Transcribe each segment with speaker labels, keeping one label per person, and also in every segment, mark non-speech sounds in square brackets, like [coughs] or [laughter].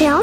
Speaker 1: 聊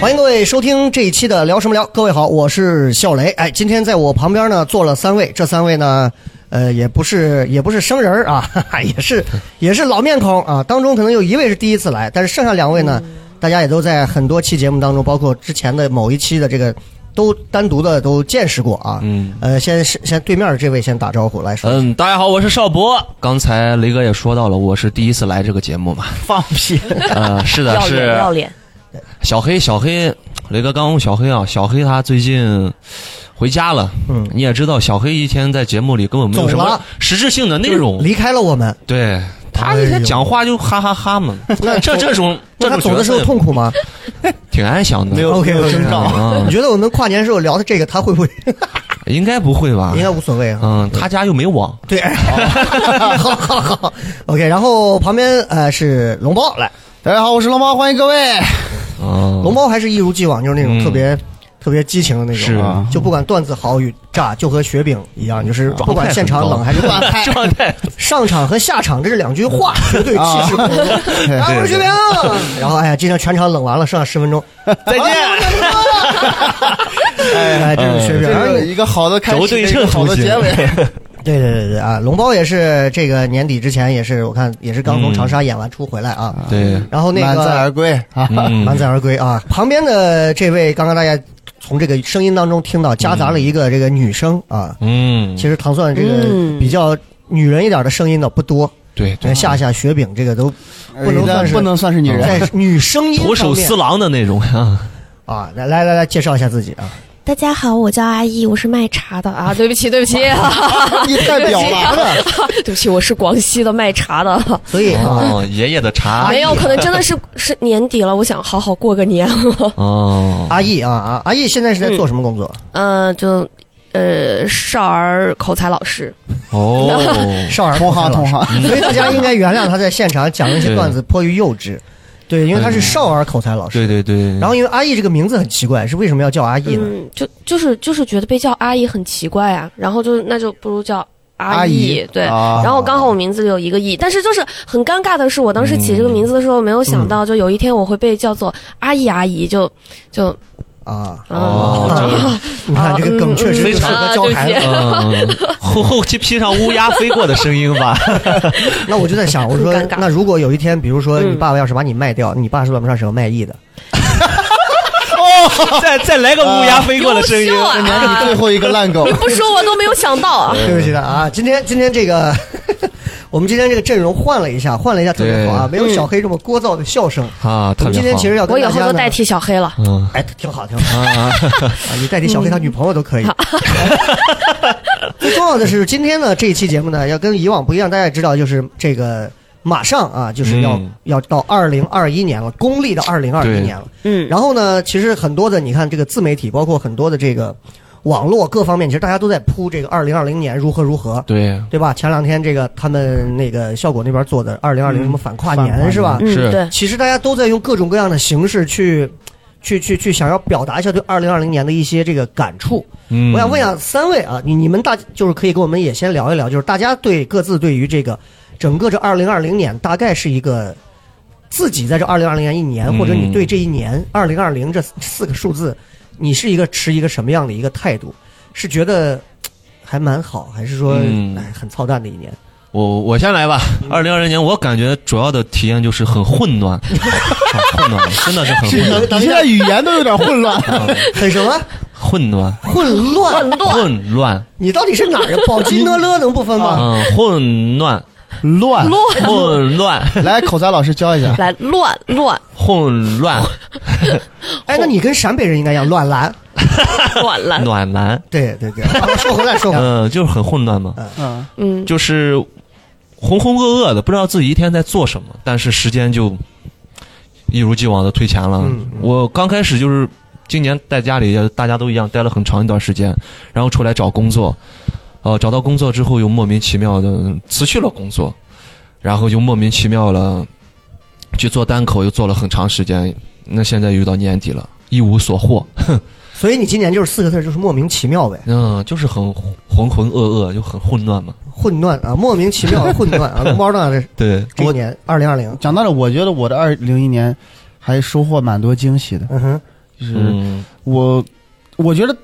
Speaker 2: 欢迎各位收听这一期的聊什么聊。各位好，我是笑雷。哎，今天在我旁边呢坐了三位，这三位呢，呃，也不是也不是生人儿啊， [laughs] 哈哈，也是也是老面孔啊。当中可能有一位是第一次来，但是剩下两位呢，大家也都在很多期节目当中，包括之前的某一期的这个。都单独的都见识过啊，嗯，呃，先是先对面的这位先打招呼来说，
Speaker 3: 嗯，大家好，我是邵博。刚才雷哥也说到了，我是第一次来这个节目
Speaker 2: [laughs]
Speaker 3: 嘛。
Speaker 4: 放屁！
Speaker 3: 呃，是的，
Speaker 5: 要脸
Speaker 3: 是
Speaker 5: 不要脸，
Speaker 3: 小黑，小黑，雷哥刚问小黑啊，小黑他最近回家了。
Speaker 2: 嗯，
Speaker 3: 你也知道，小黑一天在节目里根本没有什
Speaker 2: 走
Speaker 3: 么
Speaker 2: 了
Speaker 3: 实质性的内容。
Speaker 2: 离开了我们，
Speaker 3: 对他
Speaker 2: 哎呦
Speaker 3: 一天讲话就哈哈哈嘛。
Speaker 2: [laughs] 那
Speaker 3: 这这种这
Speaker 2: 那他
Speaker 3: 种
Speaker 2: 走的时候
Speaker 3: 角色
Speaker 2: 痛苦吗？
Speaker 3: 挺安详的，
Speaker 4: 没有
Speaker 2: OK，OK，
Speaker 4: 没有征
Speaker 2: 啊
Speaker 4: 兆。
Speaker 3: 嗯
Speaker 4: [laughs]
Speaker 2: 你，觉得我们跨年时候聊的这个，他会
Speaker 3: [laughs]
Speaker 2: 不会？
Speaker 3: 应该不会吧
Speaker 2: 应？该无所谓啊。
Speaker 3: 嗯，他家又没网。
Speaker 4: [laughs]
Speaker 2: 对，好好好，OK。然后旁边呃是龙包来，
Speaker 4: 大家好，我是龙猫，欢 [laughs] 迎各位。哎
Speaker 3: 嗯，
Speaker 2: 龙包还是一如既往，就是那种
Speaker 3: 嗯
Speaker 2: 特别、特别激情的那
Speaker 3: 是
Speaker 2: 种，啊就不管段子好与炸，就和雪饼一样，就是
Speaker 3: 状态
Speaker 2: 不管现场
Speaker 3: 很高
Speaker 2: 冷还是暖开，
Speaker 3: [laughs] 状态
Speaker 2: 上场和下场这是两句话，绝对气势
Speaker 3: [laughs]
Speaker 2: 汹汹。然后我是雪饼，然后哎呀，今天全场冷完了，剩下十分
Speaker 3: [laughs]
Speaker 2: 钟，
Speaker 4: [laughs] 再见。
Speaker 2: 哎，这是雪饼。然
Speaker 3: 嗯
Speaker 2: 后
Speaker 4: 这
Speaker 2: 你
Speaker 4: 是一个好的开始，
Speaker 3: 轴对称
Speaker 4: 一个好的
Speaker 3: 弧形
Speaker 4: 结 [laughs] 尾。
Speaker 2: 对对对对啊，龙包也是这个年底之前也是，我看也是刚从长沙演完出回来啊。
Speaker 3: [laughs]
Speaker 2: [laughs]
Speaker 3: 对，
Speaker 2: 然后那个
Speaker 4: 嗯满载而归啊！
Speaker 3: 嗯
Speaker 2: 满载而归啊！旁边的这位，刚刚大家从这个声音当中听到，夹杂了一个这个女生啊。
Speaker 3: 嗯
Speaker 2: 其，实糖蒜这个
Speaker 5: 嗯
Speaker 2: 比较女人一点的声音呢不多，
Speaker 3: 对
Speaker 2: 你看
Speaker 3: 对，
Speaker 2: 夏夏、雪饼这个都不
Speaker 4: 哎
Speaker 2: 能算是
Speaker 4: 不能算嗯是女 [laughs] 人。
Speaker 2: 在女声音
Speaker 3: 徒手
Speaker 2: 方面
Speaker 3: 撕狼的那种呀。
Speaker 2: 啊！来来来来，介绍一下自己啊！
Speaker 5: 大家好，我叫阿姨，我是卖茶的啊，对不起，对不起，
Speaker 4: 你太表达 [laughs] 了，
Speaker 5: [laughs] 对不起，我是广西的卖茶的。
Speaker 2: 所以啊，
Speaker 3: 哦，爷爷
Speaker 2: [laughs]
Speaker 3: 的茶
Speaker 5: 没有，可能真的是 [laughs] 是年底了，我想好好过个年。
Speaker 3: 哦，
Speaker 2: 阿易啊啊，阿易现在是在做什么工作？
Speaker 5: 嗯、就呃，少儿口才老师，
Speaker 2: [laughs]
Speaker 3: 哦，
Speaker 2: 少儿
Speaker 4: 同行
Speaker 2: 口才老师
Speaker 4: 同
Speaker 3: 嗯
Speaker 4: 行
Speaker 2: 所以大家应该原谅他在现场讲一些段子颇于幼稚，对，因为他是少儿口才老师。
Speaker 3: 嗯对对对，
Speaker 2: 然后因为阿易这个名字很奇怪，是为什么要叫阿易呢？
Speaker 5: 嗯，就就是就是觉得被叫阿姨很奇怪啊，然后就那就不如叫
Speaker 4: 阿
Speaker 5: 姨，
Speaker 4: 姨
Speaker 5: 对。
Speaker 4: 啊
Speaker 5: 然后刚好我名字里有一个“姨”，但是就是很尴尬的是，我当时起这个名字的时候，没有想到就有一天我会被叫做阿姨阿姨，就就
Speaker 2: 啊，
Speaker 3: 哦，
Speaker 5: 啊
Speaker 3: 这个
Speaker 2: [laughs] 你看这个梗确实
Speaker 5: 嗯
Speaker 3: 非
Speaker 2: 就适
Speaker 3: 常
Speaker 2: 合教孩子。
Speaker 3: 嗯，后后期披上乌鸦飞过的声音吧。
Speaker 2: 那我就在想，我说
Speaker 5: 很尴尬
Speaker 2: 那如果有一天，比如说
Speaker 5: 嗯
Speaker 2: 你爸爸要是把你卖掉，你爸是算不算是个卖艺的？哦
Speaker 3: [laughs] 再再来个乌鸦飞过的声音
Speaker 5: 优秀，啊
Speaker 2: 嗯
Speaker 4: 这年底最后一个烂 [laughs] 狗
Speaker 5: 你，不说我都没有想到
Speaker 4: [laughs]
Speaker 5: 啊。
Speaker 3: 嗯
Speaker 2: 对不起的啊，今天今天这个 [laughs] 我们今天这个阵容换了一下，换了一下特别好啊，没有小黑这么聒噪的笑声。
Speaker 3: 啊，
Speaker 2: 我
Speaker 3: 特
Speaker 2: 们
Speaker 3: 别
Speaker 2: 今天
Speaker 3: 好
Speaker 2: 其。
Speaker 4: 哦
Speaker 2: 实要跟
Speaker 5: 嗯我以
Speaker 2: 大
Speaker 5: 后
Speaker 2: 家
Speaker 5: 都
Speaker 2: 呢
Speaker 5: 代，替小黑了。
Speaker 3: 嗯
Speaker 2: 哎，挺好挺好
Speaker 3: 啊，
Speaker 2: [laughs]
Speaker 3: 嗯
Speaker 2: 啊，你代替小黑他女朋友都 [laughs] 可以。最重要的是，今天呢这一期节目呢要跟以往不一样，大家也知道，就是这个马上啊，就是要
Speaker 3: 嗯
Speaker 2: 要到二零二一年了，公历的二零二一
Speaker 3: 对
Speaker 2: 年了。
Speaker 5: 嗯，
Speaker 2: 然后呢，其实很多的，你看这个自媒体，包括很多的这个网络各方面，其实大家都在铺这个二零二零年如何如何，
Speaker 3: 对，
Speaker 2: 对吧？前两天这个他们那个效果那边做的二零二零什么反跨
Speaker 4: 反跨
Speaker 2: 年
Speaker 4: 年
Speaker 2: 是吧？
Speaker 5: 嗯，
Speaker 3: 是
Speaker 5: 对，
Speaker 2: 其实大家都在用各种各样的形式去。去去去，想要表达一下对二零二零年的一些这个感触。
Speaker 3: 嗯，
Speaker 2: 我想问一下三位啊，你你们大就是可以跟我们也先聊一聊，就是大家对各自对于这个整个这二零二零年大概是一个自己在这二零二零年一年，
Speaker 3: 嗯
Speaker 2: 或者你对这一年二零二零这四个数字，你是一个持一个什么样的一个态度？是觉得嘖还蛮好，还是说、
Speaker 3: 嗯
Speaker 2: 哎很操蛋的一年？ [laughs]
Speaker 3: 我我先来吧。二零二零年，我感觉主要的体验就是很混乱， [laughs] 很混乱，真的是很混乱，
Speaker 4: 你现在语言都有点混乱。
Speaker 2: 很什么
Speaker 3: 混乱，
Speaker 2: 混乱？
Speaker 3: [laughs] 混乱，
Speaker 2: 你到底是哪儿的？宝鸡呢了能不分吗？
Speaker 3: 嗯，混乱，
Speaker 4: [laughs] 乱。
Speaker 5: 乱
Speaker 3: 混乱，
Speaker 4: 来，口才老师教一下。
Speaker 5: 来乱乱
Speaker 3: 混乱，
Speaker 2: 哎，那你跟陕北人应该一样，乱蓝。
Speaker 5: 乱来，
Speaker 3: 暖男，
Speaker 2: 对对对， [laughs] 说回来说
Speaker 4: 啊
Speaker 2: 回来，
Speaker 3: 嗯，就是很混乱嘛，
Speaker 4: 嗯，
Speaker 5: 嗯，
Speaker 3: 就是浑浑噩噩的，不知道自己一天在做什么，但是时间就一如既往的推前了。
Speaker 2: 嗯
Speaker 3: 我刚开始就是今年在家里，大家都一样待了很长一段时间，然后出来找工作，呃，找到工作之后又莫名其妙的辞去了工作，然后又莫名其妙了去做单口，又做了很长时间。那现在又到年底了，一无所获，
Speaker 2: 所以你今年就是四个字，就是莫名其妙呗，
Speaker 3: 嗯，就是很浑浑噩噩，就很混乱嘛。
Speaker 2: 混乱啊，莫名其妙的混乱啊，龙猫呢这
Speaker 3: 对，
Speaker 2: 这一年二零二零，
Speaker 4: 讲到这，我觉得我的二零一年还收获蛮多惊喜的，
Speaker 2: 嗯哼，
Speaker 4: 就是
Speaker 3: 嗯，
Speaker 4: 我，我觉得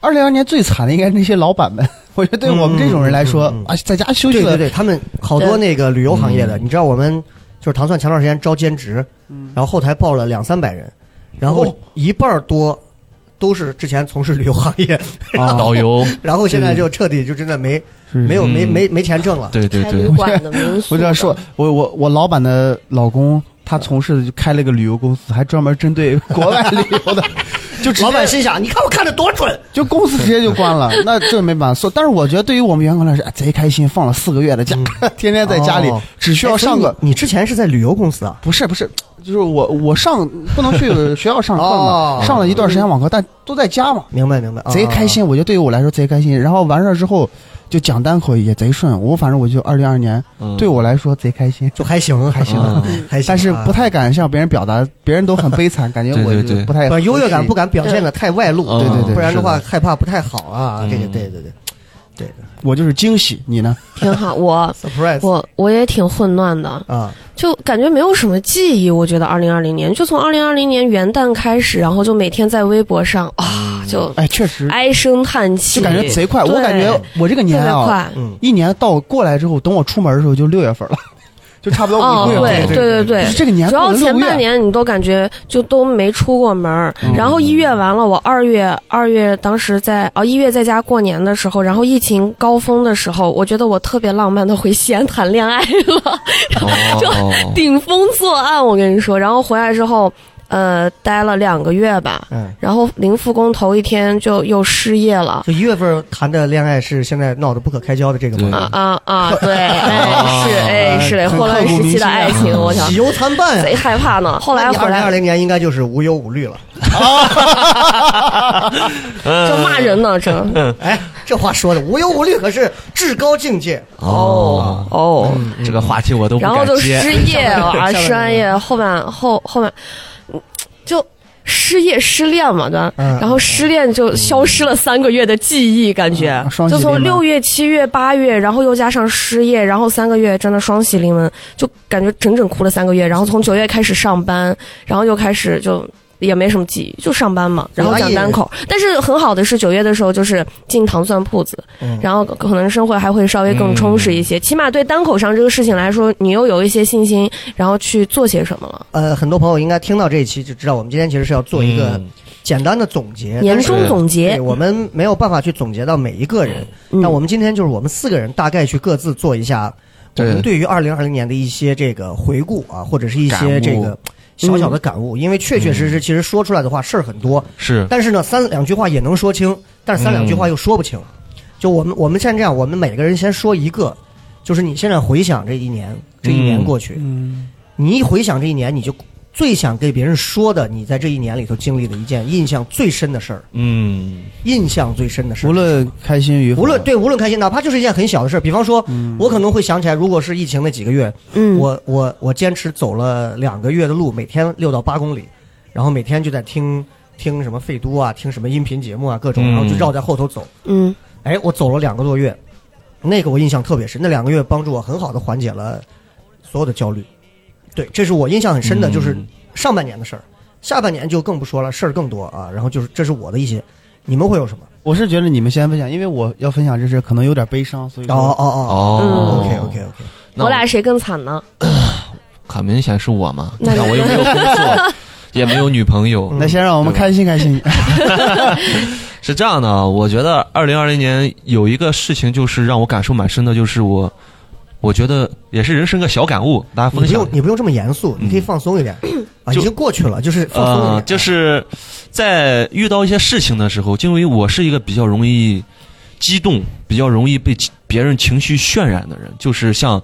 Speaker 4: 二零二年最惨的应该是那些老板们， [laughs] 我觉得对我们这种人来说
Speaker 2: 嗯嗯嗯嗯
Speaker 4: 啊，在家休息
Speaker 2: 对
Speaker 4: 了
Speaker 2: 对，对，他们嗯好多那个旅游行业的，你知道我们就是糖蒜前段时间招兼职，然后后台报了两三百人，然
Speaker 4: 哦
Speaker 2: 后一半儿多都是之前从事旅游行业， [laughs]
Speaker 4: 啊，
Speaker 3: 导游，
Speaker 2: 然后现在就彻底就真的没
Speaker 4: 是
Speaker 2: 没有没
Speaker 3: 嗯
Speaker 2: 没没钱挣了。
Speaker 3: [laughs] 对对
Speaker 5: 开
Speaker 3: 对 [laughs]
Speaker 5: 旅，馆
Speaker 4: [laughs]
Speaker 5: 的民宿
Speaker 4: 我
Speaker 5: 的，
Speaker 4: 这样说，我我我老板的老公，他从事的就开了个旅游公司，还专门针
Speaker 2: [laughs]
Speaker 4: 对国外旅游的，就直
Speaker 2: 老
Speaker 4: 接
Speaker 2: 板心想：你看我看的多准，
Speaker 4: 就公司直接就
Speaker 2: [laughs]
Speaker 4: 关了，那这没办法说。但是我觉得对于我们员工来说，哎贼开心，放了四个月的假， [laughs] 天天在家里
Speaker 2: 嗯哦，
Speaker 4: 只需要
Speaker 2: 哎所以
Speaker 4: 上个
Speaker 2: 你你之前是在旅游公司啊？
Speaker 4: 不是不是，就是我我上不能去学校上课
Speaker 2: 哦
Speaker 4: 嘛，上了一段时间网课，但都在家嘛，
Speaker 2: 明白明白，啊
Speaker 4: 贼开。心。我觉得对于我来说贼开心。然后完事儿之后，就讲单口也贼顺。我反正我就二零二年
Speaker 3: 嗯
Speaker 4: 对我来说贼开心。
Speaker 2: 就还行，还行
Speaker 3: 嗯，
Speaker 2: 还行啊，
Speaker 4: 哎但是不太敢向别人表达，别人都很悲惨，感觉我
Speaker 3: [laughs] 对对
Speaker 4: 就
Speaker 3: 对
Speaker 4: 不太
Speaker 2: 把优越感不敢表现的太外露，
Speaker 3: 对
Speaker 4: 对对
Speaker 2: 不然的话
Speaker 3: 是
Speaker 2: 害怕不太好啊。
Speaker 3: 嗯
Speaker 2: 这个对对对
Speaker 4: 我就是惊喜。你呢？
Speaker 5: 挺
Speaker 4: [laughs]
Speaker 5: 好。我
Speaker 2: ，surprise
Speaker 5: 我我也挺混乱的，
Speaker 2: 啊，
Speaker 5: 就感觉没有什么记忆。我觉得二零二零年，就从二零二零年元旦开始，然后就每天在微博上啊，就
Speaker 4: 哎，确实，
Speaker 5: 唉声叹气，
Speaker 4: 就感觉贼快。
Speaker 5: 对
Speaker 4: 我感觉我这个
Speaker 5: 特
Speaker 4: 年
Speaker 5: 别
Speaker 4: 啊，
Speaker 5: 快。
Speaker 2: 嗯，
Speaker 4: 一年到过来之后，等我出门的时候就六月份了， [laughs] 就差不多
Speaker 5: 哦，
Speaker 4: 五六
Speaker 5: 对
Speaker 4: 月份。
Speaker 5: 对对
Speaker 4: 就，是这个年
Speaker 5: 主
Speaker 4: 过
Speaker 5: 要
Speaker 4: 了
Speaker 5: 前
Speaker 4: 六
Speaker 5: 半
Speaker 4: 月，嗯
Speaker 5: 年你都感觉就都没出过门儿，然后一月完了，我二月二月当时在哦一月在家过年的时候，然后疫情高峰的时候，我觉得我特别浪漫的回西安谈恋爱了，
Speaker 3: 哦，
Speaker 5: 顶风作案，我跟你说，然后回来之后，呃，待了两个月吧，
Speaker 2: 嗯
Speaker 5: 然后临复工头一天就又失业了。
Speaker 2: 就一月份谈的恋爱是现在闹得不可开交的这个
Speaker 5: 啊
Speaker 2: 吗？
Speaker 5: 啊啊！
Speaker 4: [laughs]
Speaker 5: 对，哎是哎是嘞，
Speaker 4: 很
Speaker 5: 霍乱时期的
Speaker 4: 啊
Speaker 5: 爱情，我操，
Speaker 2: 喜忧参半
Speaker 5: 贼
Speaker 2: 呀。
Speaker 5: 害怕呢。后来
Speaker 2: 二
Speaker 5: 回
Speaker 2: 零
Speaker 5: 来
Speaker 2: 二零年应该就是无忧无虑了。
Speaker 5: 就骂人呢，这
Speaker 2: 哎，这话说的无忧无虑可是至高境界。
Speaker 5: 哦哦，
Speaker 3: 嗯这个话题我都不
Speaker 5: 然后
Speaker 3: 敢
Speaker 5: 就
Speaker 3: 接。嗯
Speaker 5: 失
Speaker 3: [laughs]
Speaker 5: 业啊，失完业后半后后半，就失业失恋嘛，对吧？
Speaker 2: 嗯
Speaker 5: 然后失恋就消失了三个月的记忆，感觉
Speaker 4: 嗯双喜
Speaker 5: 就从
Speaker 4: 临门
Speaker 5: 六月、七月、八月，然后又加上失业，然后三个月真的双喜临门，就感觉整整哭了三个月。然后从九月开始上班，然后又开始就。也没什么记忆，就上班嘛，然后
Speaker 4: 哎
Speaker 5: 讲单口。但是很好的是，九月的时候就是进糖蒜铺子，
Speaker 2: 嗯
Speaker 5: 然后可能生活还会稍微更充实一些，起码对单口上这个事情来说，你又有一些信心，然后去做些什么了。
Speaker 2: 呃，很多朋友应该听到这一期就知道，我们今天其实是要做一个
Speaker 3: 嗯
Speaker 2: 简单的总结，
Speaker 5: 年
Speaker 2: 哎但是
Speaker 5: 终总
Speaker 2: 对
Speaker 5: 结，
Speaker 2: 我们没有办法去总结到每一个人。
Speaker 5: 嗯
Speaker 2: 那我们今天就是我们四个人大概去各自做一下我们
Speaker 3: 对
Speaker 2: 对于二零二零年的一些这个回顾啊，或者是一
Speaker 3: 感
Speaker 2: 些
Speaker 3: 悟嗯
Speaker 2: 这个小小的感悟，因为确确实实其实说出来的话事儿很多，
Speaker 3: 是
Speaker 2: 但是呢三两句话也能说清，但是三两句
Speaker 3: 嗯
Speaker 2: 话又说不清。就我们我们现在这样，我们每个人先说一个，就是你现在回想这一年，这一年
Speaker 3: 嗯
Speaker 2: 过去，
Speaker 4: 嗯，
Speaker 2: 你一回想这一年，你就最想给别人说的，你在这一年里头经历的一件印象最深的事儿，
Speaker 3: 嗯，
Speaker 2: 印象最深的事儿
Speaker 4: 无。论开心与否，
Speaker 2: 无论对，无论开心，哪怕就是一件很小的事儿，比方说，
Speaker 3: 嗯
Speaker 2: 我可能会想起来，如果是疫情那几个月，
Speaker 5: 嗯，
Speaker 2: 我我我坚持走了两个月的路，每天六到八公里，然后每天就在听听什么废都啊，听什么音频节目啊，各种，
Speaker 3: 嗯
Speaker 2: 然后就绕在后头走。
Speaker 5: 嗯
Speaker 2: 哎，我走了两个多月，那个我印象特别深，那两个月帮助我很好的缓解了所有的焦虑。对，这是我印象很深的，就是
Speaker 3: 嗯
Speaker 2: 上半年的事儿，下半年就更不说了，事儿更多啊。然后就是这是我的一些，你们会有什么？
Speaker 4: 我是觉得你们先分享，因为我要分享这事可能有点悲伤，所以
Speaker 2: 哦
Speaker 4: 说
Speaker 2: 哦哦
Speaker 3: 嗯哦
Speaker 2: ，OK OK OK，
Speaker 3: 那
Speaker 5: 我俩谁更惨呢？
Speaker 3: 很明显是我嘛，你
Speaker 5: 那
Speaker 3: 看我又没有工作，也没有女朋友，
Speaker 2: 嗯
Speaker 4: 嗯那先让我们
Speaker 3: 对吧
Speaker 4: 开心
Speaker 3: [laughs]
Speaker 4: 开心。
Speaker 3: 是这样的啊，我觉得二零二零年有一个事情就是让我感受蛮深的，就是我我觉得也是人生个小感悟，大家
Speaker 2: 你
Speaker 3: 分
Speaker 2: 不
Speaker 3: 享
Speaker 2: 用。你不用这么严肃，你可以
Speaker 3: 嗯
Speaker 2: 放松一
Speaker 3: [coughs]
Speaker 2: 点啊，已
Speaker 3: 就
Speaker 2: 经过去了，就是放松一
Speaker 3: 呃
Speaker 2: 点，，
Speaker 3: 就是在遇到一些事情的时候，因为我是一个比较容易激动、比较容易被其别人情绪渲染的人，就是像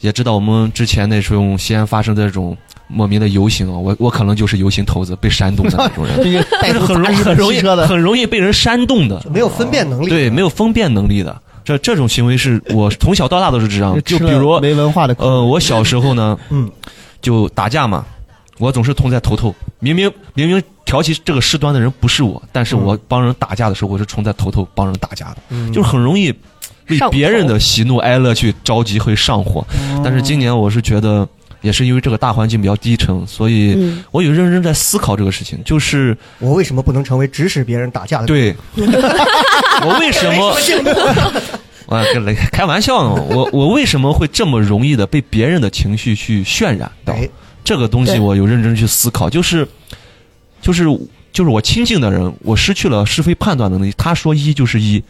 Speaker 3: 也知道我们之前那种西安发生的这种莫名的游行啊，我我可能就是游行头子，被煽动的那 [laughs] 种人，
Speaker 4: 这个 [laughs] 带
Speaker 3: 就是很
Speaker 4: 头
Speaker 3: 容
Speaker 4: 砸日
Speaker 3: 很
Speaker 4: 本
Speaker 3: 容易
Speaker 4: 汽车的，
Speaker 3: 哎很容易被人煽动的，
Speaker 2: 就没有分辨能力，
Speaker 3: 对，没有分辨能力的。这这种行为是我从小到大 [laughs] 都是这样，就
Speaker 4: 吃
Speaker 3: 比
Speaker 4: 了
Speaker 3: 如
Speaker 4: 没文化的苦，
Speaker 3: 呃，我小时候呢，
Speaker 2: 嗯，
Speaker 3: 就打架嘛，我总是痛在头头。明明明明挑起这个事端的人不是我，但是我帮人打架的时候，我是冲在头头帮人打架的，
Speaker 2: 嗯，
Speaker 3: 就是很容易为
Speaker 5: 上头
Speaker 3: 别人的喜怒哀乐去着急会上火。
Speaker 2: 哦
Speaker 3: 但是今年我是觉得，也是因为这个大环境比较低沉，所以
Speaker 5: 嗯，
Speaker 3: 我有认真在思考这个事情，就是
Speaker 2: 我为什么不能成为指使别人打架的？，
Speaker 3: 对我为什么。啊，跟雷开玩笑呢，我我为什么会这么容易的被别人的情绪去渲染到？
Speaker 2: 哎，
Speaker 3: 这个东西
Speaker 5: 对
Speaker 3: 我有认真去思考，就是，就是就是我亲近的人，我失去了是非判断的能力。他说一就是一，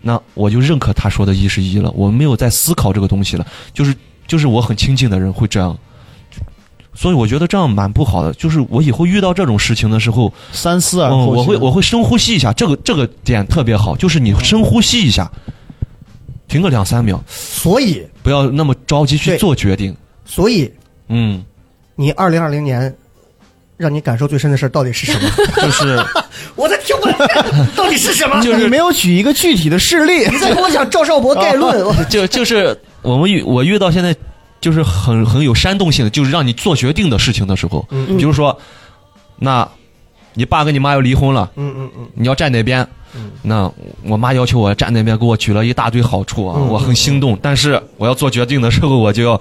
Speaker 3: 那我就认可他说的一是一了，我没有在思考这个东西了。就是就是我很亲近的人会这样，所以我觉得这样蛮不好的。就是我以后遇到这种事情的时候，
Speaker 4: 三思
Speaker 2: 呃
Speaker 4: 而
Speaker 3: 嗯，
Speaker 4: 后行。
Speaker 3: 我会我会深呼吸一下，这个这个点特别好，就是你深呼吸一下，停个两三秒，
Speaker 2: 所以
Speaker 3: 不要那么着急去
Speaker 2: 对
Speaker 3: 做决定。
Speaker 2: 所以
Speaker 3: 嗯，
Speaker 2: 你二零二零年让你感受最深的事儿到底是什
Speaker 3: [laughs]
Speaker 2: 么？
Speaker 3: 就是。
Speaker 2: 我在听不懂，
Speaker 3: [laughs]
Speaker 2: 到底是什么？
Speaker 4: 就是你没有举一个具体的事例，
Speaker 2: 你在跟我讲赵少博概论，我
Speaker 3: 就就是我们遇我遇到现在就是很很有煽动性的，就是让你做决定的事情的时候，
Speaker 2: 嗯
Speaker 3: 比如说，那你爸跟你妈要离婚了，
Speaker 2: 嗯嗯嗯，
Speaker 3: 你要站哪边？那我妈要求我站那边，给我举了一大堆好处啊，
Speaker 2: 嗯
Speaker 3: 我很心动。但是我要做决定的时候，我就要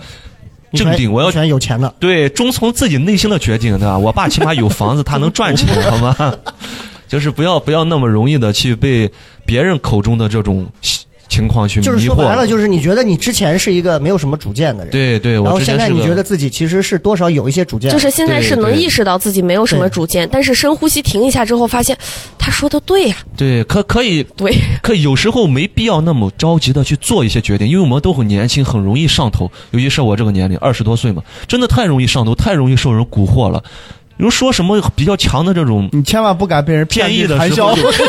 Speaker 2: 你
Speaker 3: 正
Speaker 2: 选
Speaker 3: 定，我要
Speaker 2: 你选有钱的，
Speaker 3: 对，遵从自己内心的决定，对吧？我爸起码有房子，他能赚
Speaker 2: [laughs]
Speaker 3: 钱，好吗？就是不要不要那么容易的去被别人口中的这种情况去迷惑。
Speaker 2: 就是说白了，就是你觉得你之前是一个没有什么主见的人，
Speaker 3: 对对，
Speaker 2: 然
Speaker 3: 我
Speaker 2: 后
Speaker 3: 之
Speaker 2: 现在
Speaker 3: 前是
Speaker 2: 你
Speaker 3: 个
Speaker 2: 觉得自己其实是多少有一些主见，
Speaker 5: 就是现在
Speaker 3: 对
Speaker 5: 是能
Speaker 3: 对
Speaker 5: 意识到自己没有什么
Speaker 2: 对
Speaker 5: 主见，但是深呼吸停一下之后，发现他说的对呀、
Speaker 3: 对，可可以
Speaker 2: [laughs]
Speaker 5: 对，
Speaker 3: 可以有时候没必要那么着急的去做一些决定，因为我们都很年轻，很容易上头，尤其是我这个年龄，二十多岁嘛，真的太容易上头，太容易受人蛊惑了。比如说什么比较强的这种
Speaker 4: 你千万不敢被人
Speaker 3: 建议
Speaker 4: 去
Speaker 3: 的
Speaker 4: 传
Speaker 3: 时
Speaker 4: 销
Speaker 3: 候，。
Speaker 4: [laughs]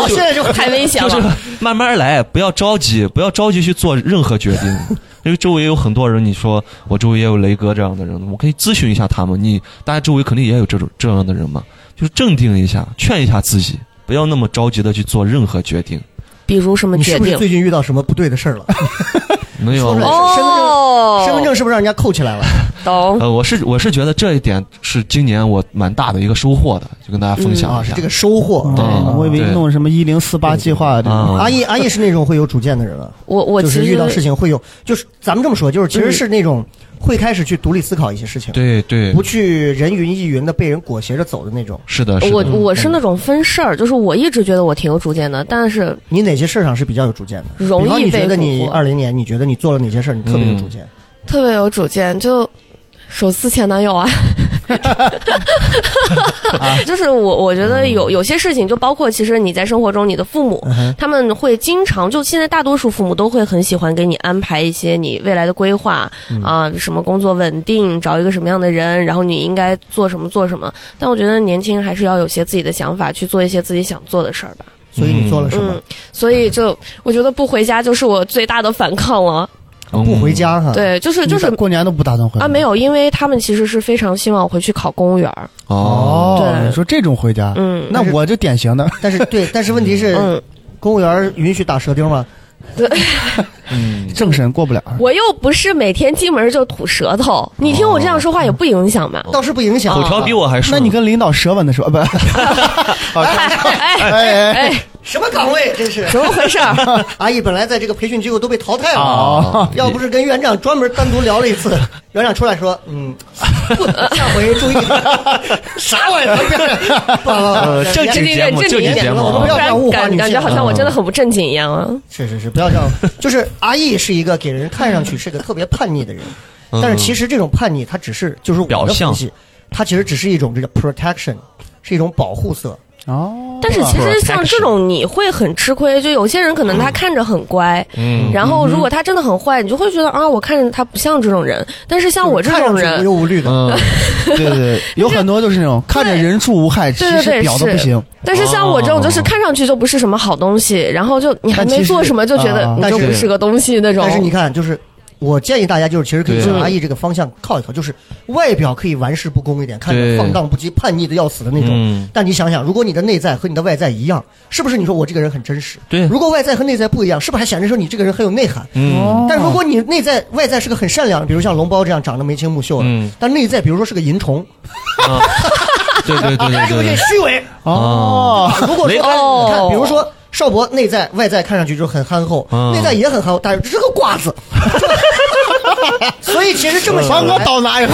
Speaker 2: 我现在就
Speaker 5: 太危险
Speaker 3: 就
Speaker 5: 了。
Speaker 3: 是 [laughs] 慢慢来，不要着急，不要着急去做任何决定， [laughs] 因为周围有很多人，你说我周围也有雷哥这样的人，我可以咨询一下他们。你大家周围肯定也有这种这样的人嘛，就是镇定一下，劝一下自己，不要那么着急的去做任何决定。
Speaker 5: 比如什么
Speaker 2: 你
Speaker 5: 决
Speaker 2: 是不
Speaker 5: 定
Speaker 2: 是？最近遇到什么不对的事儿了？
Speaker 3: 没有
Speaker 2: 说出来
Speaker 3: 我
Speaker 5: 哦，
Speaker 2: 身份证是不是让人家扣起来了？
Speaker 5: 懂。
Speaker 3: 呃，我是我是觉得这一点是今年我蛮大的一个收获的，就跟大家分享
Speaker 2: 啊，
Speaker 3: 一
Speaker 2: 是
Speaker 3: 下。
Speaker 2: 这个收获。
Speaker 3: 对
Speaker 4: 嗯我以为
Speaker 3: 对
Speaker 4: 弄什么一零四八计划啊这种
Speaker 3: 嗯
Speaker 2: 阿义阿义是那种会有主见的人了，
Speaker 5: 我我
Speaker 2: 就
Speaker 5: 其
Speaker 2: 是
Speaker 5: 实
Speaker 2: 遇到事情会有，就是咱们这么说，就是其实是那种会开始去独立思考一些事情，
Speaker 3: 对对
Speaker 2: 不，去人云亦云的被人裹挟着走的嗯那种。
Speaker 3: 是的，是
Speaker 5: 我
Speaker 3: 的，
Speaker 5: 我是那种分事儿，就是我一直觉得我挺有主见的，但是
Speaker 2: 你哪些事儿上是比较有主见的？
Speaker 5: 容
Speaker 2: 比方
Speaker 5: 易
Speaker 2: 你觉
Speaker 5: 被嗯
Speaker 2: 得
Speaker 5: 蛊
Speaker 2: 你
Speaker 5: 惑，
Speaker 2: 二零年，你觉得你做了哪些事儿，你特别有主见？
Speaker 5: 特别有主见，就首次前男
Speaker 2: [laughs]
Speaker 5: 友啊，就是我我觉得有有些事情，就包括其实你在生活中，你的父母
Speaker 2: 嗯哼，
Speaker 5: 他们会经常就现在大多数父母都会很喜欢给你安排一些你未来的规划
Speaker 2: 嗯
Speaker 5: 啊、什么工作稳定，找一个什么样的人，然后你应该做什么做什么。但我觉得年轻人还是要有些自己的想法，去做一些自己想做的事儿吧。
Speaker 2: 所以你做了什么
Speaker 5: 嗯？，所以就我觉得不回家就是我最大的反抗了。
Speaker 3: 嗯
Speaker 2: 不回家哈？，
Speaker 5: 对，就是就
Speaker 4: 你
Speaker 5: 是
Speaker 4: 咋过年都不打算回
Speaker 5: 啊，没有，因为他们其实是非常希望我回去考公务员儿。
Speaker 3: 哦，
Speaker 4: 哦
Speaker 5: 对， [laughs]
Speaker 4: 你说这种回家，
Speaker 5: 嗯，
Speaker 4: 那我就典型的
Speaker 2: 但是对，但是问题是，
Speaker 5: 嗯，
Speaker 2: 公务员允许打舌钉吗？
Speaker 3: 嗯，
Speaker 4: 政审过不了。
Speaker 5: 我又不是每天进门就吐舌头，你听我这样说话也不影响吧？
Speaker 2: 倒是不影响。啊
Speaker 3: 口条比我还
Speaker 4: 那
Speaker 3: 顺。
Speaker 4: 你跟领导舌吻的时候，不，
Speaker 5: 哎
Speaker 4: 哎哎，
Speaker 5: 哎，
Speaker 2: 什么岗位？真是。
Speaker 5: 怎么回事儿？
Speaker 2: [laughs] 阿姨本来在这个培训机构都被淘汰了，
Speaker 4: 哦
Speaker 2: 要不是跟园长专门单独聊了一
Speaker 3: [laughs]
Speaker 2: 次，园长出来说，嗯，下回注意。啥
Speaker 3: [laughs]
Speaker 2: 玩意儿？
Speaker 3: 呃
Speaker 2: 不
Speaker 3: 正
Speaker 5: 这
Speaker 3: 经
Speaker 5: 这
Speaker 3: 节
Speaker 5: 个
Speaker 3: 目，
Speaker 5: 这
Speaker 3: 正经
Speaker 5: 里
Speaker 3: 节目
Speaker 2: 我们不
Speaker 3: 啊，
Speaker 2: 要这样物化
Speaker 5: 感
Speaker 2: 女性
Speaker 5: 感觉好像我真的很不正经一样啊！
Speaker 2: 是是是，不要这样。就是阿义是一个给人看上去是个特别叛逆的人，
Speaker 3: 嗯
Speaker 2: 但是其实这种叛逆，它只是就是我的
Speaker 3: 表象
Speaker 2: 分析，它其实只是一种这个 protection，是一种保护色。
Speaker 4: 哦，
Speaker 5: 但是其实像这种你会很吃亏，就有些人可能他看着很乖，
Speaker 3: 嗯，
Speaker 5: 然后如果他真的很坏，你就会觉得啊，我看着他不像这种人。但是像我这
Speaker 2: 看上
Speaker 5: 种
Speaker 2: 去无
Speaker 5: 人，
Speaker 2: 忧无虑的，
Speaker 3: 嗯，
Speaker 4: 对对对，有很多就是那种看着人畜无害，其
Speaker 5: 对对
Speaker 4: 实
Speaker 5: 对
Speaker 4: 表的不
Speaker 5: 是
Speaker 4: 行。
Speaker 5: 但是像我这种就是看上去就不是什么好东西，然后就你还
Speaker 4: 但其
Speaker 5: 没
Speaker 4: 实
Speaker 5: 做什么就觉
Speaker 4: 啊
Speaker 5: 得你
Speaker 2: 但
Speaker 5: 就是不是个东西那种
Speaker 2: 但。是你看，就是我建议大家，就是其实可以
Speaker 3: 对
Speaker 2: 向阿义这个方向靠一靠，就是外表可以玩世不恭一点，看着
Speaker 3: 对
Speaker 2: 放荡不羁、叛逆的要死的那种
Speaker 3: 嗯。
Speaker 2: 但你想想，如果你的内在和你的外在一样，是不是你说我这个人很真实？
Speaker 3: 对
Speaker 2: 如果外在和内在不一样，是不是还显得说你这个人很有内涵？
Speaker 3: 嗯，
Speaker 2: 但如果你内在外在是个很善良，比如像龙包这样长得眉清目秀的，
Speaker 3: 嗯
Speaker 2: 但内在比如说是个淫虫，哎
Speaker 3: 啊对对
Speaker 2: [laughs]
Speaker 3: 对
Speaker 2: 是不是
Speaker 3: 对对，
Speaker 2: 虚伪？
Speaker 4: 哦，
Speaker 2: 如果说
Speaker 3: 雷
Speaker 2: 你
Speaker 3: 达
Speaker 2: 看，比如说邵博内在外在看上去就是很憨厚，
Speaker 3: 嗯
Speaker 2: 内在也很憨厚，但是这是个瓜
Speaker 3: [laughs]
Speaker 2: 子。所以其实这么
Speaker 4: 把
Speaker 3: 嗯
Speaker 2: 想
Speaker 4: 我
Speaker 2: 来，
Speaker 4: 倒哪一个？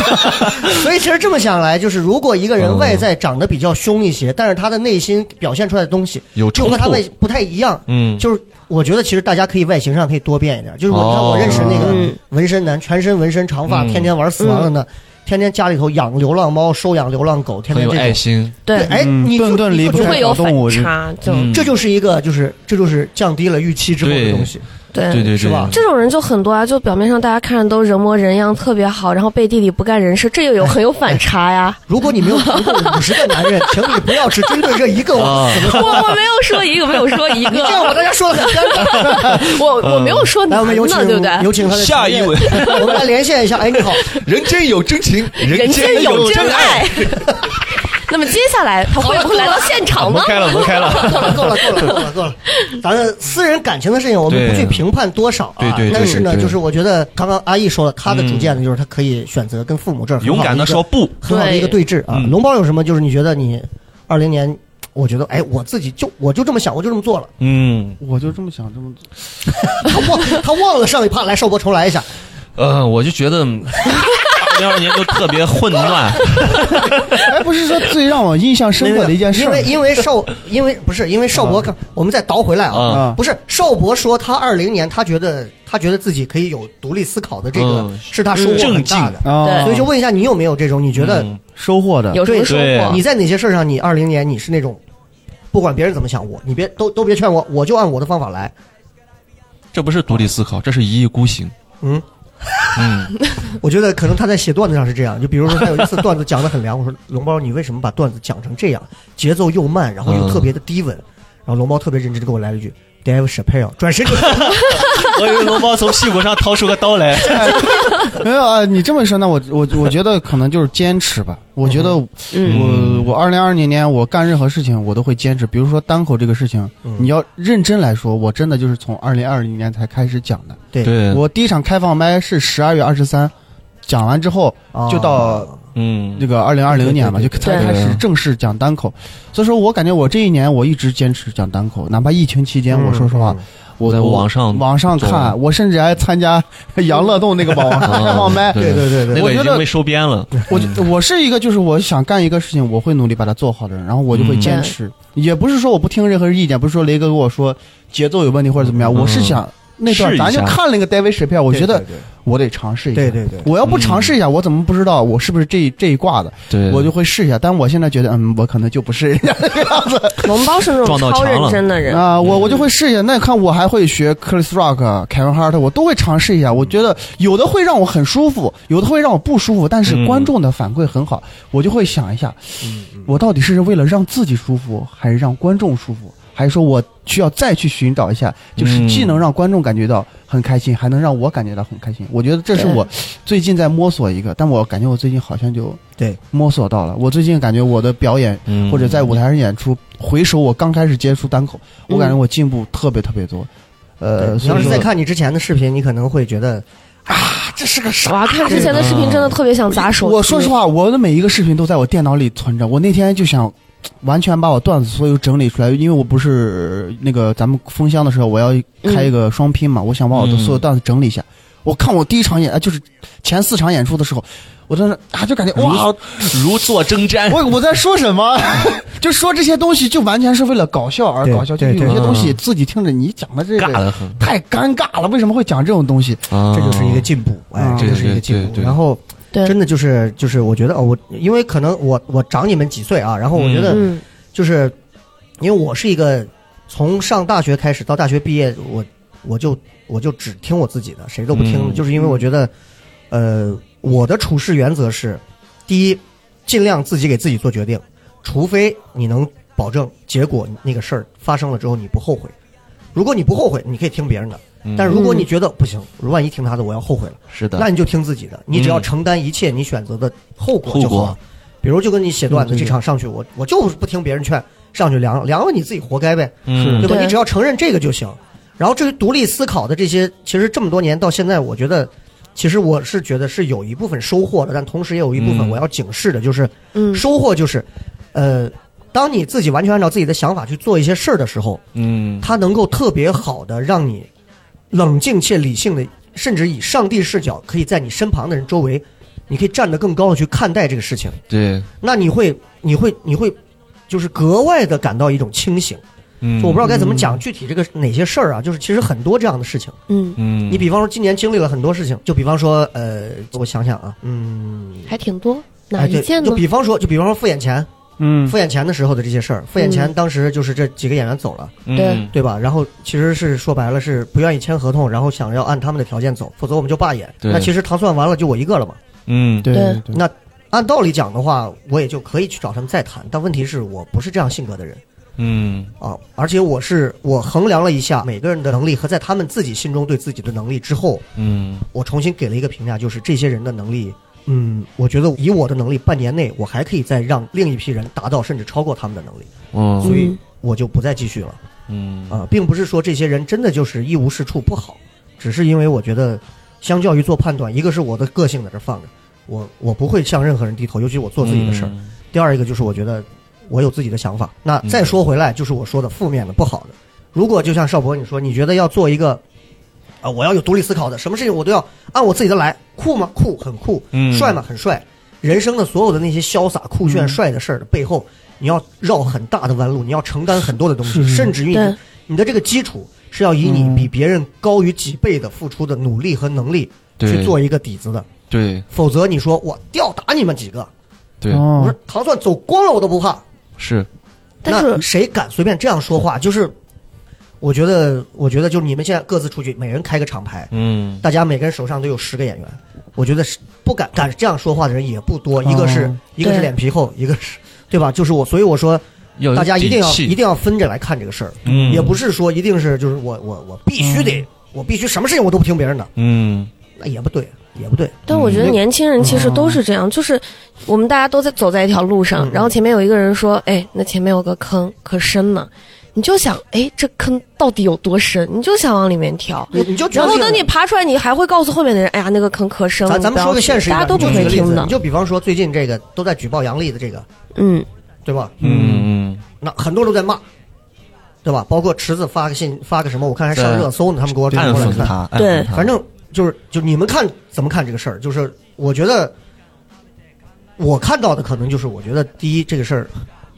Speaker 2: 所以其实这么想来，就是如果一个人
Speaker 3: 嗯
Speaker 2: 外在长得比较凶一些，但是他的内心表现出来的东西
Speaker 3: 有
Speaker 2: 就
Speaker 3: 冲
Speaker 2: 和他
Speaker 3: 突
Speaker 2: 外不太一样，
Speaker 3: 嗯，
Speaker 2: 就是我觉得其实大家可以外形上可以多变一点，就是我你看我认识那个
Speaker 5: 嗯
Speaker 2: 纹身男，全身纹身，长发，
Speaker 3: 哦嗯
Speaker 2: 天天玩死亡的呢，天天家里头养流浪猫，收养流浪狗，天
Speaker 3: 嗯很
Speaker 2: 天
Speaker 3: 有
Speaker 2: 这
Speaker 3: 爱
Speaker 2: 种。
Speaker 3: 心，
Speaker 2: 对，
Speaker 5: 对，
Speaker 2: 哎，
Speaker 4: 嗯
Speaker 2: 你就
Speaker 4: 顿顿
Speaker 2: 你
Speaker 4: 离
Speaker 2: 就
Speaker 4: 不
Speaker 2: 觉
Speaker 4: 开
Speaker 5: 就
Speaker 2: 得
Speaker 5: 会有
Speaker 4: 搞动物
Speaker 5: 反差，就
Speaker 3: 嗯
Speaker 2: 这就是一个就是这就是降低了预期之后的
Speaker 3: 对
Speaker 2: 东西，
Speaker 5: 对
Speaker 3: 对对
Speaker 2: 是
Speaker 3: 对
Speaker 2: 吧，。
Speaker 5: 这种人就很多啊，就表面上大家看着都人模人样，特别好，然后背地里不干人事，这又有很有反差呀
Speaker 2: 如果你
Speaker 3: [laughs]
Speaker 2: 没有足够五十个男人，请你不要只针对这一个我
Speaker 3: 啊。
Speaker 5: [laughs] 我我没有说一个，没有说一个，
Speaker 2: 这样把大
Speaker 5: [laughs]
Speaker 2: 家说的很尴尬。
Speaker 5: 我我没有说
Speaker 2: 来，
Speaker 5: 男
Speaker 2: 我
Speaker 5: 的，
Speaker 2: 们有请
Speaker 5: 对不对？
Speaker 2: 有请他的
Speaker 3: 下一位，
Speaker 2: [laughs] 我们来连线一下。哎，你好，
Speaker 3: 人间有真
Speaker 4: [laughs]
Speaker 3: 情，人
Speaker 5: 人间有真爱。
Speaker 3: [laughs]
Speaker 5: [laughs] 那么接下来他会不会来到现场呢
Speaker 3: 不？开了，不开了。
Speaker 2: [laughs] 够了，啊够了，够了，够了，够了。咱们私人感情的事情，我们不去
Speaker 3: 对
Speaker 2: 评判多少啊。
Speaker 3: 对对对
Speaker 2: 但是呢，
Speaker 3: 对对嗯
Speaker 2: 就是我觉得刚刚阿义说了，他的主见呢，就是他可以选择跟父母这儿很好
Speaker 3: 勇敢
Speaker 2: 的一
Speaker 3: 的
Speaker 2: 个
Speaker 3: 说不，
Speaker 2: 很好的一个对峙啊。
Speaker 3: 嗯
Speaker 2: 龙包有什么？就是你觉得你二零年，我觉得哎，我自己就我就这么想，我就这么做了。
Speaker 3: 嗯，
Speaker 4: 我就这么想，这么做
Speaker 2: 他忘 [laughs] 他忘了上一趴，来邵博重来一下。
Speaker 3: 呃，我就觉得二零二年就特别混乱，
Speaker 4: 哎，不是说最让我印象深刻的一件事
Speaker 2: 因
Speaker 4: 儿
Speaker 2: 为因为邵因为不是因为邵博，刚我们再倒回来啊，
Speaker 4: 啊
Speaker 2: 不是邵博说他二零年他觉得他觉得自己可以有独立思考的这个
Speaker 3: 嗯
Speaker 2: 是他收获很大的，
Speaker 4: 啊，
Speaker 5: 对
Speaker 2: 所以就问一下你有没有这种？你觉得
Speaker 3: 嗯
Speaker 4: 收获的
Speaker 5: 有什么
Speaker 2: 对
Speaker 5: 收
Speaker 3: 对啊
Speaker 5: 获
Speaker 2: 你？在哪些事儿上你二零年你是那种不管别人怎么想我，你别都都别劝我，我就按我的方法来。
Speaker 3: 这不是独立思考，这是一意孤行。
Speaker 2: 嗯，
Speaker 3: 嗯，
Speaker 2: 我觉得可能他在写段子上是这样，就比如说他有一次段子讲的很凉，我说龙包你为什么把段子讲成这样，节奏又慢，然后又
Speaker 3: 嗯
Speaker 2: 特别的低稳，然后龙包特别认真的给我来了一句 Dave Chappelle，转身就
Speaker 3: 我以为龙猫从屁股上掏出个刀来。
Speaker 4: 没有啊？你这么说，那我我我觉得可能就是坚持吧。我觉得我
Speaker 5: 嗯
Speaker 4: 我二零二零年我干任何事情我都会坚持，比如说单口这个事情，
Speaker 2: 嗯
Speaker 4: 你要认真来说，我真的就是从二零二零年才开始讲的。
Speaker 2: 对
Speaker 3: 对，
Speaker 4: 我第一场开放麦是十二月二十三，讲完之后
Speaker 2: 啊
Speaker 4: 就到
Speaker 3: 嗯
Speaker 4: 那，个二零二零年嘛，
Speaker 2: 对对
Speaker 4: 就
Speaker 2: 对
Speaker 4: 才
Speaker 5: 对
Speaker 4: 开始正式讲单口。所以说我感觉我这一年我一直坚持讲单
Speaker 2: 嗯
Speaker 4: 口，哪怕疫情期间，我说实话，我
Speaker 3: 在
Speaker 4: 我
Speaker 3: 网上
Speaker 4: 网上看，
Speaker 3: 做
Speaker 4: 我甚至还参加 [laughs] 杨乐栋那个网上开放麦。
Speaker 2: 嗯对对对对
Speaker 3: 那
Speaker 4: 我
Speaker 3: 个已
Speaker 4: 觉
Speaker 3: 经
Speaker 4: 得
Speaker 3: 被收编了。
Speaker 4: 我就我是一个就是我想干一个事情，我会努力把它做好的人，然后我就会
Speaker 3: 嗯
Speaker 4: 坚持。也不是说我不听任何意见，不是说雷哥跟我说节奏有问题或者怎么样，我是想那段
Speaker 3: 试一
Speaker 4: 咱就
Speaker 3: 下
Speaker 4: 看了一个 David s h a p p e l 我觉得
Speaker 2: 对对
Speaker 4: 我得尝试一下。
Speaker 2: 对对对
Speaker 4: 我要不尝试一下，我怎么不知道我是不是这这一挂的？
Speaker 3: 对，
Speaker 4: 我就会试一下。但我现在觉得，嗯，我可能就不是人家那个样子
Speaker 5: 龙包是那种
Speaker 3: 撞到
Speaker 5: 超
Speaker 3: 墙
Speaker 5: 认
Speaker 3: 了
Speaker 5: 真的人，
Speaker 4: 啊，我
Speaker 3: 嗯
Speaker 4: 我就会试一下。那看我还会学 Chris Rock、Kevin Hart，我都会尝试一下。我觉得有的会让我很舒服，有的会让我不舒服，但是
Speaker 3: 嗯
Speaker 4: 观众的反馈很好，我就会想一下，我到底是为了让自己舒服，还是让观众舒服？还是说我需要再去寻找一下，就是
Speaker 3: 嗯
Speaker 4: 既能让观众感觉到很开心，还能让我感觉到很开心。我觉得这是
Speaker 5: 对
Speaker 4: 我最近在摸索一个，但我感觉我最近好像就
Speaker 2: 对，
Speaker 4: 摸索到了。我最近感觉我的表演
Speaker 3: 嗯
Speaker 4: 或者在舞台上演出，回首我刚开始接触单口，
Speaker 2: 嗯
Speaker 4: 我感觉我进步特别特别多。呃，
Speaker 2: 你
Speaker 4: 所
Speaker 2: 要
Speaker 4: 以
Speaker 2: 是在
Speaker 4: 说
Speaker 2: 看你之前的视频，你可能会觉得啊，这是个傻。
Speaker 5: 哇，看之前的视频真的特别想砸手机。
Speaker 4: 我说实，话，我的每一个视频都在我电脑里存着。我那天就想。完全把我段子所有整理出来，因为我不是那个咱们封箱的时候，我要开一个双拼嘛，
Speaker 2: 嗯
Speaker 4: 我想把我的所有段子整理一下。我看我第一场演，啊就是前四场演出的时候，我真的啊就感觉哇，
Speaker 3: 如坐
Speaker 2: [laughs]
Speaker 3: 针毡。
Speaker 4: 我我在说什么？ [laughs] 就说这些东西，就完全是为了搞笑而
Speaker 2: 对
Speaker 4: 搞笑。就
Speaker 2: 对
Speaker 4: 有
Speaker 2: 对
Speaker 4: 些东西
Speaker 3: 嗯
Speaker 4: 自己听着你讲的这
Speaker 3: 尬
Speaker 4: 个
Speaker 3: 得很
Speaker 4: 太尴尬了，为什么会讲这种东西？
Speaker 3: 啊
Speaker 2: 这就是一个进步，哎，
Speaker 4: 嗯
Speaker 2: 这就是一个进
Speaker 3: 对对
Speaker 2: 步。
Speaker 3: 对对
Speaker 2: 然后，
Speaker 5: 对
Speaker 2: 真的就是就是，我觉得哦，我因为可能我我长你们几岁啊，然后我觉得
Speaker 5: 嗯，
Speaker 2: 就是因为我是一个从上大学开始到大学毕业，我我就我就只听我自己的，谁都不听，
Speaker 3: 嗯
Speaker 2: 就是因为我觉得，呃，我的处事原则是，第一，尽量自己给自己做决定，除非你能保证结果那个事儿发生了之后你不后悔。如果你不后悔，你可以听别人的；但如果你觉得不行，万一听他的我要后悔了，
Speaker 3: 是的，嗯
Speaker 2: 那你就听自己的，你只要承担一切你选择的后果就好
Speaker 3: 后果
Speaker 2: 了。比如就跟你写段子，
Speaker 4: 嗯对
Speaker 2: 这场上去我我就是不听别人劝，上去凉凉了你自己活该呗，
Speaker 3: 嗯
Speaker 2: 对吧？
Speaker 5: 对
Speaker 2: 你只要承认这个就行。然后至于独立思考的这些，其实这么多年到现在，我觉得其实我是觉得是有一部分收获的，但同时也有一部分
Speaker 3: 嗯
Speaker 2: 我要警示的，就是
Speaker 5: 嗯，
Speaker 2: 收获就是，呃，当你自己完全按照自己的想法去做一些事儿的时候，
Speaker 3: 嗯，
Speaker 2: 它能够特别好的让你冷静且理性的，甚至以上帝视角，可以在你身旁的人周围，你可以站得更高的去看待这个事情。
Speaker 3: 对，
Speaker 2: 那你会，你会，你会，就是格外的感到一种清醒。
Speaker 3: 嗯，
Speaker 2: 就我不知道该怎么讲具体这个哪些事儿啊，就是其实很多这样的事情。
Speaker 5: 嗯，
Speaker 3: 嗯，
Speaker 2: 你比方说今年经历了很多事情，就比方说呃，我想想啊，嗯，
Speaker 5: 还挺多，哪
Speaker 2: 哎
Speaker 5: 一
Speaker 2: 对，
Speaker 5: 件
Speaker 2: 就
Speaker 5: 呢？
Speaker 2: 比方说，就比方说付眼前，
Speaker 4: 嗯
Speaker 2: 付眼前的时候的这些事儿，付眼前当时就是这几个演员走了。
Speaker 3: 嗯
Speaker 5: 对
Speaker 2: 对吧？然后其实是说白了是不愿意签合同，然后想要按他们的条件走，否则我们就罢演。
Speaker 3: 对
Speaker 2: 那其实糖蒜完了就我一个了嘛。
Speaker 3: 嗯，
Speaker 4: 对
Speaker 5: 对
Speaker 4: 对，
Speaker 2: 那按道理讲的话，我也就可以去找他们再谈，但问题是我不是这样性格的人
Speaker 3: 嗯，
Speaker 2: 啊，而且我是我衡量了一下每个人的能力和在他们自己心中对自己的能力之后，
Speaker 3: 嗯，
Speaker 2: 我重新给了一个评价，就是这些人的能力。嗯，我觉得以我的能力，半年内我还可以再让另一批人达到甚至超过他们的能力，
Speaker 3: 哦，
Speaker 2: 所以
Speaker 5: 嗯
Speaker 2: 我就不再继续了。
Speaker 3: 嗯，
Speaker 2: 啊，并不是说这些人真的就是一无是处不好，只是因为我觉得，相较于做判断，一个是我的个性在这放着，我我不会向任何人低头，尤其我做自己的事儿；
Speaker 3: 嗯
Speaker 2: 第二一个就是我觉得我有自己的想法。那
Speaker 3: 嗯
Speaker 2: 再说回来，就是我说的负面的、不好的。如果就像邵博你说，你觉得要做一个。啊，我要有独立思考的，什么事情我都要按我自己的来，酷吗？酷，很酷，
Speaker 3: 嗯
Speaker 2: 帅吗？很帅。人生的所有的那些潇洒、酷炫、帅的事儿的背后，你要绕很大的弯路，你要承担很多的东西，
Speaker 4: 是
Speaker 2: 甚至于你
Speaker 5: 对
Speaker 2: 的你的这个基础是要以
Speaker 3: 嗯
Speaker 2: 你比别人高于几倍的付出的努力和能力去
Speaker 3: 对
Speaker 2: 做一个底子的，
Speaker 3: 对
Speaker 2: 否则你说我吊打你们几个，
Speaker 3: 对，
Speaker 5: 嗯
Speaker 2: 我
Speaker 4: 哦
Speaker 2: 说，糖蒜走光了我都不怕，
Speaker 3: 是，
Speaker 5: 但是
Speaker 2: 那谁敢随便这样说话？就是我觉得，我觉得就是你们现在各自出去，每人开个厂牌，
Speaker 3: 嗯，
Speaker 2: 大家每个人手上都有十个演员，我觉得是不敢敢这样说话的人也不多，一个是、
Speaker 4: 哦
Speaker 2: 一个是
Speaker 5: 对
Speaker 2: 脸皮厚，一个是对吧？就是我，所以我说
Speaker 3: 要有
Speaker 2: 大家一定要
Speaker 3: 底气
Speaker 2: 一定要分着来看这个事儿，
Speaker 3: 嗯
Speaker 2: 也不是说一定是就是我我我必须得、
Speaker 5: 嗯
Speaker 2: 我必须什么事情我都不听别人的，
Speaker 3: 嗯，
Speaker 2: 那也不对，也不对，
Speaker 5: 但我觉得
Speaker 2: 嗯
Speaker 5: 年轻人其实都是这样，就是我们大家都在走在一条路上
Speaker 2: 嗯，
Speaker 5: 然后前面有一个人说：“哎，那前面有个坑，可深了。”你就想，哎，这坑到底有多深？你就想往里面跳。
Speaker 2: 你你就觉
Speaker 5: 然
Speaker 2: 得
Speaker 5: 后
Speaker 2: 这个
Speaker 5: 等你爬出来，你还会告诉后面的人：“哎呀，那个坑可深了。
Speaker 2: 咱咱
Speaker 5: 你不
Speaker 2: 们
Speaker 5: 要
Speaker 2: 说个
Speaker 5: 去
Speaker 2: 现实一
Speaker 5: 大
Speaker 2: 点，
Speaker 5: 家都不
Speaker 2: 你就
Speaker 5: 会
Speaker 2: 举个例
Speaker 5: 听
Speaker 2: 子
Speaker 5: 的
Speaker 2: 你。就比方说最近这个都在举报杨笠的这个，
Speaker 5: 嗯，
Speaker 2: 对吧？
Speaker 3: 嗯嗯
Speaker 2: 那很多人都在骂，对吧？包括池子发个信发个什么，我看还上
Speaker 3: 对
Speaker 2: 热搜呢，他们给我
Speaker 3: 嗯，
Speaker 2: 转
Speaker 3: 暗
Speaker 2: 过来
Speaker 3: 讽
Speaker 2: 看。
Speaker 3: 他，暗
Speaker 5: 对
Speaker 3: 讽他
Speaker 2: 反正就是就你们看怎么看这个事儿？就是我觉得我看到的可能就是我觉得第一这个事儿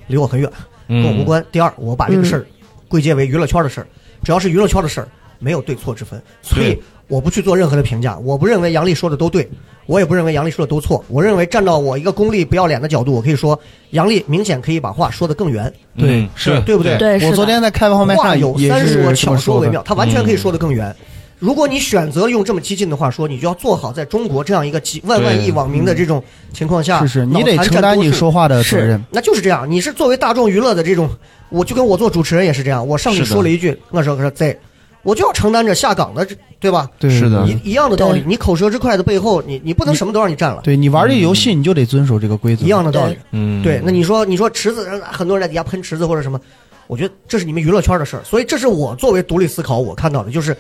Speaker 2: 离我很远，跟我无，关；第二，我把这个事儿归结为娱乐圈的事儿，只要是娱乐圈的事儿，没有对错之分，所以
Speaker 3: 对
Speaker 2: 我不去做任何的评价。我不认为杨笠说的都对，我也不认为杨笠说的都错。我认为站到我一个功利不要脸的角度，我可以说杨笠明显可以把话说得更圆，
Speaker 3: 嗯
Speaker 4: 对
Speaker 3: 是，
Speaker 2: 对不对？
Speaker 5: 对，是
Speaker 4: 我昨
Speaker 5: 的。
Speaker 4: 天在开放麦
Speaker 2: 话
Speaker 4: 上
Speaker 2: 有
Speaker 4: 也
Speaker 2: 三
Speaker 4: 是
Speaker 2: 说，
Speaker 4: 这
Speaker 2: 巧
Speaker 4: 么
Speaker 2: 说
Speaker 4: 说
Speaker 2: 为
Speaker 4: 的
Speaker 2: 妙，他完全可以
Speaker 3: 嗯
Speaker 2: 说得更圆。如果你选择用这么激进的话说，你就要做好在中国这样一个几万万
Speaker 3: 对
Speaker 2: 亿网民的这种情况下，
Speaker 4: 嗯是是，你得
Speaker 2: 啊脑残
Speaker 4: 承
Speaker 2: 占
Speaker 4: 担
Speaker 2: 多
Speaker 4: 你
Speaker 2: 数
Speaker 4: 说话的责任。
Speaker 2: 那就是这样。你是作为大众娱乐的这种，我就跟我做主持人也是这样。我上去
Speaker 3: 是的
Speaker 2: 说了一句，那时候可是在，我就要承担着下岗的这，对吧？
Speaker 4: 对，
Speaker 3: 是的
Speaker 2: 一一样的道理
Speaker 5: 对，
Speaker 2: 你口舌之快的背后，你你不能什么都让你占了，
Speaker 4: 对你玩这个游戏，你就得遵守这个规则。
Speaker 2: 一样的道理。
Speaker 3: 嗯，
Speaker 2: 对，那你说你说池子，很多人在底下喷池子或者什么，我觉得这是你们娱乐圈的事儿，所以这是我作为独立思考我看到的，就是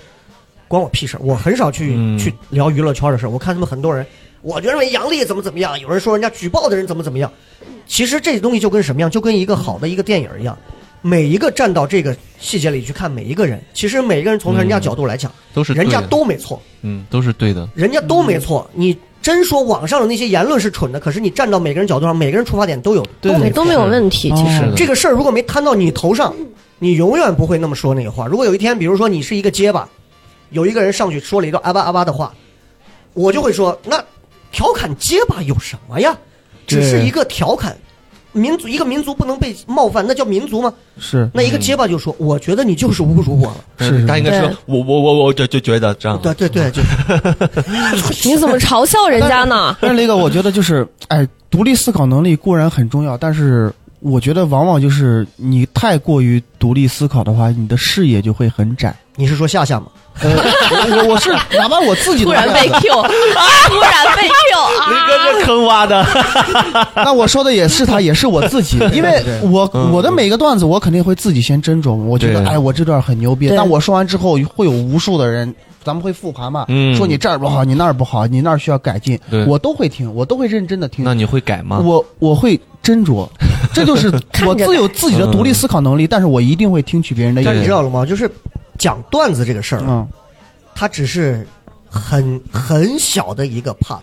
Speaker 2: 关我屁事儿，我很少去、
Speaker 3: 嗯
Speaker 2: 去聊娱乐圈的事儿。我看他们很多人，我就认为杨笠怎么怎么样，有人说人家举报的人怎么怎么样，其实这东西就跟什么样，就跟一个好的一个电影一样。每一个站到这个细节里去看每一个人，其实每一个人从人家角度来讲，
Speaker 3: 都是
Speaker 2: 人家
Speaker 3: 对的
Speaker 2: 都没错，
Speaker 3: 嗯都是对的，
Speaker 2: 人家都没错。你真说网上的那些言论是蠢的，可是你站到每个人角度上，每个人出发点都有
Speaker 4: 对
Speaker 2: 都没
Speaker 4: 对
Speaker 5: 都没有问题，其
Speaker 4: 嗯是
Speaker 5: 实
Speaker 4: 的
Speaker 2: 这个事儿如果没摊到你头上，你永远不会那么说那个话。如果有一天，比如说你是一个结巴，有一个人上去说了一段阿巴阿巴的话，我就会说，那调侃结巴有什么呀？只是一个调侃，民族一个民族不能被冒犯，那叫民族吗？
Speaker 4: 是
Speaker 2: 那一个结巴就说，我觉得你就是侮辱我了。
Speaker 4: 是
Speaker 3: 他应该说
Speaker 5: 对，
Speaker 3: 我我我我就就觉得这样。
Speaker 2: 对对对，就是
Speaker 5: 你怎么嘲笑人家呢？
Speaker 4: [laughs] 但是雷哥，我觉得就是，哎，独立思考能力固然很重要，但是我觉得往往就是你太过于独立思考的话，你的视野就会很窄。
Speaker 2: 你是说夏夏吗？
Speaker 4: [laughs] 呃，我我我是哪怕我自己
Speaker 5: 突
Speaker 4: 都
Speaker 5: 然
Speaker 4: 这
Speaker 5: 被
Speaker 4: 样的
Speaker 5: Q，突然被 Q 啊！
Speaker 3: 这坑挖的，
Speaker 2: 啊
Speaker 4: 那我说的也是他，也是我自己，因为我
Speaker 3: 嗯
Speaker 4: 我的每个段子，我肯定会自己先斟酌。我觉得，
Speaker 3: 对
Speaker 4: 哎，我这段很牛逼，
Speaker 5: 对
Speaker 4: 但我说完之后，会有无数的人，咱们会复盘嘛，
Speaker 3: 嗯
Speaker 4: 说你这儿不好，你那儿不好，你那儿需要改进
Speaker 3: 对，
Speaker 4: 我都会听，我都会认真的听。
Speaker 3: 那你会改
Speaker 2: 啊
Speaker 3: 吗？
Speaker 4: 我我会
Speaker 2: [laughs]
Speaker 4: 斟酌，这就是
Speaker 5: 看着
Speaker 4: 我自有自己的独立思考能力，但是我一定会听取别人的意
Speaker 2: 嗯但是你知
Speaker 4: 见。
Speaker 2: 道了吗？就是讲段子这个事儿啊，
Speaker 4: 嗯
Speaker 2: 它只是很很小的一个 part，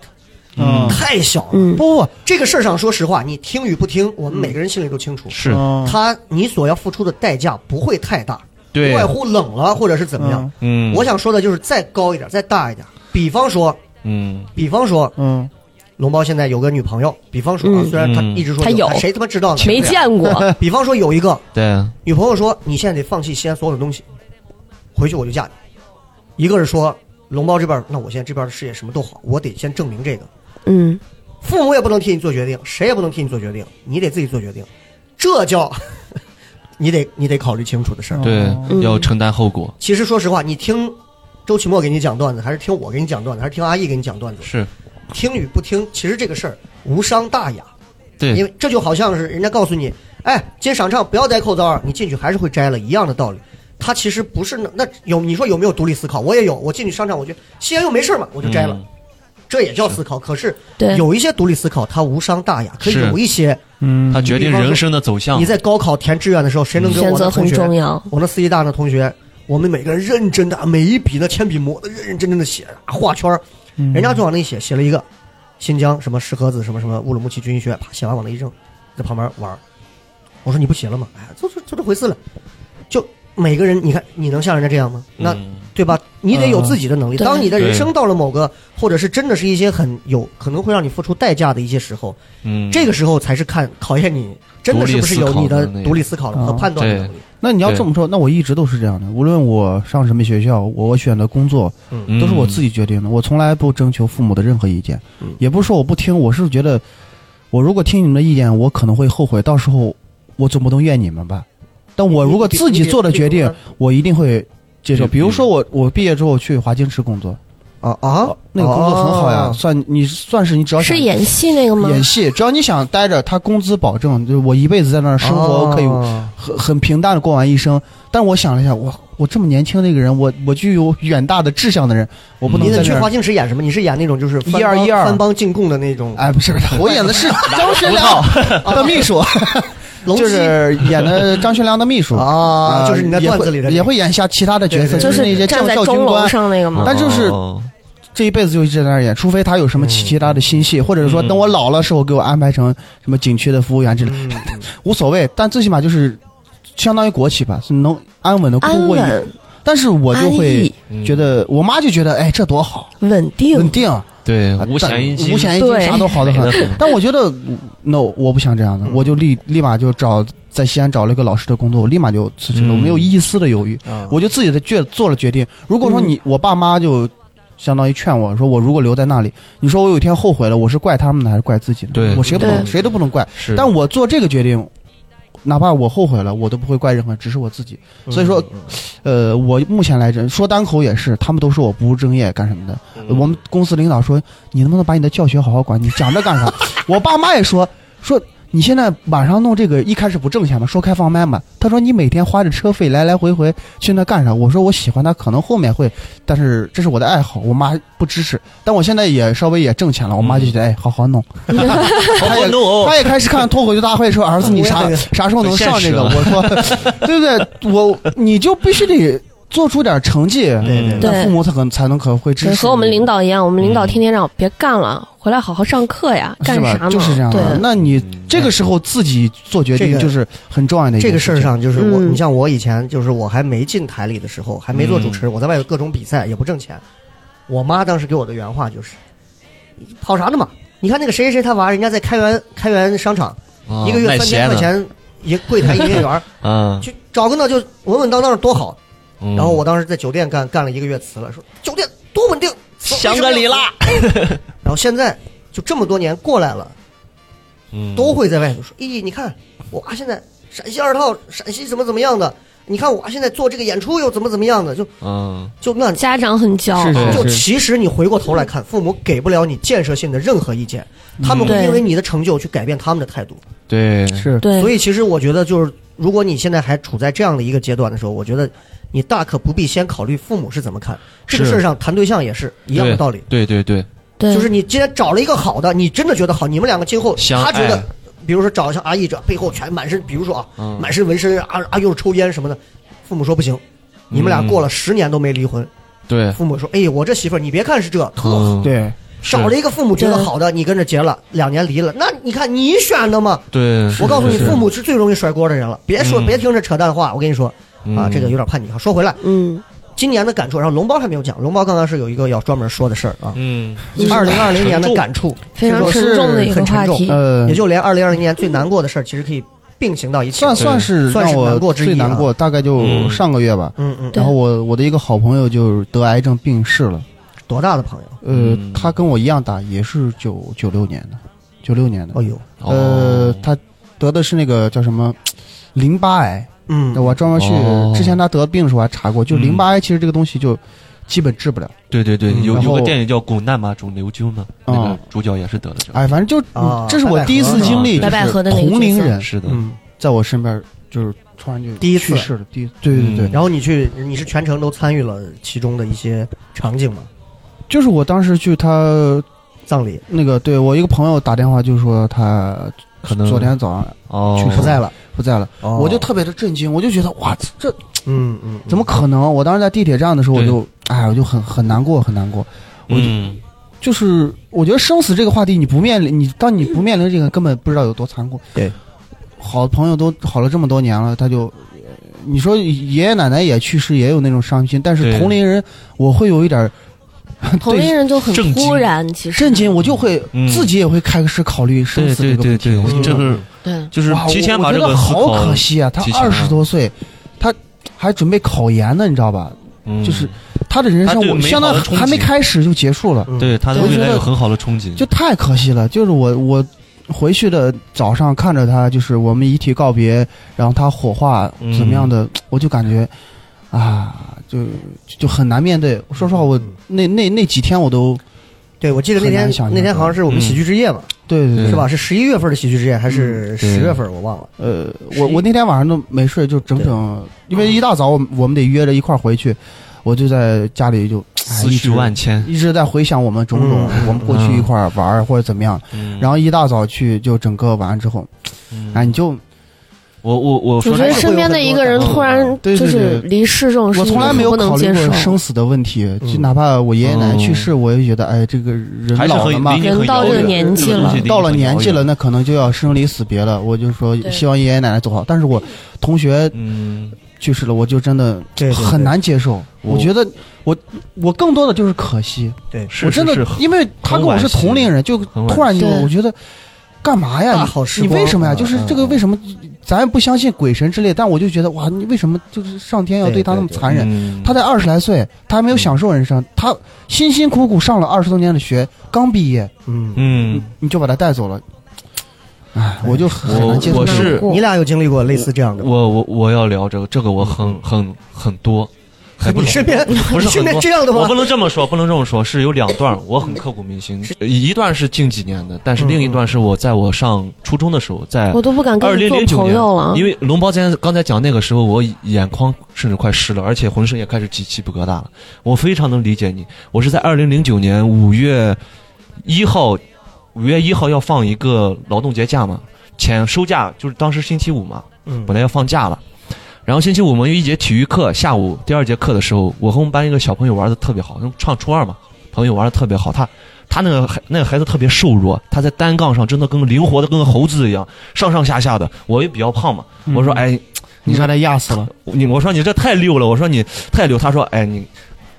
Speaker 4: 嗯，
Speaker 2: 太小了。
Speaker 5: 嗯
Speaker 2: 不不，这个事儿上，说实话，你听与不听，我们每个人心里都清楚。
Speaker 3: 嗯是
Speaker 4: 嗯
Speaker 2: 他你所要付出的代价不会太大，
Speaker 3: 对
Speaker 2: 不外乎冷了或者是怎么样。
Speaker 3: 嗯，
Speaker 2: 我想说的就是再高一点，再大一点。比方说，
Speaker 3: 嗯
Speaker 2: 比方说，
Speaker 4: 嗯，
Speaker 2: 龙猫现在有个女朋友。比方说啊，
Speaker 5: 嗯
Speaker 2: 虽然他
Speaker 3: 嗯
Speaker 2: 一直说
Speaker 5: 他有
Speaker 2: 谁他妈知道呢？
Speaker 5: 没
Speaker 2: 对啊。
Speaker 5: 见过，
Speaker 2: 比方说有一个
Speaker 3: 对啊
Speaker 2: 女朋友说，你现在得放弃西安所有的东西，回去我就嫁你。一个是说龙猫这边，那我现在这边的事业什么都好，我得先证明这个。
Speaker 5: 嗯，
Speaker 2: 父母也不能替你做决定，谁也不能替你做决定，你得自己做决定，这叫 [laughs] 你得你得考虑清楚的事儿。
Speaker 3: 对，
Speaker 5: 嗯
Speaker 3: 要承担后果
Speaker 2: 其实说实话，你听周奇墨给你讲段子，还是听我给你讲段子，还是听阿义给你讲段子，
Speaker 3: 是
Speaker 2: 听与不听，其实这个事儿无伤大雅，因
Speaker 3: 对
Speaker 2: 为这就好像是人家告诉你，哎，今天赏唱不要戴口罩啊儿，你进去还是会摘了，一样的道理。他其实不是那那有你说有没有独立思考？我也有，我进去商场，我觉得西安又没事儿嘛，我就摘了，
Speaker 3: 嗯
Speaker 2: 这也叫思考。可是
Speaker 5: 对，
Speaker 2: 有一些独立思考，它无伤大雅，可以
Speaker 3: 是
Speaker 2: 有一些。
Speaker 4: 嗯
Speaker 3: 他决定人生的走向
Speaker 2: 你。在高考填志愿的时候，谁能跟
Speaker 5: 啊选
Speaker 2: 我
Speaker 5: 择
Speaker 2: 的
Speaker 5: 很
Speaker 2: 同学，
Speaker 5: 重要。
Speaker 2: 我那四医大的同学，我们每个人认真的，每一笔那铅笔磨的认认真真的写，啊画圈儿，
Speaker 4: 嗯
Speaker 5: 嗯
Speaker 2: 人家就往那一写，写了一个新疆什么石河子什么什么乌鲁木齐军医学，啪写完往那一扔，在旁边玩儿。我说你不写了吗？哎，就就就这回事了。就每个人，你看你能像人家这样吗？那、
Speaker 3: 嗯
Speaker 2: 对吧？你得有自己的能力。
Speaker 5: 嗯对
Speaker 2: 当你的
Speaker 3: 对
Speaker 2: 人生到了某个，或者是真的是一些很有可能会让你付出代价的一些时候，
Speaker 3: 嗯，
Speaker 2: 这个时候才是看考验你真的是不是有你的独立思考
Speaker 4: 啊
Speaker 2: 了和判断的能力。
Speaker 4: 那你要这么说，那我一直都是这样的。无论我上什么学校，我我选的工作，
Speaker 3: 嗯
Speaker 4: 都是我自己决定的。我从来不征求父母的任何意见，
Speaker 2: 嗯
Speaker 4: 也不是说我不听，我是觉得，我如果听你们的意见，我可能会后悔，到时候我总不能怨你们吧。但我如果自己做的决定，我一定会接受。
Speaker 3: 嗯
Speaker 4: 比如说我我毕业之后去华清池工作，
Speaker 2: 啊啊，
Speaker 4: 那个工作很好呀，
Speaker 2: 哦
Speaker 4: 算你算是你只要想
Speaker 5: 是演戏那个吗？
Speaker 4: 演戏，只要你想待着，他工资保证，就是我一辈子在那儿生
Speaker 2: 哦
Speaker 4: 活，我可以很很平淡的过完一生。但我想了一下，我我这么年轻的一个人，我我具有远大的志向的人，我不能
Speaker 2: 你
Speaker 4: 在
Speaker 2: 得
Speaker 4: 这
Speaker 2: 去
Speaker 4: 儿
Speaker 2: 华清池演什么？你是演那种就是
Speaker 4: 一二一二
Speaker 2: 翻帮进贡的那种
Speaker 4: 哎，不是不是，我演
Speaker 2: [laughs]
Speaker 4: 的是张学良 [laughs] 的秘书，
Speaker 2: 龙
Speaker 4: 就
Speaker 2: 七
Speaker 4: 是 [laughs] 演的张学良的秘书
Speaker 2: 啊，就是你在段子里的
Speaker 4: 也会也会演一下其他的角色，
Speaker 2: 对对对
Speaker 5: 就是
Speaker 4: 那些
Speaker 5: 站
Speaker 4: 教
Speaker 5: 在
Speaker 4: 教
Speaker 5: 钟
Speaker 4: 军
Speaker 5: 楼
Speaker 4: 官，
Speaker 5: 上那个吗？
Speaker 4: 但就是
Speaker 3: 哦
Speaker 4: 这一辈子就一直在那儿演，除非他有什么其其他的新戏，或者说等我老了时候给我安排成什么景区的服务员之类，
Speaker 2: 嗯
Speaker 4: 无所谓。但最起码就是相当于国企吧，是能安稳的
Speaker 5: 安
Speaker 4: 度过一。
Speaker 5: 稳、
Speaker 4: 但是我就
Speaker 5: 安
Speaker 4: 会
Speaker 5: 逸、
Speaker 3: 嗯
Speaker 4: 觉得，我妈就觉得，哎，这多好，
Speaker 5: 稳
Speaker 4: 稳
Speaker 5: 定，
Speaker 4: 定，
Speaker 3: 对
Speaker 4: 啊
Speaker 3: 五
Speaker 4: 但
Speaker 3: 险一金，
Speaker 4: 五险一金
Speaker 5: 对
Speaker 4: 啥都好的
Speaker 3: 美得
Speaker 4: 很
Speaker 3: 很。
Speaker 4: [laughs] 但我觉得，no，我不想这样的，我就立立马就找在西安找了一个老师的工作，我立马就辞职了，
Speaker 3: 嗯
Speaker 4: 我没有一丝的犹豫，
Speaker 2: 啊
Speaker 4: 我就自己的决做了决定。如果说你我爸妈就相当于劝我说，我如果留在那里，你说我有一天后悔了，我是怪他们呢，还是怪自己呢？
Speaker 3: 对
Speaker 4: 我谁不
Speaker 5: 对
Speaker 4: 能谁都不能怪。
Speaker 3: 是
Speaker 4: 但我做这个决定，哪怕我后悔了，我都不会怪任何人，只是我自己。所以说，
Speaker 3: 嗯
Speaker 2: 嗯
Speaker 4: 呃，我目前来着说单口也是，他们都说我不务正业干什么的。我们公司领导说，你能不能把你的教学好好管？你讲这干啥？我爸妈也说说。你现在晚上弄这个，一开始不挣钱嘛，说开放麦嘛。他说你每天花着车费来来回回去那干啥？我说我喜欢他，可能后面会，但是这是我的爱好，我妈不支持。但我现在也稍微也挣钱了，我妈就觉得哎，好好弄。他也
Speaker 3: 好哦
Speaker 4: 他也开始看脱口秀大会，说儿子你啥啥时候能上这个？
Speaker 3: 很
Speaker 4: 我说， [laughs] 对不对？我你就必须得做出点成绩，
Speaker 2: 对
Speaker 5: 对
Speaker 4: 那父母才可能才能可能会支
Speaker 5: 对
Speaker 4: 持。
Speaker 5: 和我们领导一样，我们领导天天让我别干了，回来好好上课呀，干
Speaker 4: 是
Speaker 5: 啥
Speaker 4: 吧？
Speaker 5: 呢？
Speaker 4: 就是这样的。
Speaker 5: 对，
Speaker 4: 那你这个时候自己做决
Speaker 2: 这
Speaker 4: 定
Speaker 2: 个
Speaker 4: 就是很重要的一
Speaker 2: 这个
Speaker 4: 事
Speaker 2: 事儿
Speaker 4: 情。
Speaker 2: 上，就是我，
Speaker 5: 嗯
Speaker 2: 你像我以前，就是我还没进台里的时候，还没做主
Speaker 3: 嗯
Speaker 2: 持人，我在外头各种比赛也不挣钱。我妈当时给我的原话就是：“跑啥呢嘛？你看那个谁谁谁他娃，人家在开元开元商场
Speaker 3: 啊
Speaker 2: 一个月
Speaker 3: 卖
Speaker 2: 三
Speaker 3: 鞋
Speaker 2: 千块
Speaker 3: 的
Speaker 2: 钱，一柜台营业员儿 [laughs]
Speaker 3: 啊，嗯
Speaker 2: 去找个那就稳稳当当的多好。
Speaker 3: 然
Speaker 2: 然后我当时在酒店干干了一个月，辞了，说酒店多稳定，
Speaker 3: 香格里拉。
Speaker 2: [laughs] 然后现在就这么多年过来了，
Speaker 3: 嗯
Speaker 2: 都会在外头说：“哎咦，你看我啊，现在陕西二套，陕西怎么怎么样的？你看我啊，现在做这个演出又怎么怎么样的？就
Speaker 3: 嗯，
Speaker 2: 就那
Speaker 5: 家长很骄傲
Speaker 4: 是，
Speaker 3: 对
Speaker 2: 就其实你回过头来看，父母给不了你建设性的任何意见，他们会因为你的成就去改变他们的态度。
Speaker 3: 对，
Speaker 4: 是
Speaker 5: 对，
Speaker 2: 所以其实我觉得，就是如果你现在还处在这样的一个阶段的时候，我觉得你大可不必先考虑父母是怎么看这个
Speaker 3: 是
Speaker 2: 事儿上谈对象也是一样的道理。
Speaker 3: 对对对，
Speaker 5: 对
Speaker 2: 就是你既然找了一个好的，你真的觉得好，你们两个今后
Speaker 3: 相
Speaker 2: 他觉
Speaker 3: 爱
Speaker 2: 得，比如说找像阿义这背后全满身，比如说啊，
Speaker 3: 嗯
Speaker 2: 满身纹身啊啊又是抽烟什么的，父母说不行，你们俩
Speaker 3: 嗯
Speaker 2: 过了十年都没离婚，
Speaker 3: 对，
Speaker 2: 父母说，哎，我这媳妇儿你别看是这特好。
Speaker 3: 嗯，
Speaker 4: 对，
Speaker 3: 是
Speaker 2: 找了一个父母觉得好的，你跟着结了，两年离了，那你看你选的嘛？
Speaker 3: 对，
Speaker 2: 我告诉你，
Speaker 3: 是是
Speaker 2: 父母是最容易甩锅的人了。别说，
Speaker 3: 嗯
Speaker 2: 别听这扯淡话，我跟你说啊，
Speaker 3: 嗯
Speaker 2: 这个有点叛逆啊。说回来，
Speaker 5: 嗯，
Speaker 2: 今年的感触，然后龙包还没有讲，龙包刚刚是有一个要专门说的事儿啊。
Speaker 3: 嗯，
Speaker 2: 二零二零年的感触，
Speaker 5: 非常
Speaker 2: 这
Speaker 5: 沉重的一个话题，
Speaker 4: 呃
Speaker 3: 嗯
Speaker 2: 也，就连二零二零年最难过的事儿，其实可以并行到一起。
Speaker 4: 算算是
Speaker 2: 算
Speaker 4: 让
Speaker 2: 是难过
Speaker 4: 我
Speaker 2: 之一啊
Speaker 4: 最难过，大概就
Speaker 3: 嗯
Speaker 4: 上个月吧。
Speaker 2: 嗯嗯，
Speaker 5: 对
Speaker 4: 然后我我的一个好朋友就得癌症病逝了，
Speaker 2: 多大的朋友？
Speaker 4: 呃
Speaker 3: 嗯，
Speaker 4: 他跟我一样大，也是九九六年的，九六年的
Speaker 2: 哦，呦，
Speaker 4: 呃
Speaker 3: 哦，
Speaker 4: 他得的是那个叫什么淋巴癌，
Speaker 2: 嗯，
Speaker 4: 我还专门去
Speaker 3: 哦
Speaker 4: 之前他得病的时候还查过，就
Speaker 3: 嗯
Speaker 4: 淋巴癌其实这个东西就基本治不了，
Speaker 3: 对对对，
Speaker 2: 嗯
Speaker 3: 有
Speaker 4: 然
Speaker 3: 有
Speaker 4: 后
Speaker 3: 个电影叫《滚蛋吧，肿瘤灸》呢，那个
Speaker 4: 嗯
Speaker 3: 主角也是得了这个，
Speaker 4: 哎，反正就
Speaker 2: 啊
Speaker 4: 嗯这是我第一次经历，
Speaker 5: 白百合
Speaker 4: 就
Speaker 5: 的
Speaker 4: 是
Speaker 5: 那个
Speaker 4: 同龄
Speaker 5: 角色
Speaker 4: 人，
Speaker 3: 是的，
Speaker 4: 嗯，在我身边就是突然就
Speaker 2: 第一次
Speaker 4: 去世了，第一对对对
Speaker 3: 嗯
Speaker 4: 对，
Speaker 2: 然后你去，你是全程都参与了其中的一些场景吗？
Speaker 4: 就是我当时去他
Speaker 2: 葬礼
Speaker 4: 那个，对我一个朋友打电话就说他
Speaker 3: 可能
Speaker 4: 昨天早上
Speaker 3: 哦
Speaker 4: 去世
Speaker 2: 不在了，
Speaker 4: 不在了，
Speaker 2: 哦
Speaker 4: 我就特别的震惊，我就觉得哇，这
Speaker 2: 嗯嗯，嗯
Speaker 4: 怎么可能？我当时在地铁站的时候，我
Speaker 3: 对
Speaker 4: 就哎，我就很很难过，很难过。我就
Speaker 3: 嗯
Speaker 4: 就是我觉得生死这个话题，你不面临，你当你不面临这个，根本不知道有多残酷。
Speaker 2: 对，
Speaker 4: 好朋友都好了这么多年了，他就，你说爷爷奶奶也去世，也有那种伤心，但
Speaker 3: 对
Speaker 4: 是同龄人，我会有
Speaker 3: [laughs]
Speaker 4: 一点儿
Speaker 5: 同龄人就很
Speaker 3: 震惊
Speaker 5: 突然，其实
Speaker 4: 震惊，我就会、
Speaker 3: 嗯
Speaker 4: 自己也会开始考虑生
Speaker 3: 对
Speaker 4: 死这
Speaker 3: 对
Speaker 4: 个问
Speaker 3: 对
Speaker 4: 题。
Speaker 3: 对
Speaker 4: 我觉，得
Speaker 3: 这个
Speaker 5: 对，
Speaker 3: 就是
Speaker 4: 哇，
Speaker 3: 提前
Speaker 4: 我
Speaker 3: 把
Speaker 4: 我
Speaker 3: 这
Speaker 4: 觉
Speaker 3: 个
Speaker 4: 得
Speaker 3: 思
Speaker 4: 好
Speaker 3: 考
Speaker 4: 可惜啊！他
Speaker 3: 提前了
Speaker 4: 二十多岁，他还准备考研呢，你知道吧？
Speaker 3: 嗯
Speaker 4: 就是他的人
Speaker 3: 他
Speaker 4: 生
Speaker 3: 对，
Speaker 4: 我
Speaker 3: 美好
Speaker 4: 相当
Speaker 3: 的
Speaker 4: 于
Speaker 3: 憧
Speaker 4: 还没
Speaker 3: 憬
Speaker 4: 开始就结束了，
Speaker 2: 嗯
Speaker 3: 对他对
Speaker 4: 我
Speaker 3: 未
Speaker 4: 觉
Speaker 3: 来
Speaker 4: 得
Speaker 3: 有很好的憧憬，
Speaker 4: 就太可惜了。就是我我回去的早上看着他，就是我们遗体告别，然后他火化
Speaker 3: 嗯
Speaker 4: 怎么样的，我就感觉啊，就就就很难面对。说实话，
Speaker 3: 嗯
Speaker 4: 我那那那几天我都
Speaker 2: 对，我记得那
Speaker 4: 很
Speaker 2: 天
Speaker 4: 难想象
Speaker 2: 那天好像是我们喜剧之夜嘛，
Speaker 4: 对对
Speaker 3: 嗯
Speaker 4: 对
Speaker 2: 是吧？是十一月份的喜剧之夜还是
Speaker 3: 对
Speaker 2: 十月份？我忘了。
Speaker 4: 呃，我我那天晚上都没睡，就整整，因为一大早我们我们得约着一块儿回去，我就在家里就哎
Speaker 3: 思
Speaker 4: 一
Speaker 3: 绪
Speaker 4: 直
Speaker 3: 万千，
Speaker 4: 一直在回想我们种种，
Speaker 2: 嗯
Speaker 4: 我们过去一块儿玩儿或者怎么样，
Speaker 3: 嗯
Speaker 4: 然后一大早去就整个晚上之后，
Speaker 3: 嗯
Speaker 4: 哎，你就
Speaker 3: 我我我
Speaker 5: 我
Speaker 3: 说
Speaker 5: 觉得
Speaker 3: 这
Speaker 5: 身边的一个人突然
Speaker 4: 对对对
Speaker 5: 就是离世这种事
Speaker 4: 我
Speaker 5: 情，
Speaker 4: 从来没有
Speaker 5: 不能
Speaker 4: 考虑
Speaker 5: 接
Speaker 4: 过
Speaker 5: 受。
Speaker 4: 生死的问题，
Speaker 2: 嗯
Speaker 4: 就哪怕我爷爷奶奶去世，我也觉得哎，这个人
Speaker 3: 哦还是
Speaker 4: 老
Speaker 3: 很
Speaker 4: 了嘛
Speaker 3: 离。你很
Speaker 5: 人到
Speaker 3: 遥
Speaker 5: 这个
Speaker 3: 远
Speaker 5: 年纪了
Speaker 3: 这个东西离嗯你
Speaker 4: 到了
Speaker 3: 很遥
Speaker 4: 年纪
Speaker 3: 远
Speaker 4: 了，那可能就要生离死别了。我就说
Speaker 5: 对
Speaker 4: 希望爷爷奶奶走好，但是我同学
Speaker 3: 嗯，
Speaker 4: 去世了，我就真的
Speaker 2: 对对对
Speaker 4: 很难接受。
Speaker 3: 我
Speaker 4: 我觉得我我更多的就是可惜，
Speaker 2: 对，
Speaker 3: 是
Speaker 4: 我真的
Speaker 3: 是是
Speaker 4: 因为他跟我是同龄人，就
Speaker 3: 很惋惜
Speaker 4: 突然就
Speaker 5: 对
Speaker 4: 我觉得干嘛呀？
Speaker 2: 大
Speaker 4: 你
Speaker 2: 好时
Speaker 4: 你
Speaker 2: 光
Speaker 4: 为什
Speaker 3: 啊
Speaker 4: 么呀？
Speaker 2: 嗯
Speaker 4: 就是这个
Speaker 2: 嗯
Speaker 4: 为什么？咱也不相信鬼神之类，但我就觉得哇，你为什么就是上天要
Speaker 2: 对
Speaker 4: 对他那么
Speaker 2: 对对
Speaker 4: 残忍？
Speaker 3: 嗯
Speaker 4: 他在二十来岁，他还没有享受人生，他辛辛苦苦上了二十多年的学，刚毕业，
Speaker 2: 嗯，
Speaker 3: 嗯，
Speaker 4: 你就把他带走了，哎，我就很
Speaker 3: 我
Speaker 4: 难接受
Speaker 3: 我
Speaker 4: 这种。
Speaker 3: 是
Speaker 2: 你俩有经历过类似这样的吗？
Speaker 3: 我我我要聊这个，这个我很很很多，还不
Speaker 2: 你
Speaker 3: 是
Speaker 2: 身边
Speaker 3: 不是
Speaker 2: 你身
Speaker 3: 很
Speaker 2: 边
Speaker 3: 多
Speaker 2: 这样的
Speaker 3: 我
Speaker 2: 吗
Speaker 3: 不？能这么说，不能这么说，是有两段，我很刻骨铭心。一段是近几年的，但是另一段是我在我上初中的时候，在
Speaker 5: 我都不敢
Speaker 3: 二
Speaker 5: 跟你
Speaker 3: 零
Speaker 5: 做
Speaker 3: 零九
Speaker 5: 朋
Speaker 3: 年
Speaker 5: 友了，，
Speaker 3: 因为龙包今天刚才讲那个时候，我眼眶甚至快湿了，而且浑身也开始起鸡皮疙瘩了。我非常能理解你，我是在二零零九年五月一号，五月一号要放一个劳动节假嘛，前收假就是当时星期五嘛，
Speaker 2: 嗯
Speaker 3: 本来要放假了。然后星期五我们有一节体育课，下午第二节课的时候，我和我们班一个小朋友玩的特别好，上初二嘛，朋友玩的特别好。他他那个孩那个孩子特别瘦弱，他在单杠上真的跟灵活的跟个猴子一样，上上下下的。我也比较胖嘛，我说
Speaker 4: 嗯
Speaker 3: 哎，
Speaker 4: 你让他压死了，
Speaker 3: 你我说你这太溜了，我说你太溜。他说哎你，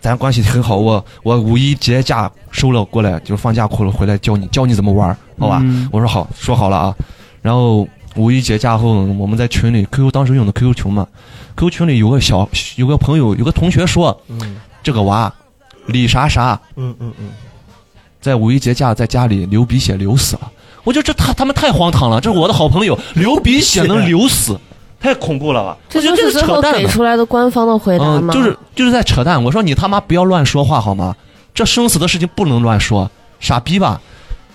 Speaker 3: 咱关系很好，我我五一节假收了过来，就是放假过了回来教你教你怎么玩，好吧？
Speaker 4: 嗯
Speaker 3: 我说好，说好了啊。然后五一节假后，我们在群里 QQ 当时用的 QQ 群嘛，QQ 群里有个小有个朋友有个同学说，
Speaker 2: 嗯
Speaker 3: 这个娃李啥啥
Speaker 2: 嗯嗯嗯，
Speaker 3: 在五一节假在家里流鼻血流死了。我觉得这他他们太荒唐了，这是我的好朋友流鼻血能流死，太恐怖了吧？
Speaker 5: 这
Speaker 3: 我觉得
Speaker 5: 就
Speaker 3: 这
Speaker 5: 是
Speaker 3: 是
Speaker 5: 最
Speaker 3: 扯
Speaker 5: 后
Speaker 3: 淡
Speaker 5: 给
Speaker 3: 的。
Speaker 5: 出来的官方的回答
Speaker 3: 嗯，
Speaker 5: 吗？
Speaker 3: 就是就是在扯淡。我说你他妈不要乱说话好吗？这生死的事情不能乱说，傻逼吧？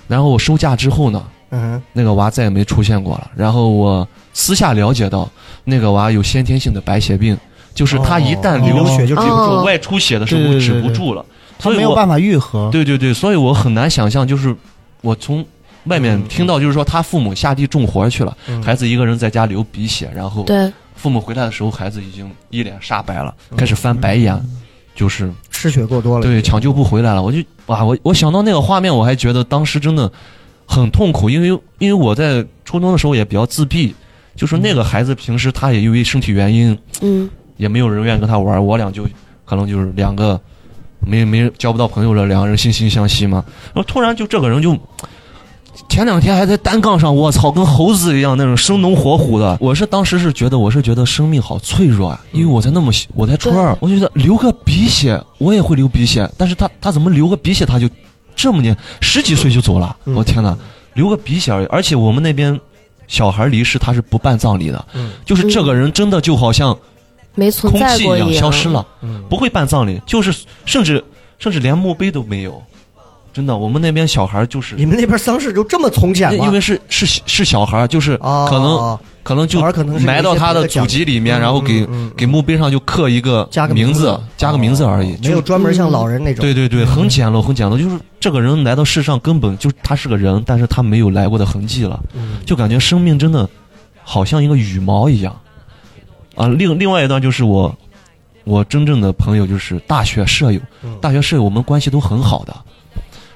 Speaker 3: 然后我收假之后呢，
Speaker 2: 嗯
Speaker 3: 那个娃再也没出现过了。然后我私下了解到，那个娃有先天性的白血病，就是他一旦
Speaker 2: 哦
Speaker 3: 流
Speaker 2: 流血就
Speaker 5: 止不住
Speaker 3: 外出血的时候
Speaker 4: 对对对
Speaker 3: 止不
Speaker 4: 对
Speaker 3: 住了，
Speaker 4: 他
Speaker 3: 所以
Speaker 4: 没有
Speaker 3: 我
Speaker 4: 办法愈合。
Speaker 3: 对对对，所以我很难想象，就是我从外面
Speaker 2: 嗯
Speaker 3: 听到，就是说他父母下地种活去了，
Speaker 2: 嗯
Speaker 3: 孩子一个人在家流鼻血，然后
Speaker 5: 对，
Speaker 3: 父母回来的时候，孩子已经一脸煞白了，
Speaker 4: 嗯
Speaker 3: 开始翻白眼，就是
Speaker 2: 失血过多了，
Speaker 3: 对抢救不回来了。我就哇，我我想到那个画面，我还觉得当时真的很痛苦，因为因为我在初中的时候也比较自闭，就是那
Speaker 2: 嗯
Speaker 3: 个孩子平时他也因为身体原因，
Speaker 5: 嗯，
Speaker 3: 也没有人愿意跟他玩儿，我俩就可能就是两个没没交不到朋友了，两个人惺惺相惜嘛。然后突然就这个人就，前两天还在单杠上，我操，跟猴子一样那种生龙活虎的。我是当时是觉得，我是觉得生命好脆弱啊，因为我才那么小我才初二，我就觉得流个鼻血我也会流鼻血，但是他他怎么流个鼻血他就这么年十几岁就走了，
Speaker 2: 嗯
Speaker 3: 我天哪，流个鼻血而已，而且我们那边。小孩离世，他是不办葬礼的，
Speaker 2: 嗯
Speaker 3: 就是这个人真的就好像
Speaker 5: 没存
Speaker 3: 空
Speaker 5: 在
Speaker 3: 气
Speaker 5: 过
Speaker 3: 一样消失了，
Speaker 2: 嗯，
Speaker 3: 不会办葬礼，就是甚至甚至连墓碑都没有。真的，我们那边小孩就是
Speaker 2: 你，们那边丧事就这么从简吗？
Speaker 3: 嗯因为是是是小孩，就是
Speaker 2: 啊，
Speaker 3: 可能可能就
Speaker 2: 小孩可能是有一些
Speaker 3: 埋到他
Speaker 2: 别
Speaker 3: 的
Speaker 2: 的讲
Speaker 3: 祖
Speaker 2: 究
Speaker 3: 籍里面，然后给
Speaker 2: 嗯嗯
Speaker 3: 给墓碑上就刻一个
Speaker 2: 加个
Speaker 3: 名
Speaker 2: 名字哦啊
Speaker 3: 字，加个名字而已。
Speaker 2: 没
Speaker 3: 就嗯
Speaker 2: 有专嗯门像老人那种，
Speaker 3: 对对对，很简陋，很简陋。就是这个人来到世上，根本就是他是个人，但是他没有来过的痕迹了。
Speaker 2: 嗯，
Speaker 3: 就感觉生命真的好像一个羽毛一样。啊，另另外一段就是我，我真正的朋友就是大学舍友
Speaker 2: 嗯，
Speaker 3: 大学舍友我们关系都很好的，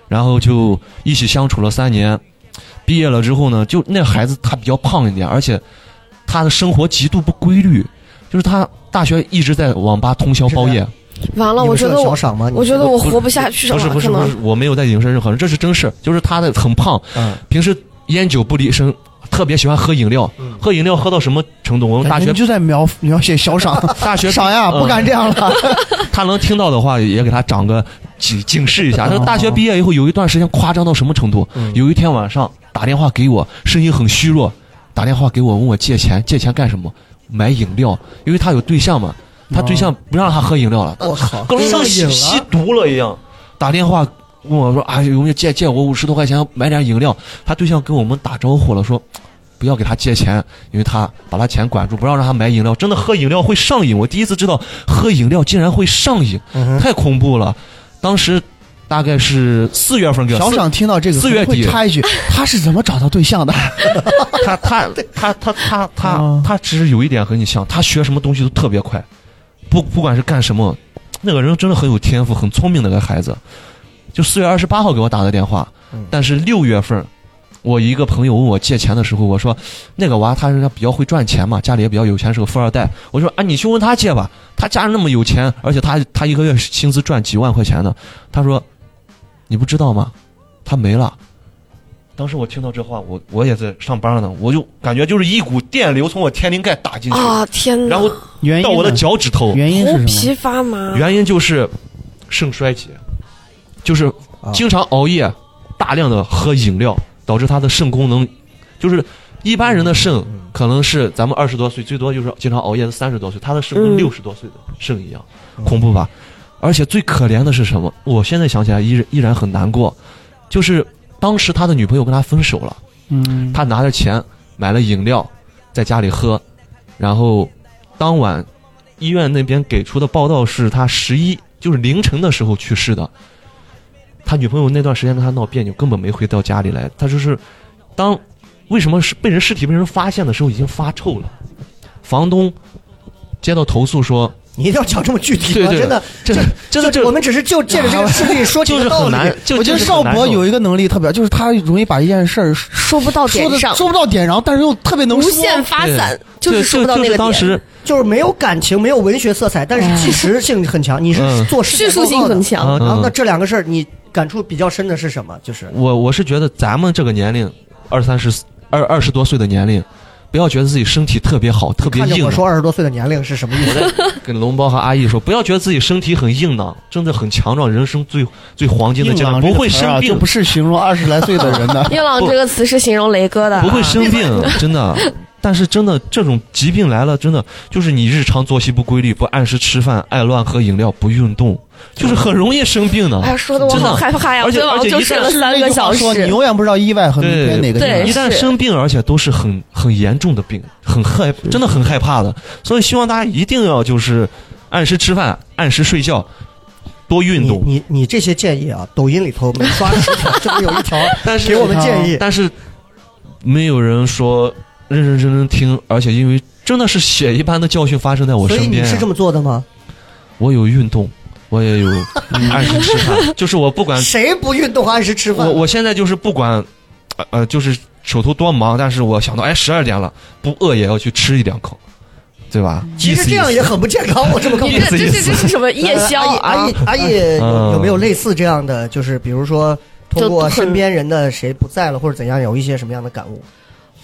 Speaker 3: 然后就一起相处了三年，毕业了之后呢，就那孩子他比较胖一点，而且他的生活极度不规律，就是他大学一直在网吧通宵包夜，
Speaker 5: 完了，
Speaker 2: 你
Speaker 5: 我
Speaker 2: 不是
Speaker 5: 觉得
Speaker 2: 有
Speaker 5: 我
Speaker 2: 小，赏吗？你
Speaker 5: 我觉得我
Speaker 3: 不是
Speaker 5: 活不下去了，
Speaker 3: 不是不是
Speaker 5: 可
Speaker 3: 不
Speaker 5: 能
Speaker 3: 是，我没有在影射任何人，这是真事，就是他的很胖，
Speaker 2: 嗯，
Speaker 3: 平时烟酒不离身，特别喜欢喝饮料，
Speaker 2: 嗯
Speaker 3: 喝饮料喝到什么程度？我们大
Speaker 4: 感觉
Speaker 3: 学
Speaker 4: 你就在描描写小赏，
Speaker 3: 大学
Speaker 4: 赏呀，
Speaker 3: 嗯
Speaker 4: 不敢这样
Speaker 3: [laughs]
Speaker 4: 了。
Speaker 3: 他能听到的话，也给他长个警警示一下。他说大学毕业以后有一段时间夸张到什么程度？有一天晚上打电话给我，声音很虚弱，打电话给我问我借钱，借钱干什么？买饮料，因为他有对象嘛，他对象不让他喝饮料了，
Speaker 2: 我靠，
Speaker 3: 跟
Speaker 2: 上瘾
Speaker 3: 吸吸
Speaker 2: 了，
Speaker 3: 毒了一样。打电话问我说：“哎，有没有借借我五十多块钱买点饮料？”他对象跟我们打招呼了，说：“不要给他借钱，因为他把他钱管住，不让让他买饮料。真的喝饮料会上瘾，我第一次知道喝饮料竟然会上瘾，
Speaker 2: 嗯哼
Speaker 3: 太恐怖了。当时大概是四月份给
Speaker 4: 小赏听到这个，
Speaker 3: 四月底
Speaker 4: 会插
Speaker 3: [laughs]
Speaker 4: 一句，他是怎么找到对象的？
Speaker 3: 他他他他他他他其实有一点和你像，他学什么东西都特别快，不不管是干什么，那个人真的很有天赋，很聪明的一个孩子。就四月二十八号给我打的电话
Speaker 2: 嗯，
Speaker 3: 但是六月份，我一个朋友问我借钱的时候，我说那个娃他人家比较会赚钱嘛，家里也比较有钱，是个富二代。我说啊，你去问他借吧，他家人那么有钱，而且他他一个月薪资赚几万块钱呢。他说你不知道吗？他没了。当时我听到这话，我我也在上班呢，我就感觉就是一股电流从我天灵盖打进去，
Speaker 5: 啊，天哪！
Speaker 3: 然后
Speaker 4: 原因
Speaker 3: 到
Speaker 4: 呢
Speaker 3: 我的脚趾头。
Speaker 4: 原因
Speaker 5: 头
Speaker 4: 是什么？
Speaker 5: 皮发麻，
Speaker 3: 原因就是肾衰竭，就是经常熬夜，大量的喝饮料，导致他的肾功能，就是一般人的肾
Speaker 2: 嗯
Speaker 3: 可能是咱们二十多岁，最多就是经常熬夜三十多岁，他的肾跟
Speaker 5: 嗯
Speaker 3: 六十多岁的肾一样，恐怖吧？而且最可怜的是什么？我现在想起来依然依然很难过，就是当时他的女朋友跟他分手了。
Speaker 4: 嗯，
Speaker 3: 他拿着钱买了饮料，在家里喝，然后当晚医院那边给出的报道是他十一就是凌晨的时候去世的。他女朋友那段时间跟他闹别扭，根本没回到家里来。他就是当为什么是被人尸体被人发现的时候已经发臭了，房东接到投诉说，
Speaker 2: 你一定要讲这么具体
Speaker 3: 对
Speaker 2: 吗？
Speaker 4: 啊
Speaker 3: 对，
Speaker 2: 真的，
Speaker 3: 这真的
Speaker 2: 就
Speaker 3: 这
Speaker 2: 我们只是就借着这个
Speaker 3: [laughs]
Speaker 2: 事例说几
Speaker 3: 就
Speaker 2: 个
Speaker 3: 是
Speaker 2: 道
Speaker 3: 很
Speaker 2: 理，
Speaker 3: 难。就
Speaker 4: 我觉得
Speaker 3: 就是
Speaker 4: 邵
Speaker 3: 很难
Speaker 4: 博
Speaker 3: 受
Speaker 4: 有一个能力特别，就是他容易把一件事儿说
Speaker 5: 说不到点
Speaker 4: 的
Speaker 5: 上，
Speaker 4: 说不到点上，但是又特别能
Speaker 5: 无
Speaker 4: 说。
Speaker 5: 限发散，就是
Speaker 3: 对
Speaker 5: 说不到那
Speaker 3: 就
Speaker 5: 个
Speaker 3: 是当
Speaker 5: 点。
Speaker 3: 时
Speaker 2: 就是没有感情，没有文学色彩，但是纪实性很强。你是
Speaker 3: 嗯
Speaker 2: 做事
Speaker 5: 哎
Speaker 2: 情
Speaker 5: 叙述性
Speaker 2: 报告的
Speaker 5: 很。强，。
Speaker 3: 啊，
Speaker 2: 然后
Speaker 3: 嗯
Speaker 2: 那这两个事儿，你感触比较深的是什么？就是
Speaker 3: 我我是觉得咱们这个年龄，二三十、二二十多岁的年龄，不要觉得自己身体特别好，特别
Speaker 2: 看着
Speaker 3: 硬啊
Speaker 2: 我
Speaker 3: 朗。
Speaker 2: 说二十多岁的年龄是什么意思？
Speaker 3: 跟龙包和阿姨说，不要觉得自己身体很硬朗，真的很强壮，人生最最黄金的
Speaker 4: 硬
Speaker 3: 阶段，
Speaker 4: 朗
Speaker 3: 不会
Speaker 4: 这个词儿
Speaker 3: 生
Speaker 4: 啊
Speaker 3: 病
Speaker 4: 这不，是形容二十来岁的人的
Speaker 5: [laughs] 硬朗
Speaker 3: 不
Speaker 5: 这个词是形容雷哥的，
Speaker 3: 不会生病，
Speaker 4: 啊
Speaker 3: 真
Speaker 4: [laughs]
Speaker 3: 的。但是真的，这种疾病来了，真的就是你日常作息不规律，不按时吃饭，爱乱喝饮料，不运动，就是很容易生病的。
Speaker 5: 哎呀，说的我
Speaker 3: 真的啊
Speaker 5: 好害怕呀！
Speaker 3: 而且
Speaker 5: 昨
Speaker 3: 而
Speaker 5: 天晚上
Speaker 3: 且
Speaker 5: 就
Speaker 3: 一
Speaker 5: 睡
Speaker 3: 旦
Speaker 5: 了三个小
Speaker 4: 说你
Speaker 5: 时。
Speaker 4: 永远不知道意外和明
Speaker 3: 对
Speaker 4: 天哪个地
Speaker 5: 对
Speaker 4: 方
Speaker 3: 一旦
Speaker 5: 哎是
Speaker 3: 生病，而且都是很很严重的病，很害，真的很害怕的。所以希望大家一定要就是按时吃饭，按时睡觉，多运动。
Speaker 2: 你你你这些建议啊，抖音里头每刷十条，这不有一条
Speaker 3: 但 [laughs] 是
Speaker 2: 给我们建议。
Speaker 3: 但是没有人说认认真真听，而且因为真的是血一般的教训发生在我
Speaker 2: 所以
Speaker 3: 身
Speaker 2: 你
Speaker 3: 边、啊
Speaker 2: 是这么做的吗？
Speaker 3: 我有运动，我也有按时吃
Speaker 2: [laughs]
Speaker 3: 饭，就是我不管
Speaker 2: 谁不运动按时吃饭？
Speaker 3: 我我现在就是不管，呃呃，就是手头多忙，但是我想到哎十二点了，不饿也要去吃一两口，对吧？
Speaker 2: 其
Speaker 3: 意
Speaker 2: 实
Speaker 3: 思
Speaker 2: 这样
Speaker 3: 意
Speaker 2: 嗯也
Speaker 3: 思
Speaker 2: 很不健康，我这么告诉
Speaker 5: 你
Speaker 2: 你。呃
Speaker 3: 意思
Speaker 5: 这这
Speaker 3: 意
Speaker 5: 是
Speaker 3: 思
Speaker 5: 这是什么
Speaker 3: [laughs] 哎
Speaker 5: [laughs] 夜宵
Speaker 2: 阿
Speaker 5: 啊
Speaker 2: 姨？阿姨阿姨
Speaker 3: 嗯
Speaker 2: 有有没有类似这样的？就是比如说通过身边人的谁不在了或者怎样，有一些什么样的感悟？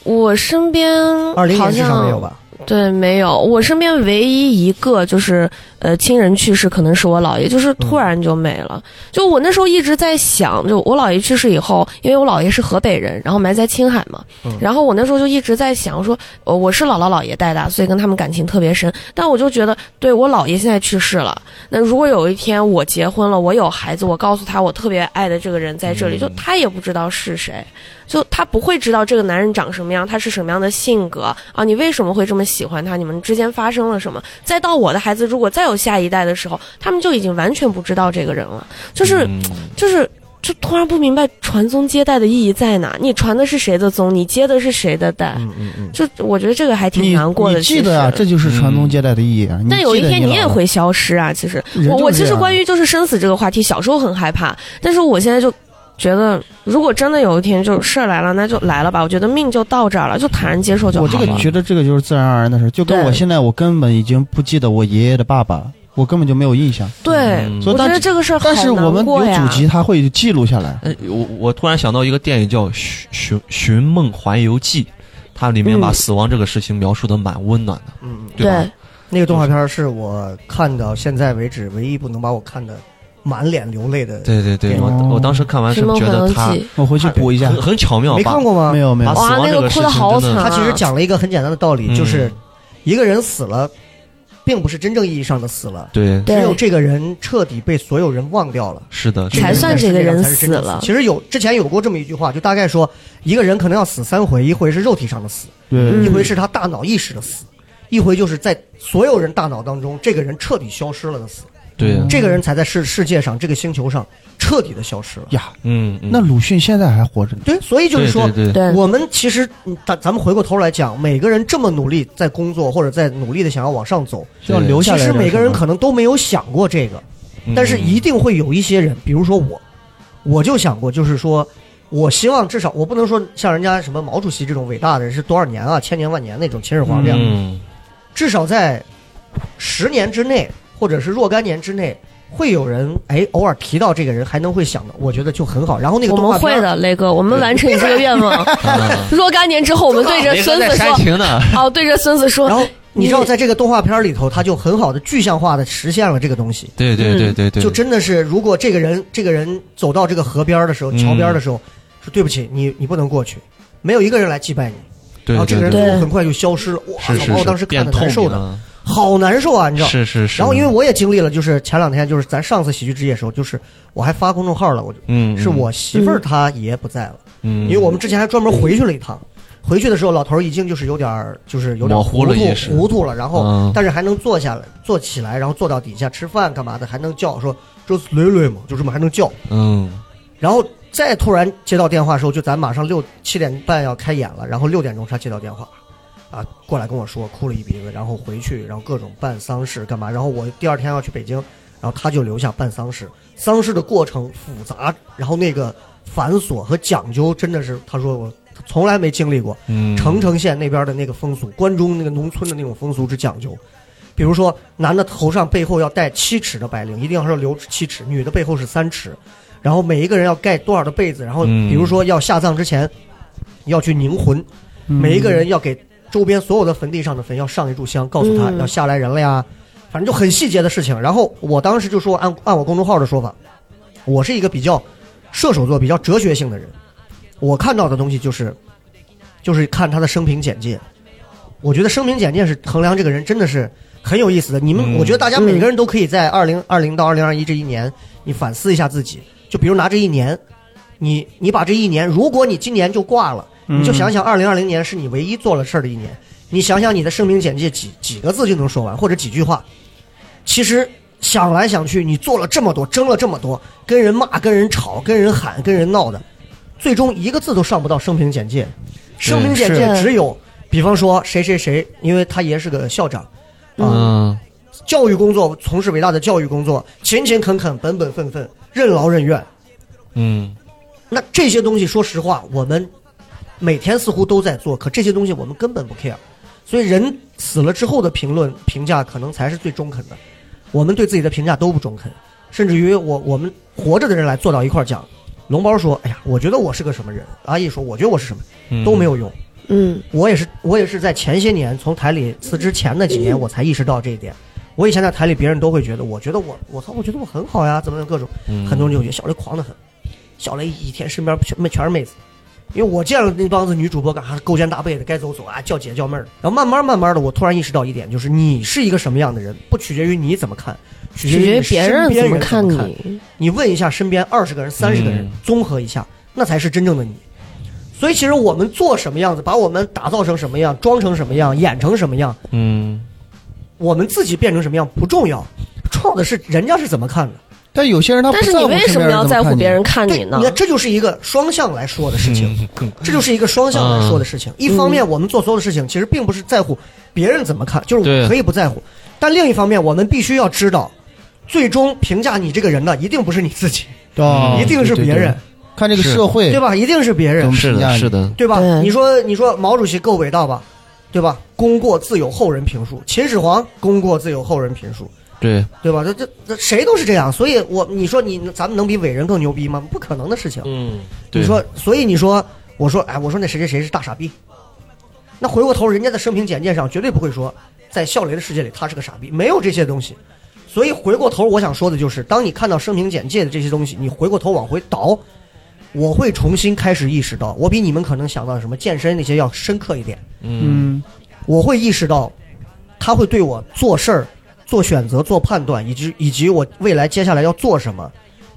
Speaker 5: 我身边
Speaker 2: 二零
Speaker 5: 好
Speaker 2: 年至少没有
Speaker 5: 像
Speaker 2: 吧？
Speaker 5: 对没有，我身边唯一一个就是呃亲人去世，可能是我姥爷，就是突然就没了。就我那时候一直在想，就我姥爷去世以后，因为我姥爷是河北人，然后埋在青海嘛，然后我那时候就一直在想说，呃我是姥姥姥爷带大，所以跟他们感情特别深。但我就觉得，对我姥爷现在去世了，那如果有一天我结婚了，我有孩子，我告诉他我特别爱的这个人在这里，就他也不知道是谁，就他不会知道这个男人长什么样，他是什么样的性格啊，你为什么会这么喜欢他？你们之间发生了什么？再到我的孩子如果再有下一代的时候，他们就已经完全不知道这个人了，就是、
Speaker 3: 嗯
Speaker 5: 就是。就突然不明白传宗接代的意义在哪？你传的是谁的宗？你接的是谁的代？
Speaker 2: 嗯嗯嗯。
Speaker 5: 就我觉得这个还挺
Speaker 4: 你
Speaker 5: 难过的。
Speaker 4: 你记得啊，
Speaker 5: 其实
Speaker 4: 这就是传宗接代的意义啊。你
Speaker 5: 但有一
Speaker 4: 记得
Speaker 5: 天
Speaker 4: 你
Speaker 5: 你也
Speaker 4: 老了
Speaker 5: 会消失啊！其实
Speaker 4: 人
Speaker 5: 我
Speaker 4: 就是
Speaker 5: 我其
Speaker 4: 这
Speaker 5: 实
Speaker 4: 样
Speaker 5: 关于就是生死这个话题，小时候很害怕，但是我现在就觉得，如果真的有一天就事儿来了，那就来了吧。我觉得命就到这儿了，就坦然接受就好
Speaker 4: 我
Speaker 5: 了。
Speaker 4: 这个觉得这个就是自然而然的事，就跟
Speaker 5: 对
Speaker 4: 我现在我根本已经不记得我爷爷的爸爸，我根本就没有印象。
Speaker 5: 对，
Speaker 3: 嗯
Speaker 4: 所以
Speaker 5: 我觉
Speaker 4: 当
Speaker 5: 得这个事儿好
Speaker 4: 但是我
Speaker 5: 难
Speaker 4: 们
Speaker 5: 过
Speaker 4: 有
Speaker 5: 呀
Speaker 4: 祖。籍，他会记录下来。
Speaker 3: 哎，我我突然想到一个电影叫《寻寻寻梦环游记》，它里面把
Speaker 5: 嗯
Speaker 3: 死亡这个事情描述的蛮温暖的，
Speaker 2: 嗯，嗯
Speaker 3: 对吧？
Speaker 4: 啊
Speaker 2: 那个动画片是我看到现在为止唯一一部能把我看的满脸流泪的。
Speaker 3: 对对对，我
Speaker 4: 哦
Speaker 3: 我当时看完
Speaker 5: 《
Speaker 3: 是
Speaker 5: 寻梦
Speaker 3: 觉
Speaker 5: 环游
Speaker 3: 得
Speaker 5: 记
Speaker 3: 它》
Speaker 4: 我回去补一下
Speaker 3: 很。很巧妙，
Speaker 2: 没
Speaker 3: 把
Speaker 2: 看过吗？
Speaker 4: 没有没
Speaker 3: 把
Speaker 4: 有
Speaker 3: 死，
Speaker 5: 哇
Speaker 3: 亡
Speaker 5: 那
Speaker 3: 这
Speaker 5: 个
Speaker 3: 事
Speaker 5: 哭得好
Speaker 3: 情真
Speaker 5: 惨
Speaker 3: 的
Speaker 5: 啊
Speaker 2: 他其实讲了一个很简单的道理，
Speaker 3: 嗯
Speaker 2: 就是一个人死了，并不是真正意义上的死了，
Speaker 3: 对，
Speaker 2: 只
Speaker 5: 对
Speaker 2: 有这个人彻底被所有人忘掉了。
Speaker 3: 是的，
Speaker 5: 才算这个人死
Speaker 2: 才是真正
Speaker 5: 了
Speaker 2: 其实有之前有过这么一句话，就大概说，一个人可能要死三回，一回是肉体上的死，
Speaker 4: 对
Speaker 2: 一回是他大脑意识的死，一回就是在所有人大脑当中，这个人彻底消失了的死，
Speaker 3: 对，
Speaker 2: 这个人才在世世界上这个星球上彻底的消失了。
Speaker 4: 呀，
Speaker 3: 嗯，嗯
Speaker 4: 那鲁迅现在还活着呢。
Speaker 2: 对，所以就是说，
Speaker 3: 对对对
Speaker 5: 对
Speaker 2: 我们其实嗯咱咱们回过头来讲，每个人这么努力在工作，或者在努力的想要往上走，
Speaker 4: 要
Speaker 3: 对
Speaker 4: 留
Speaker 2: 其
Speaker 4: 下来
Speaker 2: 实
Speaker 4: 的
Speaker 2: 每个
Speaker 4: 什
Speaker 2: 人
Speaker 4: 么
Speaker 2: 可能都没有想过这个，
Speaker 3: 嗯
Speaker 2: 但是一定会有一些人，比如说我，我就想过，就是说我希望至少我不能说像人家什么毛主席这种伟大的人是多少年啊，千年万年那种秦始皇这样，
Speaker 3: 嗯，
Speaker 2: 至少在十年之内，或者是若干年之内。会有人哎，偶尔提到这个人，还能会想到，我觉得就很好。然后那个
Speaker 5: 我
Speaker 2: 动画
Speaker 5: 们
Speaker 2: 片
Speaker 5: 会
Speaker 2: 儿
Speaker 5: 的，雷哥，我们完成你这个愿望。 [laughs]
Speaker 3: 嗯
Speaker 5: 若干年之后，我们对着
Speaker 3: 啊雷哥
Speaker 5: 孙
Speaker 3: 在
Speaker 5: 子
Speaker 3: 煽
Speaker 5: 说，
Speaker 3: 情呢，
Speaker 5: 哦，对着孙子说，
Speaker 2: 然后你知道，在这个动画片里头，他就很好的具象化的实现了这个东西。
Speaker 3: 对对对对对，
Speaker 2: 嗯就真的是，如果这个人这个人走到这个河边儿的时候，
Speaker 3: 嗯
Speaker 2: 桥边儿的时候，说对不起，你你不能过去，没有一个人来祭拜你，
Speaker 3: 对
Speaker 2: 然后哦这
Speaker 3: 对
Speaker 2: 个人
Speaker 3: 对
Speaker 2: 最
Speaker 5: 对
Speaker 2: 后很快就消失了。哇，
Speaker 3: 是是
Speaker 2: 把我
Speaker 3: 是，
Speaker 2: 哦当时看
Speaker 3: 变
Speaker 2: 的
Speaker 3: 透
Speaker 2: 难受
Speaker 3: 明
Speaker 2: 的，
Speaker 3: 了，
Speaker 2: 好难受啊，你知道。
Speaker 3: 是是是。
Speaker 2: 然后因为我也经历了，就是前两天就是咱上次喜剧之夜的时候，就是我还发公众号了，我就
Speaker 3: 嗯，嗯
Speaker 2: 是我媳妇儿她爷不在了，
Speaker 3: 嗯，
Speaker 2: 因为我们之前还专门回去了一趟。回去的时候，老头儿已经就是有点儿，就是有点儿
Speaker 3: 模糊了
Speaker 2: 糊
Speaker 3: 意
Speaker 2: 涂
Speaker 3: 识
Speaker 2: 糊涂了，然后、
Speaker 3: 嗯
Speaker 2: 但是还能坐下来，坐起来，然后坐到底下吃饭干嘛的，还能叫说这是磊磊嘛，就这么还能叫。
Speaker 3: 嗯
Speaker 2: 然后再突然接到电话的时候，就咱马上六七点半要开演了，然后六点钟他接到电话，啊，过来跟我说哭了一鼻子，然后回去，然后各种办丧事干嘛，然后我第二天要去北京，然后他就留下办丧事，丧事的过程复杂，然后那个繁琐和讲究真的是，他说我他从来没经历过，
Speaker 3: 嗯，
Speaker 2: 澄城县那边的那个风俗，关中那个农村的那种风俗之讲究，比如说男的头上背后要戴七尺的白绫，一定要是留七尺；女的背后是三尺，然后每一个人要盖多少的被子，然后
Speaker 3: 嗯
Speaker 2: 比如说要下葬之前要去凝魂，每一个人要给周边所有的坟地上的坟要上一炷香，告诉他
Speaker 5: 嗯
Speaker 2: 要下来人了呀，反正就很细节的事情。然后我当时就说，按按我公众号的说法，我是一个比较射手座、比较哲学性的人，我看到的东西就是，就是看他的生平简介。我觉得生平简介是衡量这个人真的是很有意思的。你们，
Speaker 3: 嗯
Speaker 2: 我觉得大家每个人都可以在二零二零到二零二一这一年，你反思一下自己。就比如拿这一年，你你把这一年，如果你今年就挂了，你就想想二零二零年是你唯一做了事儿的一年，你想想你的生平简介几几个字就能说完，或者几句话。其实想来想去，你做了这么多，争了这么多，跟人骂、跟人吵、跟人喊、跟人闹的，最终一个字都上不到生平简介。生平简介
Speaker 5: 是
Speaker 2: 只有，比方说谁谁谁，因为他爷是个校长，
Speaker 3: 嗯，
Speaker 2: 教育工作从事伟大的教育工作，勤勤恳恳、本本分分、任劳任怨。
Speaker 3: 嗯，
Speaker 2: 那这些东西，说实话，我们每天似乎都在做，可这些东西我们根本不 care。所以人死了之后的评论评价，可能才是最中肯的。我们对自己的评价都不中肯，甚至于我我们活着的人来坐到一块儿讲，龙包说：“哎呀，我觉得我是个什么人。”阿义说：“我觉得我是什么，
Speaker 3: 嗯
Speaker 2: 都没有用。
Speaker 5: 嗯
Speaker 2: 我也是，我也是在前些年从台里辞职前的几年，我才意识到这一点。我以前在台里，别人都会觉得，我觉得我，我操，我觉得我很好呀，怎么样各种，很多人就觉得小雷狂得很，小雷一天身边全全是妹子，因为我见了那帮子女主播，干啥勾肩搭背的，该走走啊，叫姐叫妹儿的。然后慢慢慢慢的，我突然意识到一点，就是你是一个什么样的人，不取决于你怎么看，取决
Speaker 5: 取
Speaker 2: 于
Speaker 5: 决于
Speaker 2: 你
Speaker 5: 别
Speaker 2: 身
Speaker 5: 人
Speaker 2: 边
Speaker 5: 怎
Speaker 2: 人
Speaker 5: 么
Speaker 2: 看
Speaker 5: 看你。
Speaker 2: 你问一下身边二十个人、三十个人
Speaker 3: 嗯，
Speaker 2: 综合一下，那才是真正的你。所以，其实我们做什么样子，把我们打造成什么样，装成什么样，演成什么样，
Speaker 3: 嗯，
Speaker 2: 我们自己变成什么样不重要，重要的是人家是怎么看的。
Speaker 4: 但有些人他不
Speaker 5: 但是
Speaker 4: 在
Speaker 5: 你
Speaker 4: 乎
Speaker 5: 为什
Speaker 4: 身边
Speaker 5: 么
Speaker 4: 人
Speaker 5: 要
Speaker 4: 怎
Speaker 5: 在乎
Speaker 4: 看
Speaker 5: 别人看
Speaker 2: 对，
Speaker 5: 你呢
Speaker 2: 你？看，这就是一个双向来说的事情，
Speaker 3: 嗯
Speaker 2: 这就是一个双向来说的事情。一方面，我们做所有的事情，其实并不是在乎别人怎么看，就是
Speaker 3: 对
Speaker 2: 我可以不在乎；但另一方面，我们必须要知道，最终评价你这个人的，一定不是你自己，
Speaker 4: 对啊
Speaker 2: 嗯一定是
Speaker 4: 对
Speaker 2: 别
Speaker 4: 对对
Speaker 2: 人，
Speaker 4: 看这个
Speaker 3: 是
Speaker 4: 社会
Speaker 2: 对吧？一定是别人。
Speaker 3: 是的，是的，
Speaker 2: 对吧？
Speaker 5: 对
Speaker 2: 你说你说毛主席够伟大吧，对吧？功过自有后人评述，秦始皇功过自有后人评述，
Speaker 3: 对，
Speaker 2: 对吧？这这这谁都是这样，所以我你说你咱们能比伟人更牛逼吗？不可能的事情。
Speaker 3: 嗯，对，
Speaker 2: 你说，所以你说，我说，哎，我说那谁谁谁是大傻逼，那回过头人家的生平简介上绝对不会说，在笑雷的世界里他是个傻逼，没有这些东西。所以回过头我想说的就是，当你看到生平简介的这些东西，你回过头往回倒，我会重新开始意识到，我比你们可能想到什么健身那些要深刻一点。
Speaker 3: 嗯
Speaker 4: 嗯，
Speaker 2: 我会意识到，他会对我做事儿、做选择、做判断，以及以及我未来接下来要做什么，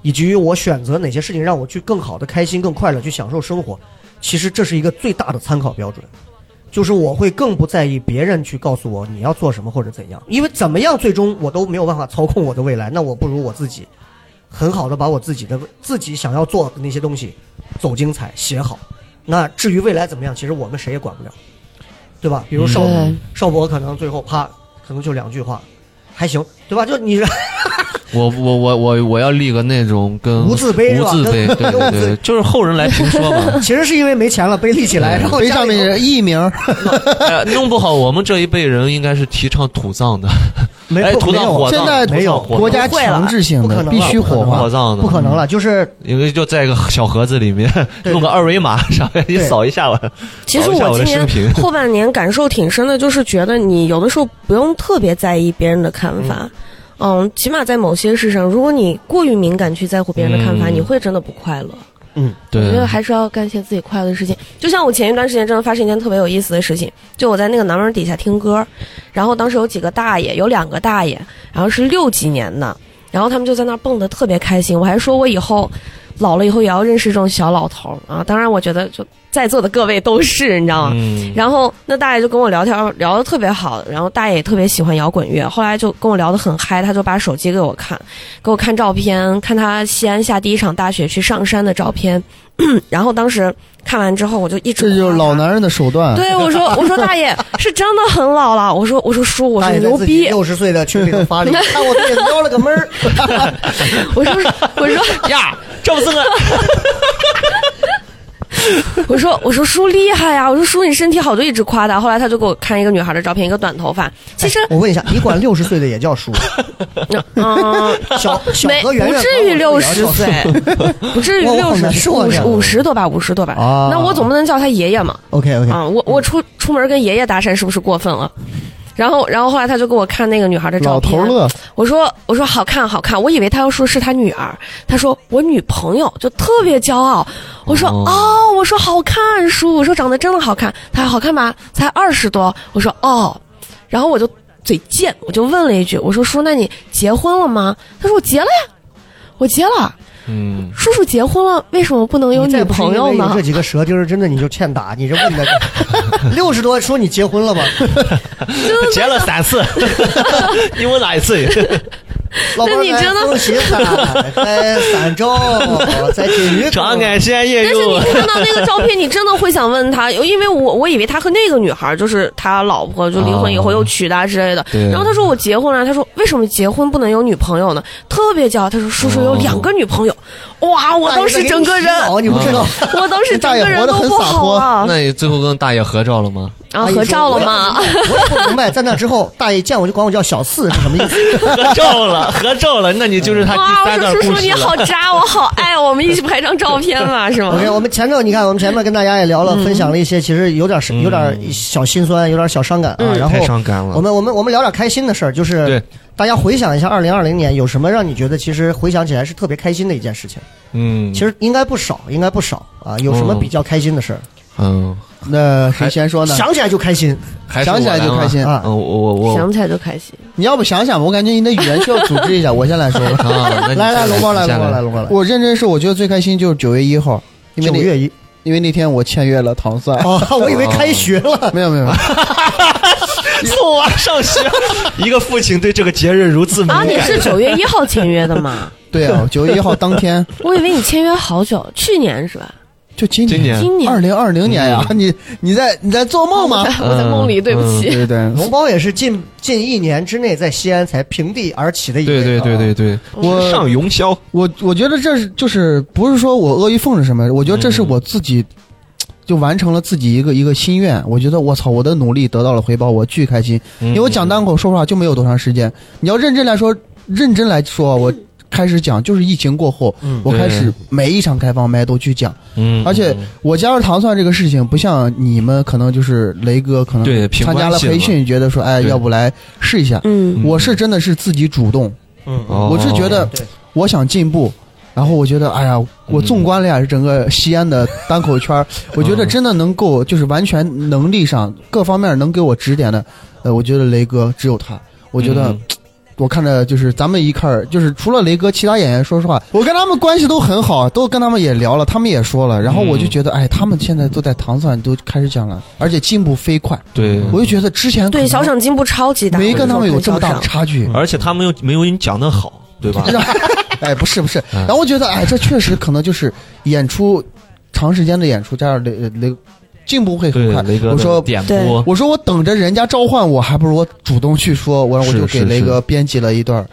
Speaker 2: 以及于我选择哪些事情让我去更好的开心、更快乐去享受生活。其实这是一个最大的参考标准，就是我会更不在意别人去告诉我你要做什么或者怎样，因为怎么样最终我都没有办法操控我的未来，那我不如我自己，很好的把我自己的自己想要做的那些东西走精彩写好。那至于未来怎么样，其实我们谁也管不了，对吧？比如邵、
Speaker 5: 对
Speaker 2: 邵博可能最后啪，可能就两句话，还行，对吧？就你
Speaker 3: 我我我我我要立个那种跟
Speaker 2: 无字碑是
Speaker 3: 无
Speaker 2: 吧
Speaker 3: 字碑，
Speaker 2: 跟
Speaker 3: 对
Speaker 2: 跟
Speaker 3: 对
Speaker 2: 无字。
Speaker 3: 对，就是后人来评说嘛
Speaker 2: [laughs] [laughs] 其实是因为没钱了背立起来，然后
Speaker 4: 非
Speaker 2: 家
Speaker 4: 上
Speaker 2: 里
Speaker 4: 面
Speaker 2: 头
Speaker 4: 人
Speaker 2: [laughs]
Speaker 4: 艺名儿，
Speaker 3: 哎弄不好我们这一辈人应该是提倡土葬的，
Speaker 2: 没
Speaker 3: 哎，土葬火
Speaker 4: 现
Speaker 3: 葬，
Speaker 4: 在
Speaker 3: 土葬
Speaker 2: 没有
Speaker 3: 火
Speaker 4: 国家
Speaker 5: 不会了
Speaker 4: 强制性
Speaker 2: 不可
Speaker 4: 的
Speaker 2: 能
Speaker 4: 必
Speaker 2: 了
Speaker 4: 须
Speaker 2: 不可
Speaker 4: 火
Speaker 2: 能
Speaker 3: 火
Speaker 4: 化，
Speaker 3: 葬的，
Speaker 2: 不可能了，就是
Speaker 3: 因为就在一个小盒子里面
Speaker 2: 对
Speaker 3: 弄个二维码啥的，你
Speaker 2: 对
Speaker 3: 扫一下吧。
Speaker 5: 其实
Speaker 3: 扫一下我
Speaker 5: 今
Speaker 3: 的生平
Speaker 5: 年后半年感受挺深的，就是觉得你有的时候不用特别在意别人的看法，嗯起码在某些事上，如果你过于敏感去在乎别人的看法，
Speaker 3: 嗯
Speaker 5: 你会真的不快乐。
Speaker 3: 对，
Speaker 5: 我觉得还是要干些自己快乐的事情。就像我前一段时间真的发生一件特别有意思的事情，就我在那个南门底下听歌，然后当时有几个大爷，有两个大爷，然后是六几年的，然后他们就在那儿蹦得特别开心。我还说我以后老了以后也要认识这种小老头儿啊！当然，我觉得就在座的各位都是，你知道吗？
Speaker 3: 嗯，
Speaker 5: 然后那大爷就跟我聊天，聊得特别好，然后大爷也特别喜欢摇滚乐，后来就跟我聊得很嗨，他就把手机给我看，给我看照片，看他西安下第一场大雪去上山的照片， [coughs] 然后当时看完之后我就一直
Speaker 4: 这就是
Speaker 2: [laughs]
Speaker 4: 老男人的手段。
Speaker 5: 对我说我说大爷是真的很老了，我说我说叔我
Speaker 2: 大
Speaker 5: 说
Speaker 2: 爷在
Speaker 5: 牛
Speaker 2: 自己
Speaker 5: 逼，
Speaker 2: 六十岁的群里头发了一个，看我自己撩了个妹儿，
Speaker 5: 我说我说
Speaker 3: [laughs] 呀，这不是个
Speaker 5: 我说我说叔厉害呀，我说叔你身体好，就一直夸他。后来他就给我看一个女孩的照片，一个短头发，
Speaker 2: [laughs]
Speaker 5: 其实
Speaker 2: 哎我问一下，你管六十岁的也叫叔？
Speaker 5: 嗯，
Speaker 2: 小小
Speaker 5: 没
Speaker 2: 何圆圆
Speaker 5: 不至
Speaker 2: 管我
Speaker 5: 于六
Speaker 2: 叫
Speaker 5: 十
Speaker 2: 叔
Speaker 5: 岁， [laughs] 不至于
Speaker 2: 哇我
Speaker 5: 六
Speaker 2: 好难
Speaker 5: 十
Speaker 2: 受啊
Speaker 5: 五
Speaker 2: 这
Speaker 5: 十
Speaker 2: 样
Speaker 5: 五十多吧，五十多吧。
Speaker 2: 啊嗯
Speaker 5: 那我总不能叫他爷爷嘛。
Speaker 2: OK OK，
Speaker 5: 啊，我我出出门跟爷爷搭讪是不是过分了？然后，然后后来他就给我看那个女孩的照
Speaker 4: 老
Speaker 5: 片
Speaker 4: 头，乐，
Speaker 5: 我说我说好看好看，我以为他要说是他女儿，他说我女朋友，就特别骄傲。我说
Speaker 3: 哦
Speaker 5: 哦我说好看叔，我说长得真的好看，他说好看吧，才二十多，我说哦，然后我就嘴贱，我就问了一句，我说叔，那你结婚了吗？他说我结了呀，我结了，
Speaker 3: 嗯，
Speaker 5: 叔叔结婚了，为什么不能有
Speaker 2: 你再
Speaker 5: 女
Speaker 2: 不是因
Speaker 5: 朋友
Speaker 2: 为有
Speaker 5: 呢
Speaker 2: 这？几个舌钉儿真的你就欠打，你这问的六十多说你结婚了吧？
Speaker 3: 结
Speaker 5: 嗯
Speaker 3: 了三
Speaker 5: [laughs]
Speaker 3: 次，你问哪一次？
Speaker 2: 老婆
Speaker 5: 那你
Speaker 2: 来
Speaker 5: 真的
Speaker 2: 恭喜咱，在三周，在金鱼
Speaker 3: 长安县也
Speaker 5: 但是
Speaker 3: 有
Speaker 5: 你。看到那个照片，你真的会想问他，因为我我以为他和那个女孩就是他老婆，就离婚以后又娶她之类的。
Speaker 3: 对
Speaker 5: 然后他说我结婚了，他说为什么结婚不能有女朋友呢？特别骄傲，他说叔叔有两个女朋友，哇！我当时整个人，
Speaker 2: 哦，你不知道，
Speaker 5: 我当时整个人都不好啊
Speaker 3: 那你最后跟大爷合照了吗？
Speaker 5: 啊！
Speaker 2: 阿姨说
Speaker 5: 合照了吗？？
Speaker 2: 哎
Speaker 5: [laughs]
Speaker 2: 我也不明白我也不明白，在那之后，大爷见我就管我叫小四是什么意思？
Speaker 5: [laughs]
Speaker 3: 合照了，合照了，那你就是他
Speaker 5: 哇！
Speaker 3: 第三
Speaker 5: 我
Speaker 3: 段
Speaker 5: 说叔
Speaker 3: 故
Speaker 5: 叔
Speaker 3: 事
Speaker 5: 你好
Speaker 3: 了。
Speaker 5: 渣，我好爱，我们一起拍张照片
Speaker 3: [laughs]
Speaker 5: 吧，是吗？
Speaker 2: OK，我们前头你看，我们前面跟大家也聊了，分享了一些其实有点是有点小心酸，有点小伤感啊。
Speaker 5: 嗯
Speaker 2: 然后
Speaker 3: 嗯太伤感
Speaker 2: 我
Speaker 3: 了，
Speaker 2: 们我们我们聊点开心的事儿，就是
Speaker 3: 对
Speaker 2: 大家回想一下，二零二零年有什么让你觉得其实回想起来是特别开心的一件事情？
Speaker 3: 嗯，
Speaker 2: 其实应该不少，应该不少啊。有什么比较开心的事儿？
Speaker 3: 嗯，
Speaker 4: 那谁先
Speaker 5: 哦
Speaker 4: 说呢？
Speaker 2: 想起来就开心
Speaker 3: 还是
Speaker 4: 想起来
Speaker 3: 我
Speaker 4: 就
Speaker 3: 吗
Speaker 4: 开。心。
Speaker 2: 啊！
Speaker 3: 嗯，我我我
Speaker 5: [laughs] 想起来就开心。
Speaker 4: 你要不想想吧，我感觉你的语言需要组织一下。我先来说 [laughs] 吧。
Speaker 3: 啊，那你
Speaker 2: 来来，
Speaker 3: 先
Speaker 2: 龙猫来，
Speaker 3: 你
Speaker 2: 龙
Speaker 3: 先
Speaker 2: 猫来，龙猫来。
Speaker 4: 我认真是，我觉得最开心就是九月一号，因为
Speaker 2: 九
Speaker 4: 那
Speaker 2: 月一
Speaker 4: 因为那天我签约了唐蒜。
Speaker 2: [laughs] 哦，我以为开学
Speaker 5: [laughs]
Speaker 2: 了。
Speaker 4: [laughs] 没有没有， [laughs]
Speaker 3: 送娃上学，一个父亲对这个节日如此敏
Speaker 5: 啊，
Speaker 3: 感。
Speaker 5: 你是九月一号签约的吗？ [laughs]
Speaker 4: 对啊，九月一号当天
Speaker 5: 我以为你签约好久，去年是吧？
Speaker 4: 就今嗯
Speaker 3: 今年
Speaker 5: 今年
Speaker 4: 二零二零年呀，你你在你在做梦吗？
Speaker 5: 我在梦里，对不起。
Speaker 4: 对对
Speaker 2: 龙猫也是近近一年之内在西安才平地而起的一
Speaker 3: 对
Speaker 2: 位
Speaker 3: 对对
Speaker 2: 啊
Speaker 3: 对对，
Speaker 4: 我
Speaker 3: 上云霄，
Speaker 4: 我我觉得这是就是不是说我阿谀奉承什么，我觉得这是我自己。就完成了自己一个一个心愿，我觉得我操，我的努力得到了回报，我巨开心。
Speaker 3: 嗯
Speaker 4: 因为我讲单口说实话就没有多长时间，你要认真来说，认真来说，啊我开始讲就是疫情过后，
Speaker 2: 嗯
Speaker 4: 我开始
Speaker 3: 对
Speaker 4: 每一场开放麦都去讲，
Speaker 3: 嗯，嗯，
Speaker 4: 而且我加入糖蒜这个事情，不像你们可能就是雷哥可能
Speaker 3: 对凭
Speaker 4: 参加了
Speaker 3: 关系
Speaker 4: 培
Speaker 3: 嘛
Speaker 4: 训，觉得说哎，
Speaker 3: 对
Speaker 4: 要不来试一下。
Speaker 5: 嗯，
Speaker 3: 嗯
Speaker 4: 我是真的是自己主动，
Speaker 2: 嗯，
Speaker 3: 哦
Speaker 4: 我是觉得
Speaker 2: 对
Speaker 4: 我想进步，然后我觉得，哎呀，我纵观了呀整个西安的单口圈儿， [laughs] 我觉得真的能够就是完全能力上各方面能给我指点的，呃，我觉得雷哥只有他。我觉得
Speaker 3: 嗯
Speaker 4: 我看着就是咱们一块儿，就是除了雷哥，其他演员说实话，我跟他们关系都很好，都跟他们也聊了，他们也说了，然后我就觉得，哎，他们现在都在糖蒜都开始讲了，而且进步飞快，
Speaker 3: 对，
Speaker 4: 我就觉得之前可
Speaker 5: 对，
Speaker 4: 能
Speaker 5: 小沈进步超级
Speaker 4: 嗯
Speaker 5: 大，
Speaker 4: 没跟他们有这么大
Speaker 5: 我
Speaker 4: 的
Speaker 5: 跟你说
Speaker 4: 差距。
Speaker 3: 而且他们又没有你讲的好，对吧？
Speaker 4: [laughs] 哎，不是不是，
Speaker 3: 嗯
Speaker 4: 然后我觉得，哎，这确实可能就是演出长时间的演出，加上雷呃雷进步会很
Speaker 3: 对，
Speaker 4: 快
Speaker 3: 雷。哥
Speaker 4: 我
Speaker 3: 的
Speaker 4: 说，
Speaker 3: 点
Speaker 5: 对
Speaker 3: 播，
Speaker 4: 我说我等着人家召唤我，还不如我主动去说。我然后我
Speaker 3: 是
Speaker 4: 就是给雷
Speaker 3: 是
Speaker 4: 哥编辑了一段，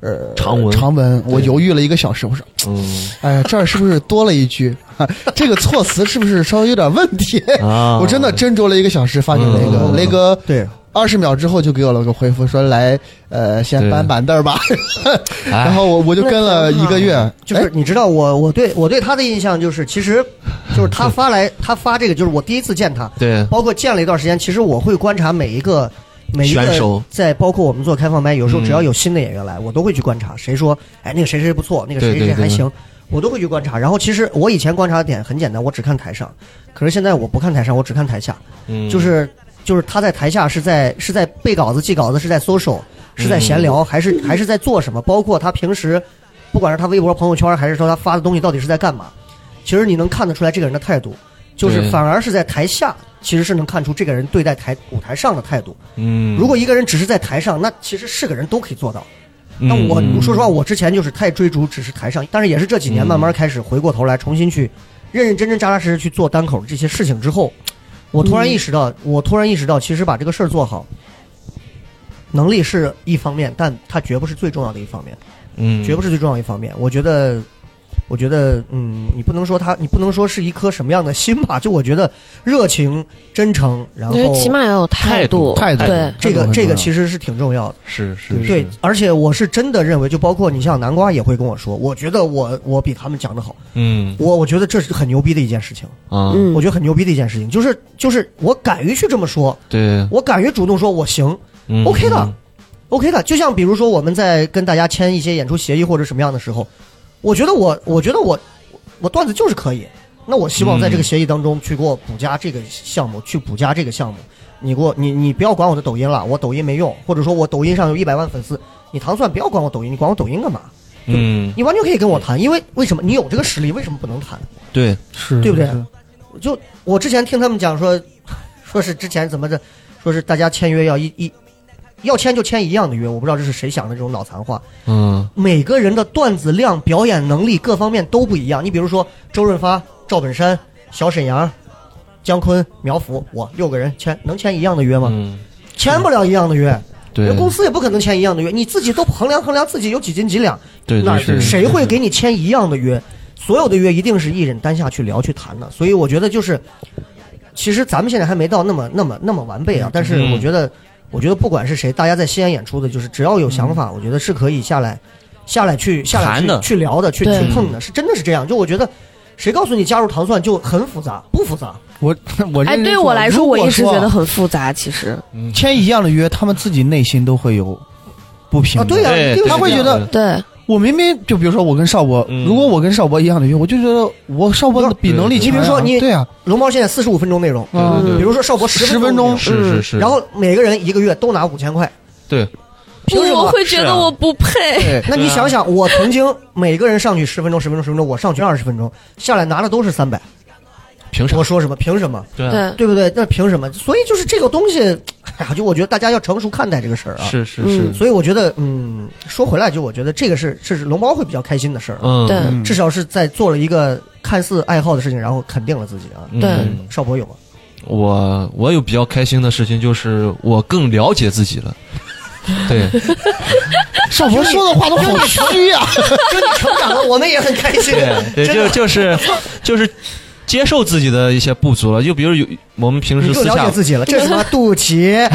Speaker 4: 呃，
Speaker 3: 长文
Speaker 4: 长文。我
Speaker 3: 对
Speaker 4: 犹豫了一个小时，我说，
Speaker 3: 嗯
Speaker 4: 哎呀，这儿是不是多了一句？ [laughs] 啊这个措辞是不是稍微有点问题？
Speaker 3: 啊，
Speaker 4: [laughs] 我真的斟酌了一个小时，发给雷哥，
Speaker 3: 嗯
Speaker 4: 雷哥
Speaker 2: 对，
Speaker 4: 二十秒之后就给我了个回复，说来，呃，先
Speaker 3: 对
Speaker 4: 搬板凳儿吧。 [laughs]
Speaker 3: 哎，
Speaker 4: 然后我我就跟了一个月，
Speaker 2: 就是
Speaker 4: 哎
Speaker 2: 你知道我我对我对他的印象就是，其实就是他发来他发这个，就是我第一次见他，
Speaker 3: 对，
Speaker 2: 包括见了一段时间，其实我会观察每一个每一
Speaker 3: 选
Speaker 2: 个
Speaker 3: 手
Speaker 2: 在包括我们做开放麦，有时候
Speaker 3: 嗯
Speaker 2: 只要有新的演员来，我都会去观察谁说，哎，那个谁谁不错，那个谁
Speaker 3: 对对
Speaker 2: 谁还
Speaker 3: 对
Speaker 2: 行，我都会去观察。然后其实我以前观察的点很简单，我只看台上，可是现在我不看台上，我只看台下，
Speaker 3: 嗯
Speaker 2: 就是就是他在台下是在是在背稿子、记稿子，是在 social，是
Speaker 3: 嗯
Speaker 2: 在闲聊，还是还是在做什么？包括他平时，不管是他微博、朋友圈，还是说他发的东西到底是在干嘛，其实你能看得出来这个人的态度，就是
Speaker 3: 对
Speaker 2: 反而是在台下，其实是能看出这个人对待台舞台上的态度。
Speaker 3: 嗯，
Speaker 2: 如果一个人只是在台上，那其实是个人都可以做到。
Speaker 3: 嗯
Speaker 2: 但我
Speaker 3: 嗯
Speaker 2: 说实话，我之前就是太追逐只是台上，但是也是这几年
Speaker 3: 嗯
Speaker 2: 慢慢开始回过头来，重新去认认真真、扎扎实实去做单口这些事情之后，我突然
Speaker 3: 嗯
Speaker 2: 意识到，我突然意识到，其实把这个事儿做好，能力是一方面，但它绝不是最重要的一方面，
Speaker 3: 嗯
Speaker 2: 绝不是最重要的一方面。我觉得我觉得，嗯，你不能说他，你不能说是一颗什么样的心吧？就我觉得热情、真诚，然
Speaker 6: 我觉得
Speaker 2: 后
Speaker 6: 起码要有态度，
Speaker 4: 态度
Speaker 6: 对，
Speaker 2: 这个
Speaker 4: 很重要
Speaker 2: 这个其实是挺重要的。
Speaker 3: 是是
Speaker 2: 对，而且我是真的认为，就包括你像南瓜也会跟我说，我觉得我我比他们讲的好，
Speaker 3: 嗯
Speaker 2: 我我觉得这是很牛逼的一件事情，
Speaker 3: 啊，
Speaker 6: 嗯
Speaker 2: 我觉得很牛逼的一件事情，就是就是我敢于去这么说，
Speaker 3: 对
Speaker 2: 我敢于主动说我行，
Speaker 3: 嗯
Speaker 2: OK 的，OK 的。就像比如说我们在跟大家签一些演出协议或者什么样的时候，我觉得我，我觉得我，我段子就是可以。那我希望在这个协议当中去给我补加这个项目，去补加这个项目。你给我，你你不要管我的抖音了，我抖音没用，或者说我抖音上有一百万粉丝，你糖蒜不要管我抖音，你管我抖音干嘛？
Speaker 3: 嗯，
Speaker 2: 你完全可以跟我谈，因为为什么你有这个实力，为什么不能谈？
Speaker 3: 对，
Speaker 4: 是
Speaker 2: 对不对
Speaker 4: 是
Speaker 2: 就我之前听他们讲说， [laughs] 说是之前怎么的，说是大家签约要一一要签就签一样的约，我不知道这是谁想的这种脑残话。
Speaker 3: 嗯
Speaker 2: 每个人的段子量、表演能力各方面都不一样。你比如说周润发、赵本山、小沈阳、姜昆、苗阜，我六个人签能签一样的约吗？
Speaker 3: 嗯，
Speaker 2: 签不了一样的约，
Speaker 3: 对
Speaker 2: 人，公司也不可能签一样的约，你自己都衡量衡量自己有几斤几两，
Speaker 3: 对
Speaker 2: 那
Speaker 3: 对是，
Speaker 2: 谁会给你签一样的约？所有的约一定是一人单下去聊去谈的，所以我觉得就是，其实咱们现在还没到那么那么那么完备啊，但是
Speaker 3: 嗯
Speaker 2: 我觉得，我觉得不管是谁，大家在西安演出的，就是只要有想法，我觉得是可以下来下来去下来
Speaker 3: 嗯谈的
Speaker 2: 去去聊的，去
Speaker 6: 对
Speaker 2: 去碰的，是真的是这样。就我觉得，谁告诉你加入糖蒜就很复杂？不复杂，
Speaker 4: 我我
Speaker 6: 哎，
Speaker 4: 认真
Speaker 6: 对我来
Speaker 4: 说，
Speaker 6: 说，我一直
Speaker 4: 如果
Speaker 6: 觉
Speaker 4: 说啊
Speaker 6: 得很复杂。其实，
Speaker 3: 嗯
Speaker 4: 签一样的约，他们自己内心都会有不平
Speaker 2: 啊，
Speaker 4: 的
Speaker 2: 对呀、
Speaker 3: 对
Speaker 2: 一定是
Speaker 4: 他会
Speaker 2: 这样
Speaker 4: 觉得
Speaker 6: 对，
Speaker 4: 我明明就比如说我跟邵博，
Speaker 3: 嗯
Speaker 4: 如果我跟邵博一样的约，我就觉得我邵博比能力
Speaker 3: 对
Speaker 4: 强呀。
Speaker 2: 你比如说你
Speaker 4: 对啊，
Speaker 2: 龙猫现在四十五分钟内容，
Speaker 3: 对对对
Speaker 2: 比如说邵博
Speaker 4: 10
Speaker 2: 分
Speaker 4: 分
Speaker 2: 钟内
Speaker 4: 钟
Speaker 2: 容，
Speaker 3: 是是是，
Speaker 2: 然后每个人一个月都拿五千块，
Speaker 3: 对
Speaker 2: 凭什么？
Speaker 6: 我会觉
Speaker 3: 是
Speaker 6: 得
Speaker 3: 啊
Speaker 6: 我不配。
Speaker 4: 对
Speaker 2: 那你想想，我曾经每个人上去十分钟、十分钟、十分钟，我上去二十分钟，下来拿的都是三百。
Speaker 3: 凭啥
Speaker 2: 我？说什么？凭什么？
Speaker 3: 对啊
Speaker 6: 对，
Speaker 2: 对不对？那凭什么？所以就是这个东西，哎呀，就我觉得大家要成熟看待这个事儿啊。。
Speaker 3: 是是是，
Speaker 2: 所以我觉得，嗯，说回来，就我觉得这个是这是龙猫会比较开心的事儿啊，
Speaker 3: 嗯
Speaker 6: 对
Speaker 4: 嗯
Speaker 2: 至少是在做了一个看似爱好的事情，然后肯定了自己啊。
Speaker 3: 嗯
Speaker 6: 对
Speaker 3: 嗯
Speaker 2: 邵博有吗？
Speaker 3: 我我有比较开心的事情，就是我更了解自己了。对，
Speaker 6: [laughs]
Speaker 4: 邵博说的话都好虚呀。
Speaker 2: 就你成长了，我们也很开心。
Speaker 3: 对对，
Speaker 2: [laughs] 真
Speaker 3: 就
Speaker 2: 的
Speaker 3: 就是就是接受自己的一些不足了。就比如有我们平
Speaker 2: 你
Speaker 3: 时
Speaker 2: 更
Speaker 3: 私
Speaker 2: 了解
Speaker 3: 下
Speaker 2: 自己
Speaker 3: [laughs]
Speaker 2: 了。这是什么肚脐？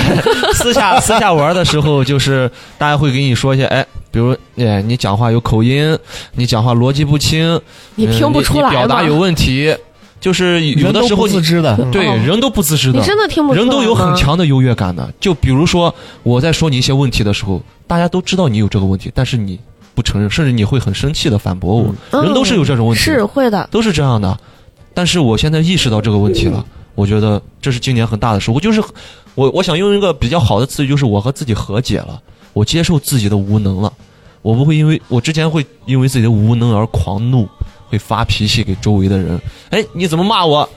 Speaker 3: 私下私下玩的时候，就是大家会给你说一些，哎，比如哎，你讲话有口音，你讲话逻辑不清，
Speaker 6: 你
Speaker 3: 嗯
Speaker 6: 听不出来
Speaker 3: 你表达
Speaker 6: 吗
Speaker 3: 有问题，就是有
Speaker 4: 人
Speaker 3: 的
Speaker 4: 都
Speaker 3: 时候
Speaker 4: 不自
Speaker 3: 你嗯
Speaker 4: 知的，
Speaker 3: 对
Speaker 6: 哦
Speaker 3: 人都不自知
Speaker 6: 你
Speaker 3: 的，
Speaker 6: 真的听不出来
Speaker 3: 人都有很
Speaker 6: 吗，
Speaker 3: 强的优越感的。就比如说我在说你一些问题的时候，大家都知道你有这个问题，但是你不承认，甚至你会很生气的反驳我。
Speaker 6: 嗯
Speaker 3: 人都是有这种问题，
Speaker 6: 是会的。
Speaker 3: 都是这样的。但是我现在意识到这个问题了，我觉得这是今年很大的收获。就是我我想用一个比较好的词语，就是我和自己和解了，我接受自己的无能了，我不会因为我之前会因为自己的无能而狂怒，会发脾气给周围的人。哎，你怎么骂我？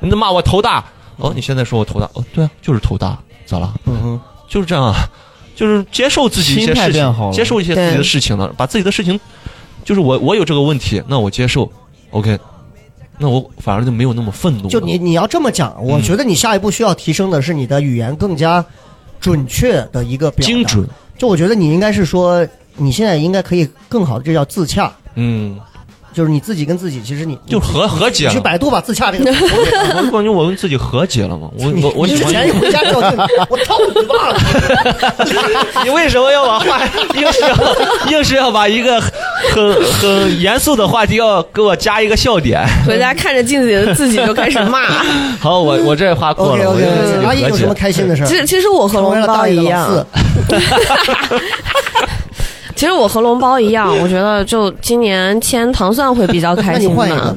Speaker 3: 你怎么骂我头大？哦，你现在说我头大？哦，对啊，就是头大，咋了？
Speaker 2: 嗯哼，
Speaker 3: 就是这样啊，就是接受自己一些
Speaker 4: 心态
Speaker 3: 事
Speaker 4: 变
Speaker 3: 情，
Speaker 4: 好了
Speaker 3: 接受一些自己的事情了，把自己的事情，就是我我有这个问题，那我接受，OK，那我反而就没有那么愤怒了。
Speaker 2: 就你你要这么讲，我
Speaker 3: 嗯
Speaker 2: 觉得你下一步需要提升的是你的语言更加准确的一个表达
Speaker 3: 精准，，
Speaker 2: 就我觉得你应该是说，你现在应该可以更好的，这叫自洽，
Speaker 3: 嗯，
Speaker 2: 就是你自己跟自己，其实你
Speaker 3: 就和和解
Speaker 2: 你去
Speaker 3: 了。
Speaker 2: 百度吧，自洽
Speaker 5: [laughs]
Speaker 2: 这个词。
Speaker 3: 我我感觉我跟自己和解了嘛，我
Speaker 2: 你
Speaker 3: 我我
Speaker 2: 你
Speaker 3: 喜
Speaker 2: 之
Speaker 3: 欢
Speaker 2: 前一回家之后就，
Speaker 3: [laughs]
Speaker 2: 我操你妈了！
Speaker 3: 你为什么要把话硬是要硬是要把一个很很严肃的话题要给我加一个笑点？
Speaker 5: 回家看着镜子自己就开始骂。
Speaker 3: 好，我我这话过
Speaker 2: OK
Speaker 3: 了，我就
Speaker 2: OK，阿姨有
Speaker 3: 自己
Speaker 2: 什么
Speaker 3: 和解。
Speaker 2: 开心的事
Speaker 5: 其
Speaker 2: 儿？
Speaker 5: 实其实我和
Speaker 2: 成为
Speaker 5: 龙
Speaker 2: 了
Speaker 5: 包
Speaker 2: 大爷的
Speaker 5: 一
Speaker 2: 老
Speaker 5: 样
Speaker 2: 四，，
Speaker 5: [laughs] 其实我和龙包一样，我觉得就今年签糖蒜会比较
Speaker 2: 那
Speaker 5: 开
Speaker 2: 你
Speaker 5: 心
Speaker 2: 换一
Speaker 5: 吧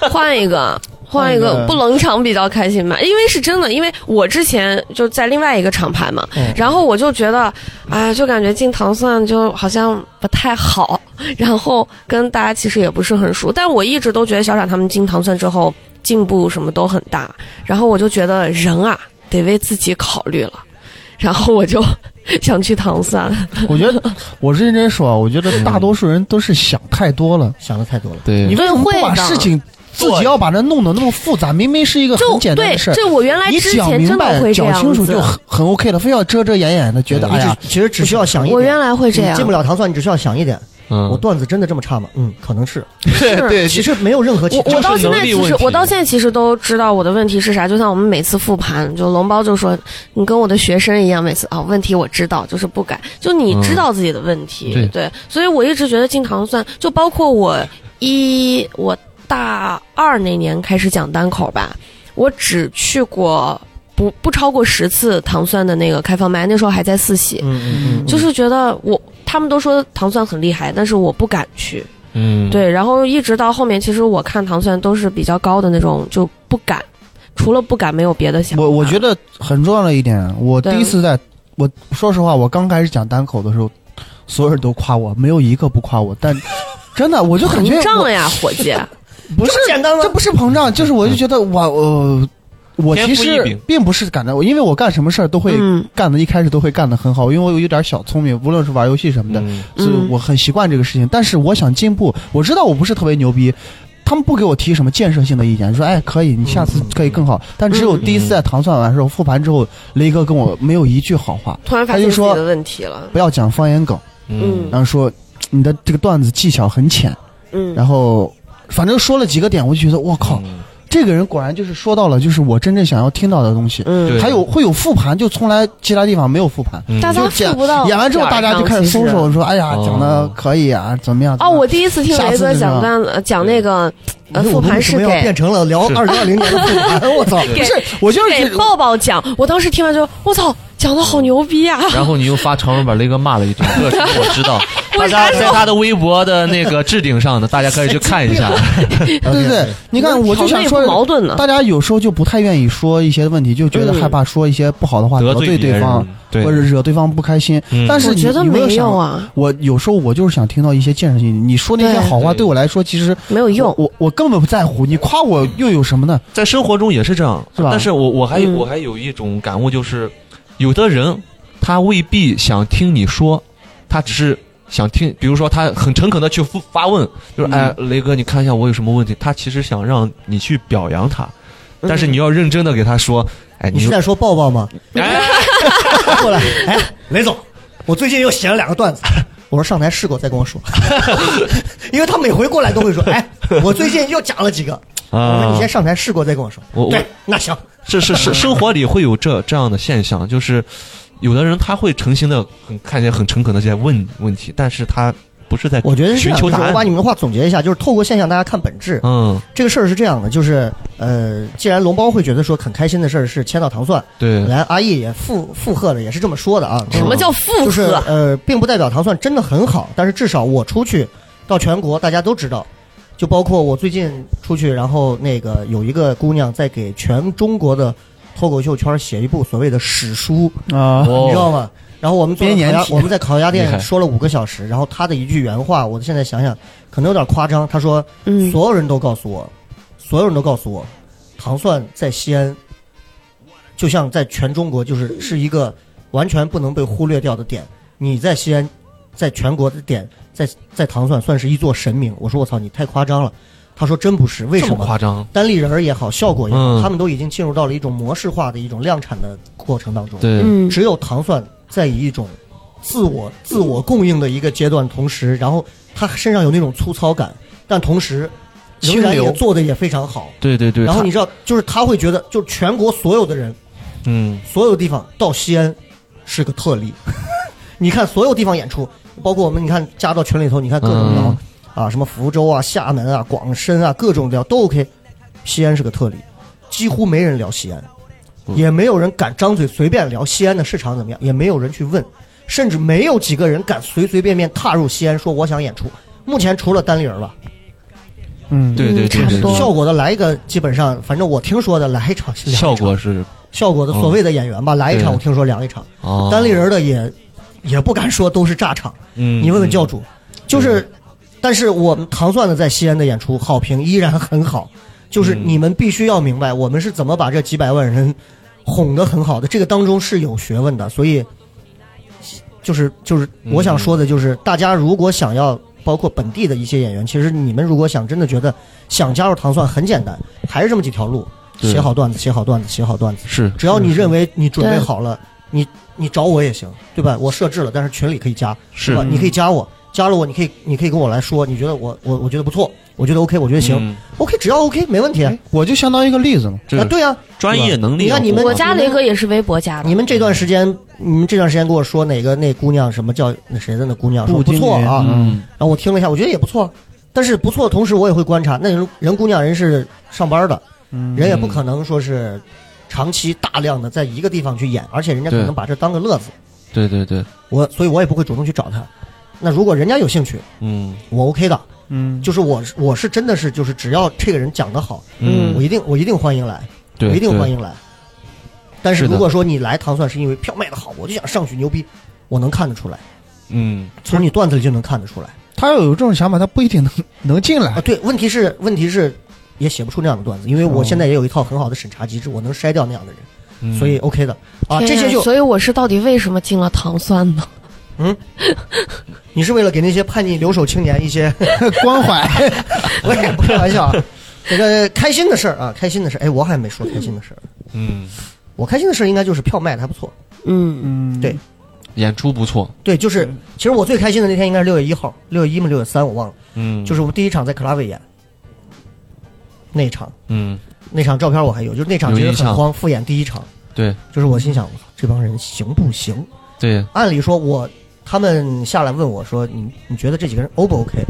Speaker 2: 个。，
Speaker 5: 换一个，
Speaker 4: 换
Speaker 5: 换
Speaker 4: 一
Speaker 5: 一
Speaker 4: 个
Speaker 5: 个不冷场比较开心吧，因为是真的，因为我之前就在另外一个厂牌嘛，
Speaker 2: 嗯
Speaker 5: 然后我就觉得，哎，就感觉进糖蒜就好像不太好， [laughs] 然后跟大家其实也不是很熟，但我一直都觉得小傻他们进糖蒜之后进步什么都很大，然后我就觉得人啊得为自己考虑了，然后我就想去糖蒜，
Speaker 4: 我觉得我认真说啊，我觉得大多数人都是想太多了。
Speaker 2: 想的太多了。
Speaker 3: 对，
Speaker 4: 你为什么不
Speaker 5: 对
Speaker 4: 把
Speaker 5: 的
Speaker 4: 事情自己要把它弄得那么复杂？明明是一个
Speaker 5: 就
Speaker 4: 很简单
Speaker 5: 对
Speaker 4: 的事儿，，
Speaker 5: 这我原来
Speaker 4: 你
Speaker 5: 之
Speaker 4: 讲
Speaker 5: 前
Speaker 4: 明
Speaker 5: 真的
Speaker 4: 白、
Speaker 5: 会这
Speaker 4: 讲
Speaker 5: 样
Speaker 4: 清楚
Speaker 5: 子
Speaker 4: 就很很 OK 了，非要遮遮掩掩的，觉得
Speaker 2: 你
Speaker 3: 嗯
Speaker 4: 哎呀，
Speaker 2: 只其实只需要想一点，
Speaker 5: 我原来会这
Speaker 2: 你进
Speaker 5: 样
Speaker 2: 不。了糖蒜，你只需要想一点，
Speaker 3: 嗯哎
Speaker 2: 我段子真的这么差吗？嗯，可能是，
Speaker 3: 对对，
Speaker 2: 其实没有任何其
Speaker 5: 我我到
Speaker 3: 就
Speaker 5: 现在其
Speaker 3: 是能力
Speaker 5: 实
Speaker 3: 问题
Speaker 5: 我到现在其实都知道我的问题是啥，就像我们每次复盘，就龙包就说你跟我的学生一样，每次啊、问题我知道，就是不改，就你知道自己的问题，
Speaker 3: 嗯对
Speaker 5: 对，所以我一直觉得进糖蒜，就包括我一我大二那年开始讲单口吧，我只去过不不超过十次糖蒜的那个开放麦，那时候还在四喜，
Speaker 2: 嗯嗯嗯，
Speaker 5: 就是觉得我他们都说糖蒜很厉害，但是我不敢去，
Speaker 3: 嗯，
Speaker 5: 对，然后一直到后面，其实我看糖蒜都是比较高的那种，就不敢，除了不敢没有别的想法。
Speaker 4: 我我觉得很重要的一点，我第
Speaker 5: 对
Speaker 4: 一次在，我说实话，我刚开始讲单口的时候，所有人都夸我，没有一个不夸我，
Speaker 5: [laughs]
Speaker 4: 但真的我就感觉
Speaker 5: 膨胀哎
Speaker 4: 我
Speaker 5: 了呀，
Speaker 4: [laughs]
Speaker 5: 伙计，
Speaker 4: 不是
Speaker 2: 这么简单吗
Speaker 4: 这不是膨胀，就是我就觉得我呃，我
Speaker 3: 嗯天
Speaker 4: 其
Speaker 3: 赋异
Speaker 4: 实
Speaker 3: 禀
Speaker 4: 并不是感到，因为我干什么事儿都会
Speaker 5: 嗯
Speaker 4: 干的，一开始都会干的很好，因为我有点小聪明，无论是玩游戏什么的，
Speaker 3: 嗯
Speaker 4: 所以我很习惯这个事情。但是我想进步，我知道我不是特别牛逼，他们不给我提什么建设性的意见，说哎可以，你下次可以更好。但
Speaker 3: 嗯
Speaker 4: 只有第一次在糖蒜完的时候复盘之后，雷哥跟我没有一句好话，
Speaker 5: 突然发
Speaker 4: 他就
Speaker 5: 现自己
Speaker 4: 说
Speaker 5: 的问题了。
Speaker 4: 不要讲方言梗，
Speaker 3: 嗯
Speaker 4: 然后说你的这个段子技巧很浅，
Speaker 5: 嗯，
Speaker 4: 然后反正说了几个点，我就觉得我靠，
Speaker 3: 嗯
Speaker 4: 这个人果然就是说到了就是我真正想要听到的东西。
Speaker 5: 嗯，
Speaker 3: 对
Speaker 4: 还有会有复盘，就从来其他地方没有复盘。
Speaker 3: 嗯
Speaker 5: 大家做不到。
Speaker 4: 演完之后，大家就开始松手，。说：“哎呀，
Speaker 3: 哦
Speaker 4: 讲的可以啊，怎么样？”怎
Speaker 5: 哦，
Speaker 4: 么样
Speaker 5: 我第一次听
Speaker 4: 下
Speaker 5: 雷
Speaker 4: 次
Speaker 5: 哥
Speaker 4: 就
Speaker 5: 讲
Speaker 4: 是
Speaker 5: 段子，讲那个
Speaker 2: 你
Speaker 5: 呃复
Speaker 2: 哎我们
Speaker 5: 盘
Speaker 2: 为
Speaker 5: 是
Speaker 2: 什么要变
Speaker 5: 给
Speaker 2: 成了聊
Speaker 3: 是
Speaker 2: 二零二零年的复盘？ [laughs]
Speaker 4: [laughs]
Speaker 2: 我操！
Speaker 5: [laughs] 给
Speaker 4: 啊不是，我就是觉
Speaker 5: 给
Speaker 4: 得
Speaker 5: 抱抱讲，我当时听完就我操，讲的好牛逼啊！
Speaker 3: 然后你又发长文把雷哥骂了一顿，这个我知道。大
Speaker 5: 为啥
Speaker 3: 家在他的微博的那个置顶上的，大家可以去看一下。
Speaker 4: 对对对，你看，我就想
Speaker 5: 好内部矛
Speaker 4: 说，
Speaker 5: 盾呢。
Speaker 4: 大家有时候就不太愿意说一些问题，就觉得
Speaker 5: 嗯
Speaker 4: 害怕说一些不好的话，得
Speaker 3: 得罪别
Speaker 4: 对
Speaker 3: 人
Speaker 4: 方，
Speaker 3: 对
Speaker 4: 或者惹对方不开心
Speaker 3: 嗯。
Speaker 4: 但是
Speaker 5: 我
Speaker 4: 你
Speaker 5: 觉得
Speaker 4: 你没有
Speaker 5: 没有
Speaker 4: 想，
Speaker 5: 啊，
Speaker 4: 我有时候我就是想听到一些建设性。你说那些
Speaker 5: 对
Speaker 4: 好话
Speaker 3: 对
Speaker 4: 对我来说，其实
Speaker 5: 没有用。
Speaker 4: 我我根本不在乎。你夸我又有什么呢？
Speaker 3: 在生活中也是这样，
Speaker 4: 是吧
Speaker 3: 但是我我还、
Speaker 5: 嗯
Speaker 3: 我还有一种感悟，就是有的人他未必想听你说，他只是想听，比如说他很诚恳的去复发问，就是、
Speaker 4: 嗯
Speaker 3: 哎，雷哥，你看一下我有什么问题？他其实想让你去表扬他，
Speaker 4: 嗯
Speaker 3: 但是你要认真的给他说，哎，
Speaker 2: 你是在说抱抱吗？
Speaker 5: 嗯
Speaker 3: 哎，
Speaker 4: [laughs]
Speaker 2: 过来，哎，雷总，我最近又写了两个段子。我说上台试过再跟我说， [laughs] 因为他每回过来都会说，哎，我最近又讲了几个。我说
Speaker 3: 啊
Speaker 2: 你先上台试过再跟我说。
Speaker 3: 我我
Speaker 2: 对，那行，
Speaker 3: 是是是，生活里会有这这样的现象，就是有的人他会诚心的很看起来很诚恳的在问问题，但是他不是在
Speaker 2: 我觉得是这
Speaker 3: 寻
Speaker 2: 样。
Speaker 3: 求
Speaker 2: 就是
Speaker 3: 答
Speaker 2: 我把
Speaker 3: 案
Speaker 2: 你。们的话总结一下，就是透过现象大家看本质。
Speaker 3: 嗯，
Speaker 2: 这个事儿是这样的，就是呃，既然龙包会觉得说很开心的事儿是签到糖蒜，
Speaker 3: 对，
Speaker 2: 来阿义也附附和了，也是这么说的啊。
Speaker 5: 什么
Speaker 4: 嗯
Speaker 5: 叫复
Speaker 2: 就是
Speaker 5: 合？
Speaker 2: 呃，并不代表糖蒜真的很好，但是至少我出去到全国，大家都知道。就包括我最近出去，然后那个有一个姑娘在给全中国的脱口秀圈写一部所谓的史书，
Speaker 4: 啊
Speaker 3: 哦
Speaker 2: 你知道吗？然后我们做了
Speaker 4: 编
Speaker 2: 烤
Speaker 4: 年
Speaker 2: 鸭，
Speaker 4: 体
Speaker 2: 我们在烤鸭
Speaker 3: 厉害
Speaker 2: 店说了五个小时，然后她的一句原话，我现在想想可能有点夸张，她说
Speaker 5: 嗯，
Speaker 2: 所有人都告诉我，所有人都告诉我，糖蒜在西安，就像在全中国，就是是一个完全不能被忽略掉的点。你在西安，在全国的点，在在糖蒜算是一座神明。我说我操，你太夸张了。他说真不是，为
Speaker 3: 这
Speaker 2: 什
Speaker 3: 么
Speaker 2: 么？
Speaker 3: 夸张？
Speaker 2: 单立人儿也好，效果也好，
Speaker 3: 嗯
Speaker 2: 他们都已经进入到了一种模式化的一种量产的过程当中。
Speaker 3: 对，
Speaker 5: 嗯，
Speaker 2: 只有糖蒜在以一种自我自我供应的一个阶段，同时，然后他身上有那种粗糙感，但同时仍然
Speaker 4: 清
Speaker 2: 也
Speaker 4: 流
Speaker 2: 做的也非常好。
Speaker 3: 对对对，
Speaker 2: 然后
Speaker 3: 他
Speaker 2: 你知道，就是他会觉得，就全国所有的人，
Speaker 3: 嗯，
Speaker 2: 所有地方到西安是个特例。 [laughs] 你看所有地方演出，包括我们，你看加到群里头，你看各种聊、
Speaker 3: 嗯
Speaker 2: 啊，什么福州啊、厦门啊、广深啊，各种聊都 OK。西安是个特例，几乎没人聊西安，
Speaker 3: 嗯
Speaker 2: 也没有人敢张嘴随便聊西安的市场怎么样，也没有人去问，甚至没有几个人敢随随便便踏入西安说我想演出。目前除了单立人吧，
Speaker 4: 嗯，
Speaker 3: 对对对
Speaker 5: 差
Speaker 3: 对
Speaker 5: 不多
Speaker 3: 对，
Speaker 2: 效果的来一个，基本上反正我听说的来一场是两
Speaker 3: 效
Speaker 2: 一场
Speaker 3: 果是
Speaker 2: 效果的所谓的演员吧，来一场
Speaker 3: 对
Speaker 2: 我听说凉一场，
Speaker 3: 哦，
Speaker 2: 单立人的也也不敢说都是炸场，
Speaker 3: 嗯，
Speaker 2: 你问问教主，就是，但是我们糖蒜的在西安的演出好评依然很好，就是
Speaker 3: 嗯
Speaker 2: 你们必须要明白我们是怎么把这几百万人哄得很好的，这个当中是有学问的，所以就是就是
Speaker 3: 嗯
Speaker 2: 我想说的就是，大家如果想要。包括本地的一些演员，其实你们如果想真的觉得想加入糖蒜很简单，还是这么几条路：
Speaker 3: 对
Speaker 2: 写好段子，写好段子，写好段子。
Speaker 3: 是
Speaker 2: 只要你认为你准备
Speaker 5: 对
Speaker 2: 好了，你你找我也行，对吧？我设置了，但是群里可以加，
Speaker 3: 是
Speaker 2: 吧？你可以加我，加了我，你可以你可以跟我来说，你觉得我我我觉得不错，我觉得 OK，我觉得行、
Speaker 3: 嗯
Speaker 2: o k 只要 OK 没问题。啊，
Speaker 3: 哎
Speaker 4: 哎我就相当于一个例子嘛。
Speaker 3: 这
Speaker 2: 对啊，
Speaker 3: 专业能力
Speaker 2: 你
Speaker 3: 要
Speaker 2: 看
Speaker 3: 顾好。
Speaker 2: 你们
Speaker 5: 我家雷哥也是微博
Speaker 4: 嗯
Speaker 5: 加的，
Speaker 2: 你们这段时间，你们这段时间跟我说哪个那姑娘什么叫那谁的那姑娘说
Speaker 4: 步
Speaker 2: 不
Speaker 4: 惊
Speaker 2: 错
Speaker 4: 云
Speaker 2: 啊，
Speaker 3: 嗯，
Speaker 2: 然后我听了一下，我觉得也不错，但是不错，同时我也会观察，那人人姑娘人是上班的，
Speaker 3: 嗯
Speaker 2: 人也不可能说是长期大量的在一个地方去演，而且人家可
Speaker 3: 对
Speaker 2: 能把这当个乐子，
Speaker 3: 对对对，
Speaker 2: 我所以我也不会主动去找她。那如果人家有兴趣，
Speaker 3: 嗯
Speaker 2: 我 OK 的，
Speaker 4: 嗯，
Speaker 2: 就是我是我是真的是就是只要这个人讲得好，
Speaker 3: 嗯
Speaker 2: 我，一定我一定欢迎来，
Speaker 3: 对，
Speaker 2: 我一定
Speaker 3: 对
Speaker 2: 欢。迎来。但是
Speaker 3: 是的
Speaker 2: 如果说你来糖蒜是因为票卖的好，我就想上去牛逼，我能看得出来，
Speaker 3: 嗯，
Speaker 2: 从你段子里就能看得出来
Speaker 4: 他要有这种想法，他不一定能能进
Speaker 3: 哎
Speaker 2: 啊。
Speaker 4: 来。 [laughs]
Speaker 2: 对，问题是问题是也写不出那样的段子，因为
Speaker 3: 哦
Speaker 2: 我现在也有一套很好的审查机制，我能筛掉那样的人，
Speaker 3: 嗯
Speaker 2: 所以 OK 的啊。这
Speaker 5: 天呀
Speaker 2: 些就
Speaker 5: 所以我是到底为什么进了糖蒜呢？
Speaker 2: 你是为了给那些叛逆留守青年一些，
Speaker 4: 关怀，
Speaker 2: 我也不开玩笑啊，这个开心的事儿啊，开心的事儿。哎，我还没说开心的事儿，
Speaker 3: 嗯，
Speaker 2: 我开心的事儿应该就是票卖的还不错。
Speaker 5: 嗯，
Speaker 4: 嗯，
Speaker 2: 对
Speaker 3: 演出不错。
Speaker 2: 对，就是其实我最开心的那天应该是六月一号，六月一嘛，六月三我忘了，
Speaker 3: 嗯，
Speaker 2: 就是我们第一场在克拉维演那一场，
Speaker 3: 嗯，
Speaker 2: 那场照片我还有，就是那场
Speaker 3: 有
Speaker 2: 其实
Speaker 3: 印
Speaker 2: 很
Speaker 3: 象
Speaker 2: 慌，复演第一场，
Speaker 3: 对
Speaker 2: 就是我心想，我靠这帮人行不行？
Speaker 3: 对，
Speaker 2: 按理说我他们下来问我说，你你觉得这几个人 O 不 OK？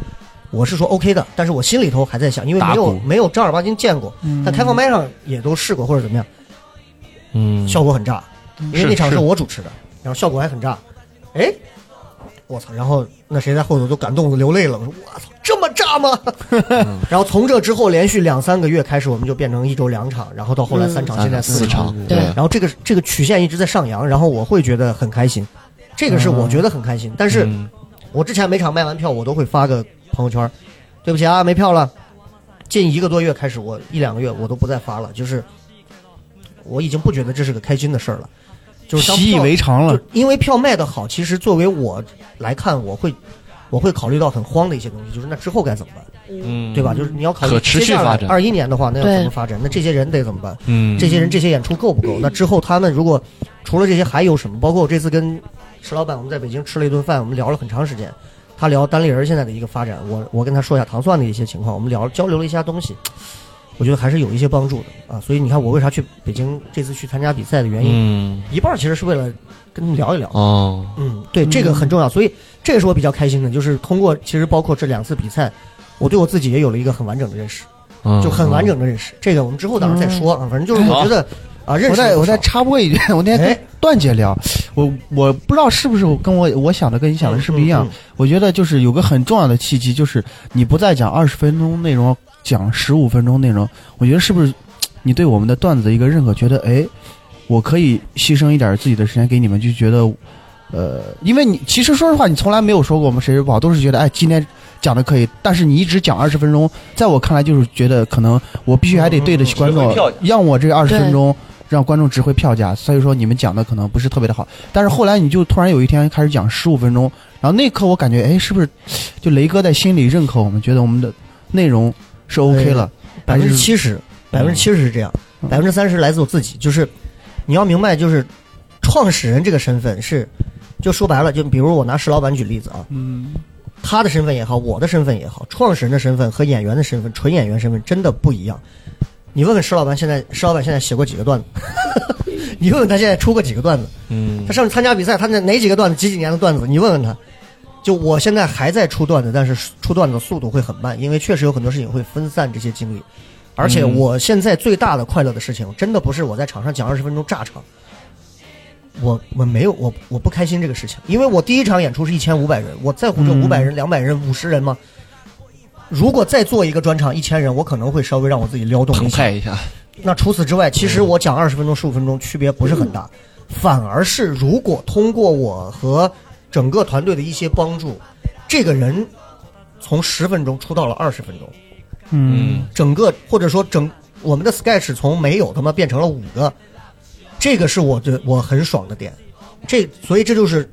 Speaker 2: 我是说 OK 的，但是我心里头还在想，因为没
Speaker 3: 打
Speaker 2: 有
Speaker 3: 鼓
Speaker 2: 没有正儿八经见过，
Speaker 4: 嗯
Speaker 2: 但开放麦上也都试过或者怎么样，
Speaker 3: 嗯，
Speaker 2: 效果很炸，因为那场
Speaker 3: 是
Speaker 2: 是我主持的，然后效果还很炸。哎，我操！然后那谁在后头都感动的流泪了。我说我操，这么炸吗？
Speaker 3: 嗯
Speaker 2: [laughs] 然后从这之后连续两三个月开始，我们就变成一周两场，然后到后来三场，现在
Speaker 3: 嗯四
Speaker 2: 场。
Speaker 3: 对
Speaker 5: 对，
Speaker 2: 然后这个这个曲线一直在上扬，然后我会觉得很开心，这个是我觉得很开心。但是
Speaker 3: 嗯
Speaker 2: 我之前每场卖完票，我都会发个朋友圈儿，对不起啊，没票了。近一个多月开始，我一两个月我都不再发了，就是我已经不觉得这是个开心的事儿了，就是当
Speaker 4: 习以
Speaker 2: 票
Speaker 4: 为常了
Speaker 2: 就。因为票卖的好，其实作为我来看，我会我会考虑到很慌的一些东西，就是那之后该怎么办，
Speaker 3: 嗯，
Speaker 2: 对吧？就是你要考虑
Speaker 3: 可持续发展
Speaker 2: 二一年的话，那要怎么
Speaker 5: 对
Speaker 2: 发展？那这些人得怎么办？
Speaker 3: 嗯，
Speaker 2: 这些人这些演出够不够？那之后他们如果除了这些还有什么？包括我这次跟石老板我们在北京吃了一顿饭，我们聊了很长时间。他聊单立人现在的一个发展，我我跟他说一下糖蒜的一些情况，我们聊交流了一下东西，我觉得还是有一些帮助的啊。所以你看我为啥去北京这次去参加比赛的原因，
Speaker 3: 嗯
Speaker 2: 一半儿其实是为了跟他们聊一聊。
Speaker 3: 哦，
Speaker 2: 嗯，对，这个很重要，所以这也是我比较开心的，就是通过其实包括这两次比赛，我对我自己也有了一个很完整的认识，
Speaker 3: 嗯
Speaker 2: 就很完整的认识。这个我们之后到时候再说啊，反正就是我
Speaker 3: 好
Speaker 2: 觉得啊，认识
Speaker 4: 嗯
Speaker 2: 了
Speaker 4: 我再
Speaker 2: 不
Speaker 4: 我再
Speaker 2: 少
Speaker 4: 插播一句， [laughs] 我那天
Speaker 2: 哎
Speaker 4: 跟段姐聊，我我不知道是不是我跟我我想的跟你想的是不是一样
Speaker 2: 嗯嗯。
Speaker 4: 我觉得就是有个很重要的契机，就是你不再讲二十分钟内容，讲十五分钟内容。我觉得是不是你对我们的段子的一个认可？觉得哎，我可以牺牲一点自己的时间给你们，就觉得呃，因为你其实说实话，你从来没有说过我们谁是不好，都是觉得哎今天讲的可以，但是你一直讲二十分钟，在我看来就是觉得可能我必须还得对得起观
Speaker 3: 指挥
Speaker 4: 众
Speaker 3: 票价，
Speaker 4: 让我这二十
Speaker 5: 对
Speaker 4: 分钟让观众指挥票价，所以说你们讲的可能不是特别的好，但是后来你就突然有一天开始讲十五分钟，然后那一刻我感觉哎是不是就雷哥在心里认可我们，觉得我们的内容是 OK 了，
Speaker 2: 百
Speaker 4: 还
Speaker 2: 分之
Speaker 4: 是
Speaker 2: 七十，百分之七十是这样，
Speaker 4: 嗯
Speaker 2: 百分之三十来自我自己。就是你要明白，就是创始人这个身份是，就说白了，就比如我拿石老板举例子啊，
Speaker 4: 嗯
Speaker 2: 他的身份也好，我的身份也好，创始人的身份和演员的身份，纯演员身份真的不一样。你问问石老板，现在石老板现在写过几个段子？ [laughs] 你问问他现在出过几个段子？
Speaker 3: 嗯
Speaker 2: 他上次参加比赛，他那哪几个段子，几几年的段子？你问问他。就我现在还在出段子，但是出段子的速度会很慢，因为确实有很多事情会分散这些精力。而且
Speaker 3: 嗯
Speaker 2: 我现在最大的快乐的事情，真的不是我在场上讲二十分钟炸场，我我没有我我不开心这个事情，因为我第一场演出是一千五百人，我在乎这
Speaker 4: 嗯
Speaker 2: 五百人、两百人、五十人吗？如果再做一个专场一千人，我可能会稍微让我自己撩动一
Speaker 3: 澎
Speaker 2: 下
Speaker 3: 湃。一下，
Speaker 2: 那除此之外，其实我讲二十分钟、十五分钟区别不是很大，反而是如果通过我和整个团队的一些帮助，这个人从十分钟出到了二十分钟，
Speaker 4: 嗯
Speaker 3: 嗯，
Speaker 2: 整个或者说整我们的 sketch 从没有他妈变成了五个，这个是我的我很爽的点，这所以这就是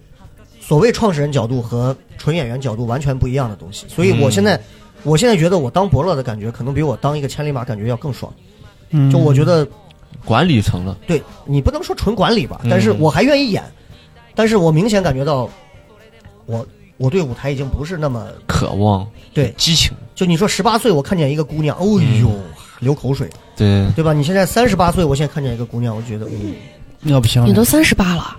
Speaker 2: 所谓创始人角度和纯演员角度完全不一样的东西，所以我现在、我现在觉得我当伯乐的感觉可能比我当一个千里马感觉要更爽，
Speaker 4: 嗯
Speaker 2: 就我觉得。
Speaker 3: 管理层了，
Speaker 2: 对你不能说纯管理吧
Speaker 3: 嗯，
Speaker 2: 但是我还愿意演，但是我明显感觉到我我对舞台已经不是那么
Speaker 3: 渴望，
Speaker 2: 对
Speaker 3: 激情，
Speaker 2: 就你说十八岁我看见一个姑娘，哦呦，流口水，
Speaker 3: 对，
Speaker 2: 对吧？你现在三十八岁，我现在看见一个姑娘，我觉得，嗯，
Speaker 4: 那不行
Speaker 5: 你都三十八了，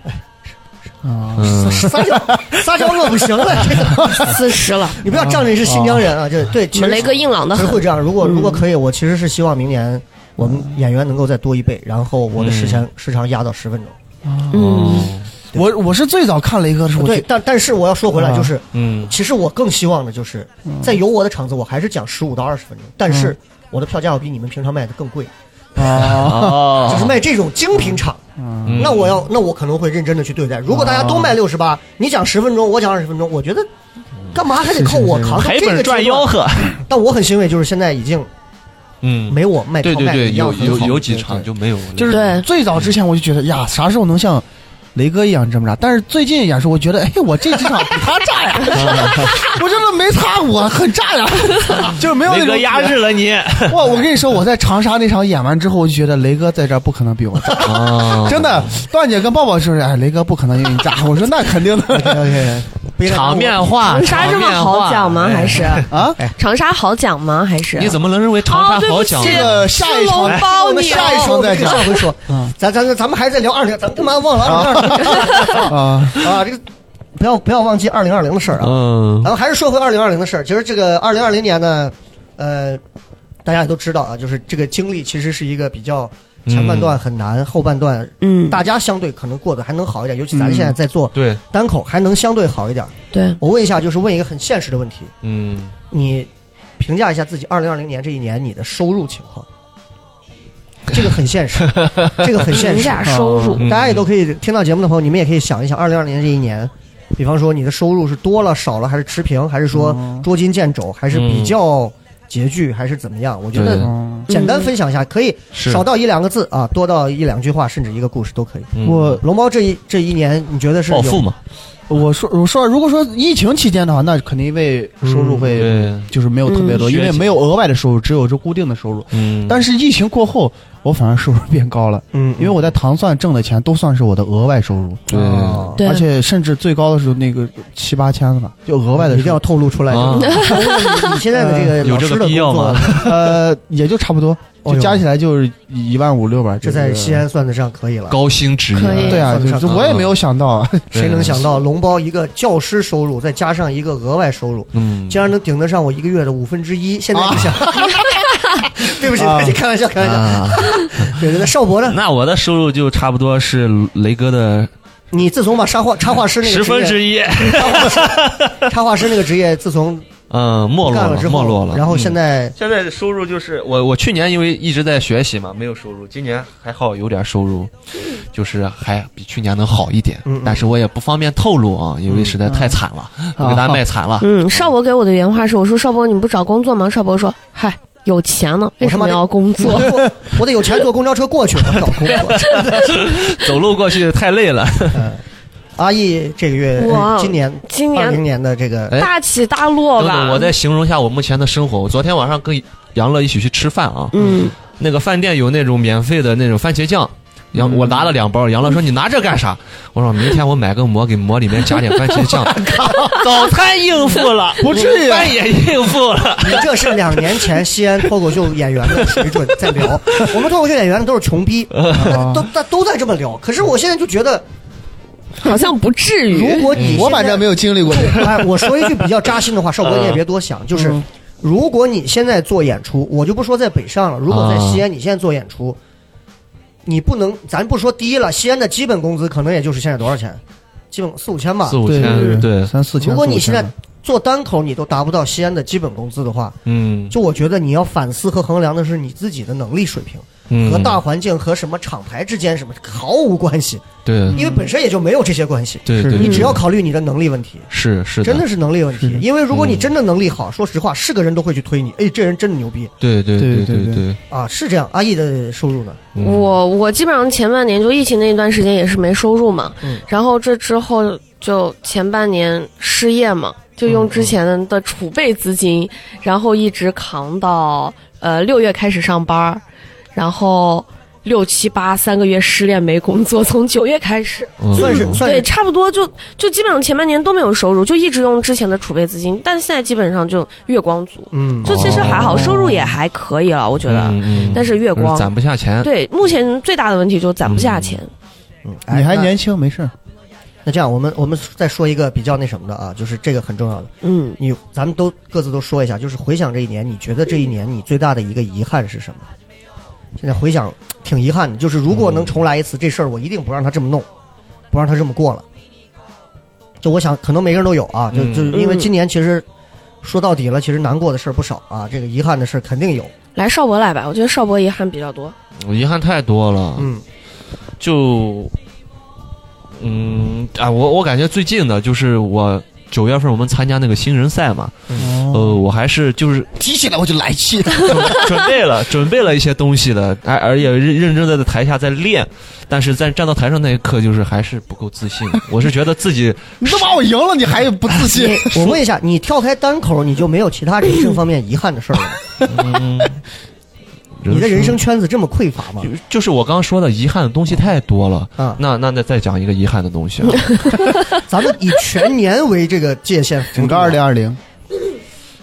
Speaker 4: 啊，
Speaker 3: 嗯，
Speaker 2: 撒娇撒娇我不行了，这个
Speaker 5: 四十了，
Speaker 2: 你不要仗着你是新疆人啊，这对，
Speaker 5: 我
Speaker 2: 其实
Speaker 5: 们雷哥硬朗的
Speaker 2: 其实
Speaker 5: 很。
Speaker 2: 会这样。如果如果可以，我其实是希望明年我们演员能够再多一倍，然后我的时长时长压到十分钟。
Speaker 5: 嗯，
Speaker 4: 我我是最早看雷哥的时候，我
Speaker 2: 对，
Speaker 4: 就
Speaker 2: 但但是我要说回来，
Speaker 4: 啊
Speaker 2: 就是
Speaker 3: 嗯，
Speaker 2: 其实我更希望的就是在有我的场子，我还是讲十五到二十分钟，但
Speaker 3: 嗯
Speaker 2: 是我的票价要比你们平常卖的更贵，
Speaker 4: 啊，
Speaker 3: 哦
Speaker 2: 就是卖这种精品场。
Speaker 3: 嗯啊
Speaker 2: 那我要，那我可能会认真的去对待。如果大家都卖六十八，你讲十分钟，我讲二十分钟，我觉得干嘛还得靠我
Speaker 3: [laughs]
Speaker 2: 扛？
Speaker 3: 赔
Speaker 2: 这个
Speaker 3: 本赚
Speaker 2: 阶段
Speaker 3: 吆喝，
Speaker 2: [laughs] 但我很欣慰，就是现在已经
Speaker 3: 嗯，
Speaker 2: 没我卖
Speaker 3: 对
Speaker 2: 票
Speaker 3: 对
Speaker 2: 卖的
Speaker 3: 对，
Speaker 2: 一
Speaker 3: 有
Speaker 2: 样很
Speaker 3: 有
Speaker 2: 好
Speaker 3: 有几
Speaker 2: 对
Speaker 3: 场
Speaker 2: 对
Speaker 3: 就没有了，
Speaker 4: [laughs] 就是
Speaker 5: 对
Speaker 4: 最早之前我就觉得呀，啥时候能像雷哥一样这么炸？但是最近演出，我觉得哎，我这几场比他炸呀，我真的没他，我很炸呀， [laughs] 就是没有那
Speaker 3: 雷哥
Speaker 4: 种
Speaker 3: 压制了你，
Speaker 4: 哇！我跟你说，我在长沙那场演完之后，我就觉得雷哥在这儿不可能比我炸，
Speaker 2: [laughs]
Speaker 3: 啊
Speaker 4: [laughs] 真的。段姐跟抱抱就是，哎，雷哥不可能比你炸。我说那肯定的 [laughs]
Speaker 2: OK，不应该
Speaker 3: [laughs] 场面化，
Speaker 5: 长沙这么好讲吗？还是
Speaker 4: 啊。
Speaker 5: 长沙好讲吗？还是
Speaker 3: 你怎么能认为长沙好讲
Speaker 5: 哦
Speaker 3: 呢？
Speaker 5: 对不起
Speaker 4: 这个下一
Speaker 5: 是
Speaker 4: 场
Speaker 5: 我
Speaker 4: 哎
Speaker 5: 包
Speaker 4: 我们
Speaker 3: 哦
Speaker 5: 你
Speaker 4: 下一
Speaker 3: [laughs]
Speaker 4: 场再讲
Speaker 2: 下回说。
Speaker 3: 嗯
Speaker 2: 咱咱咱们还在聊二零，咱们干嘛忘了二零二
Speaker 4: 啊。
Speaker 2: 零 [laughs] 啊？这个不要不要忘记二零二零的事儿啊！
Speaker 3: 嗯
Speaker 2: 咱们还是说回二零二零的事儿。其实这个二零二零年呢，呃，大家也都知道啊，就是这个经历其实是一个比较前半段很难，后半段
Speaker 5: 嗯，
Speaker 2: 大家相对可能过得还能好一点，尤其咱现在在做
Speaker 3: 对，
Speaker 2: 单口，还能相对好一点。
Speaker 5: 对，
Speaker 2: 我问一下，就是问一个很现实的问题，
Speaker 3: 嗯，
Speaker 2: 你评价一下自己二零二零年这一年你的收入情况。这个很现实，这个很现
Speaker 5: 评
Speaker 2: 实。
Speaker 5: 价收入
Speaker 3: 嗯
Speaker 2: 大家也都可以听到节目的朋友，你们也可以想一想，二零二零年这一年，比方说你的收入是多了、少了，还是持平，还是说
Speaker 3: 嗯
Speaker 2: 捉襟见肘，还是比较拮据，还是怎么样？我觉
Speaker 3: 对
Speaker 2: 得
Speaker 4: 嗯
Speaker 2: 简单分享一下，可以
Speaker 3: 是
Speaker 2: 少到一两个字啊，多到一两句话，甚至一个故事都可以。
Speaker 3: 嗯
Speaker 4: 我
Speaker 2: 龙猫这一这一年，你觉得是
Speaker 3: 暴
Speaker 2: 有
Speaker 3: 富嘛，
Speaker 4: 我说我说，如果说疫情期间的话，那肯定因为收入会、
Speaker 3: 对，
Speaker 4: 就是没有特别
Speaker 3: 嗯
Speaker 4: 多，因为
Speaker 3: 学习
Speaker 4: 没有额外的收入，只有这固定的收入。
Speaker 3: 嗯，
Speaker 4: 但是疫情过后，我反而收入变高了，
Speaker 2: 嗯，
Speaker 4: 因为我在糖蒜挣的钱都算是我的额外收入，
Speaker 3: 对
Speaker 2: 哦
Speaker 5: 对
Speaker 4: 而且甚至最高的时候那个七八千了吧，就额外的
Speaker 2: 一定
Speaker 4: 收
Speaker 2: 要
Speaker 4: 入，
Speaker 2: 透露出来。
Speaker 3: 啊
Speaker 2: 就是你你现在的这个
Speaker 3: [laughs] 有
Speaker 2: 老
Speaker 3: 这
Speaker 2: 师
Speaker 3: 个
Speaker 2: 的
Speaker 3: 必
Speaker 2: 工
Speaker 3: 要
Speaker 2: 作
Speaker 3: 吗，
Speaker 4: [laughs] 呃，也就差不多，
Speaker 2: 哎
Speaker 4: 就
Speaker 2: 呦
Speaker 4: 加起来就是一万五六吧。
Speaker 2: 这
Speaker 4: 个
Speaker 2: 在西，安算得上可以了。
Speaker 3: 高薪职
Speaker 5: 可以
Speaker 3: 业，
Speaker 4: 对啊，
Speaker 2: 算得
Speaker 4: 就
Speaker 2: 上
Speaker 4: 是我也没有想到，
Speaker 2: 谁能想到龙包一个教师收入，再加上一个额外收入，
Speaker 3: 嗯，
Speaker 2: 竟然能顶得上我一个月的五分之一？现在你想， [laughs] 对不起，对不起，开玩笑，开玩笑。
Speaker 3: 啊，
Speaker 2: [laughs] 对对对，邵博呢？
Speaker 3: 那我的收入就差不多是雷哥的
Speaker 2: 你自从把插画插画师那个
Speaker 3: 十分
Speaker 2: 职
Speaker 3: 之一，
Speaker 2: 业，插画师插画师那个职业自从
Speaker 3: [laughs] 嗯， [laughs] 没落
Speaker 2: 干
Speaker 3: 了，
Speaker 2: 之
Speaker 3: 没落
Speaker 2: 后，
Speaker 3: 了。
Speaker 2: 然后现
Speaker 3: 嗯
Speaker 2: 在
Speaker 3: 现在的收入就是我我去年因为一直在学习嘛，没有收入，今年还好有点收入，就是还比去年能好一点，
Speaker 2: 嗯嗯
Speaker 3: 但是我也不方便透露啊，因为实在太惨了，我给大家卖惨了。
Speaker 5: 嗯，邵博给我的原话是：“我说邵博，你不找工作吗？”邵博说：“嗨，有钱呢，为什么要工作
Speaker 2: [laughs] 我我得有钱坐公交车过去，我找工作。
Speaker 3: 走路过去太累了，
Speaker 2: 阿义这个月呃
Speaker 5: 哇
Speaker 2: 今年？”
Speaker 5: 今
Speaker 2: 二零
Speaker 5: 年
Speaker 2: 年的这个
Speaker 3: 哎
Speaker 5: 大起大落
Speaker 3: 等等，
Speaker 5: 吧
Speaker 3: 我。再形容一下我目前的生活。我昨天晚上跟杨乐一起去吃饭啊，
Speaker 5: 嗯，
Speaker 3: 那个饭店有那种免费的那种番茄酱。杨，我拿了两包。杨乐说：“你拿这干啥？”我说：“明天我买个馍，给馍里面加点番茄 [laughs] 酱。”早餐应付 [laughs] 了，
Speaker 4: 不至于
Speaker 3: 午饭也应付了。
Speaker 2: 你这是两年前西安脱口秀演员的水准在聊，
Speaker 3: [laughs]
Speaker 2: 我们脱口秀演员都是穷逼，
Speaker 4: 啊
Speaker 2: 都都都在这么聊。可是我现在就觉得，
Speaker 5: 好像不至
Speaker 2: 如
Speaker 5: 于。
Speaker 2: 果
Speaker 3: 嗯
Speaker 4: [laughs]
Speaker 2: 你
Speaker 4: 我反正没
Speaker 2: 有。
Speaker 4: 有经历过。
Speaker 2: [laughs] 哎，我说一句比较扎心的话，少博你也别多想，就是
Speaker 4: 嗯
Speaker 2: 如果你现在做演出，我就不说在北上了，如果在
Speaker 4: 嗯
Speaker 2: 西安你现在做演出，你不能，咱不说低了，西安的基本工资可能也就是现在多少钱，基本四五千吧，
Speaker 3: 四五
Speaker 4: 对
Speaker 3: 千，对，
Speaker 4: 三四千。
Speaker 2: 如果你
Speaker 4: 四
Speaker 2: 现
Speaker 4: 五千
Speaker 2: 在做单口，你都达不到西安的基本工资的话，
Speaker 3: 嗯，
Speaker 2: 就我觉得你要反思和衡量的是你自己的能力水平
Speaker 3: 嗯
Speaker 2: 和大环境和什么厂牌之间什么毫无关系，
Speaker 3: 对
Speaker 2: 因为本身也就没有这些关系。
Speaker 3: 对对，
Speaker 4: 是
Speaker 2: 你
Speaker 3: 对
Speaker 2: 只要考虑你的能力问题，
Speaker 3: 是是
Speaker 2: 真的是能力问
Speaker 4: 是
Speaker 2: 题
Speaker 4: 的。嗯
Speaker 2: 因为如果你真的能力好，说实话，是个人都会去推你，哎，这人真的牛逼
Speaker 3: 对对
Speaker 4: 对
Speaker 3: 对
Speaker 4: 对对
Speaker 3: 对，
Speaker 2: 啊，是这样。阿义的收入呢？
Speaker 3: 嗯
Speaker 5: 我我基本上前半年就疫情那一段时间也是没收入嘛，
Speaker 2: 嗯
Speaker 5: 然后这之后就前半年失业嘛，就用之前的储备资金，然后一直扛到呃六月开始上班儿，然后六七八三个月失恋没工作，从九月开始，
Speaker 3: 嗯
Speaker 2: 算是算
Speaker 5: 对，
Speaker 2: 是
Speaker 5: 差不多就就基本上前半年都没有收入，就一直用之前的储备资金，但现在基本上就月光族，
Speaker 2: 嗯，
Speaker 5: 就其实还好，
Speaker 3: 哦
Speaker 5: 收入也还可以了，我觉得，
Speaker 2: 啊
Speaker 3: 嗯嗯
Speaker 5: 但是月
Speaker 3: 就是
Speaker 5: 光。
Speaker 3: 攒不下
Speaker 2: 呃
Speaker 3: 钱，
Speaker 5: 对，目前最大的问题就是攒不
Speaker 2: 嗯
Speaker 5: 下钱。
Speaker 2: 哎
Speaker 4: 你还
Speaker 2: 那
Speaker 4: 年轻，没事儿。
Speaker 2: 那这样，我们我们再说一个比较那什么的啊，就是这个很重要的，
Speaker 5: 嗯，
Speaker 2: 你咱们都各自都说一下，就是回想这一年，你觉得这一年你最大的一个遗憾是什么？现在回想挺遗憾的，就是如果能重来一次，这事儿我一定不让他这么弄，不让他这么过了。就我想，可能每个人都有啊，就
Speaker 3: 嗯
Speaker 2: 就因为今年其实说到底了，其实难过的事儿不少啊，这个遗憾的事儿肯定有。
Speaker 5: 来邵博来吧，我觉得邵博遗憾比较多。
Speaker 3: 我遗憾太多了，
Speaker 2: 嗯
Speaker 3: 就，嗯，啊，我我感觉最近的就是我九月份我们参加那个新人赛嘛，
Speaker 2: 嗯
Speaker 3: 呃，我还是就是
Speaker 4: 提起来我就来气。 [laughs]
Speaker 3: 准备
Speaker 2: [laughs]
Speaker 3: 了准备了一些东西的，而而且认认真的在台下在练，但是在站到台上那一刻，就是还是不够
Speaker 2: [laughs]
Speaker 3: 自信。我是觉得自己
Speaker 4: 你都把我赢了，你还不自信？
Speaker 2: 我问一下，你跳开单口，你就没有其他人生方面遗憾的事儿了吗？ [laughs] 你的人生圈子这么匮乏吗
Speaker 3: 嗯就？就是我刚刚说的遗憾的东西太多了。
Speaker 2: 啊，
Speaker 3: 那那那再讲一个遗憾的
Speaker 2: [laughs]
Speaker 3: 东西啊，
Speaker 2: 咱们以全年为这个界限，
Speaker 4: 整个二零二零，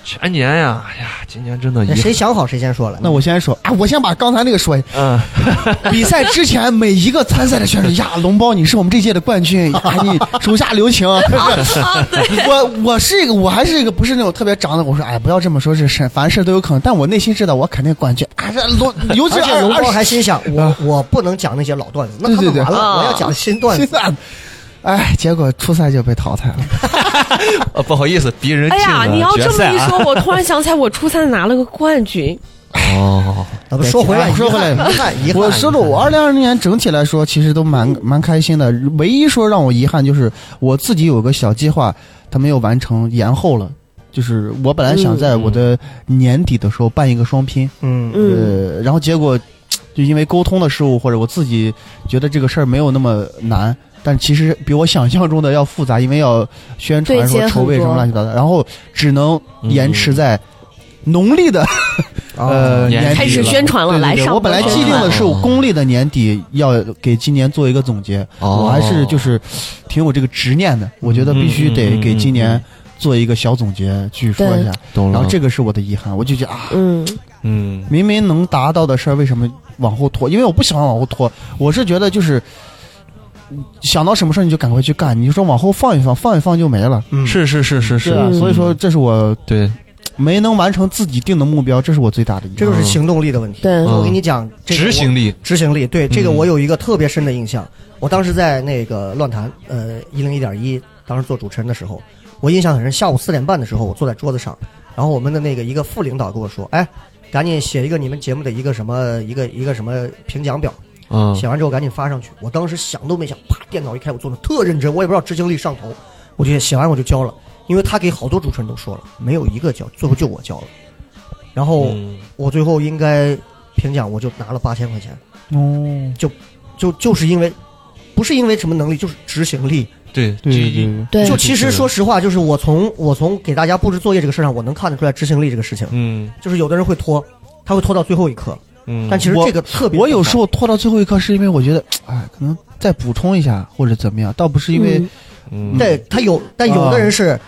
Speaker 3: 全年呀，哎呀，今年真的遗
Speaker 2: 那
Speaker 3: 憾。
Speaker 2: 谁想好谁先说来。
Speaker 4: 那我先说啊，我先把刚才那个说一下。
Speaker 3: 嗯，
Speaker 2: [laughs]
Speaker 4: 比赛之前，每一个参赛的选手呀，龙包，你是我们这届的冠军，呀，你手下留情。啊
Speaker 2: [laughs] 啊
Speaker 4: [laughs] 我我是一个，我还是一个不是那种特别长的。我说，哎，不要这么说，这事凡事都有可能。但我内心知道，我肯定冠军。啊，这龙，尤其
Speaker 2: 而
Speaker 4: 是
Speaker 2: 且
Speaker 4: 二
Speaker 2: 龙
Speaker 4: 二
Speaker 2: 包
Speaker 4: 十啊
Speaker 2: 还心想，我我不能讲那些老段子，那他
Speaker 4: 对
Speaker 2: 们
Speaker 4: 对对
Speaker 2: 完了，
Speaker 6: 啊
Speaker 2: 我要讲新段
Speaker 4: 现
Speaker 2: 子。
Speaker 4: 在，哎，结果初赛就被淘汰了。
Speaker 3: 呃，不好意思，逼人
Speaker 5: 哎
Speaker 3: 进
Speaker 5: 呀，
Speaker 3: 的
Speaker 5: 你要
Speaker 3: 决
Speaker 5: 这么
Speaker 3: 赛
Speaker 5: 一
Speaker 3: 啊
Speaker 5: 说，
Speaker 2: [laughs]
Speaker 5: 我突然想起来，我初三拿了个冠军。
Speaker 3: 哦，
Speaker 2: 咱们说回来，
Speaker 4: 哎说回来
Speaker 2: 啊遗憾，遗憾，
Speaker 4: 我说了，我二零二零年整体来说其实都蛮蛮开心的，唯一说让我遗憾就是我自己有个小计划，它没有完成，延后了。就是我本来想在我的年底的时候办一个双拼，
Speaker 2: 嗯
Speaker 5: 嗯，
Speaker 4: 呃，然后结果就因为沟通的失误，或者我自己觉得这个事儿没有那么难，但其实比我想象中的要复杂，因为要宣
Speaker 5: 对
Speaker 4: 传
Speaker 5: 接
Speaker 4: 说
Speaker 5: 很
Speaker 4: 筹备什么
Speaker 5: 多
Speaker 4: 乱七八糟的，然后只能
Speaker 5: 嗯
Speaker 4: 延迟在农历的 [laughs] 呃，
Speaker 2: 呃，
Speaker 3: 年
Speaker 4: 年底
Speaker 5: 哦开始宣传了哦
Speaker 4: 对对
Speaker 5: 来
Speaker 4: 对
Speaker 5: 上
Speaker 4: 我本来
Speaker 5: 班
Speaker 4: 既定的是
Speaker 3: 了
Speaker 4: 我公历的年底要给今年做一个总结，
Speaker 3: 哦
Speaker 4: 我还是就是挺有这个执念的，我觉得必
Speaker 5: 嗯
Speaker 4: 须得给今年做一个小总结去说一下，
Speaker 3: 懂了。
Speaker 4: 然后这个是我的遗憾，我就觉得啊，
Speaker 5: 嗯，
Speaker 3: 嗯
Speaker 4: 明明能达到的事儿为什么往后拖？因为我不喜欢往后拖，我是觉得就是。想到什么事儿你就赶快去干，你就说往后放一放，放一放就没了。
Speaker 2: 嗯，
Speaker 3: 是是是是是，
Speaker 4: 啊，
Speaker 5: 嗯
Speaker 4: 所以说这是我
Speaker 3: 对，
Speaker 4: 没能完成自己定的目标，这是我最大的遗憾。
Speaker 2: 这就是行动力的问题。
Speaker 5: 对
Speaker 4: 嗯
Speaker 2: 我跟你讲，这个我
Speaker 3: 执行力，
Speaker 2: 执行力，对这个
Speaker 3: 嗯
Speaker 2: 我有一个特别深的印象。我当时在那个乱谈，呃，一零一点一，当时做主持人的时候，我印象很深。下午四点半的时候，我坐在桌子上，然后我们的那个一个副领导跟我说：“哎，赶紧写一个你们节目的一个什么一个一个什么评奖表，
Speaker 3: 嗯，
Speaker 2: 写完之后赶紧发上去。”我当时想都没想，啪，电脑一开，我做的特认真，我也不知道执行力上头，我就写完我就交了，因为他给好多主持人都说了，没有一个交，最后就我交了。然后
Speaker 3: 嗯
Speaker 2: 我最后应该评奖，我就拿了八千块钱。
Speaker 4: 哦，
Speaker 2: 就就是因为不是因为什么能力，就是执行力。
Speaker 3: 对
Speaker 4: 对
Speaker 3: 就
Speaker 4: 对
Speaker 3: 一
Speaker 4: 对，
Speaker 5: 对
Speaker 2: 就其实说实话，就是我从我从给大家布置作业这个事上，我能看得出来执行力这个事情。
Speaker 3: 嗯
Speaker 2: 就是有的人会拖，他会拖到最后一刻，
Speaker 3: 嗯，
Speaker 2: 但其实
Speaker 4: 我
Speaker 2: 这个特别
Speaker 4: 我有时候拖到最后一刻，是因为我觉得，哎，可能再补充一下或者怎么样，倒不是因为、
Speaker 3: 嗯啊
Speaker 2: 对他有，但有的人是。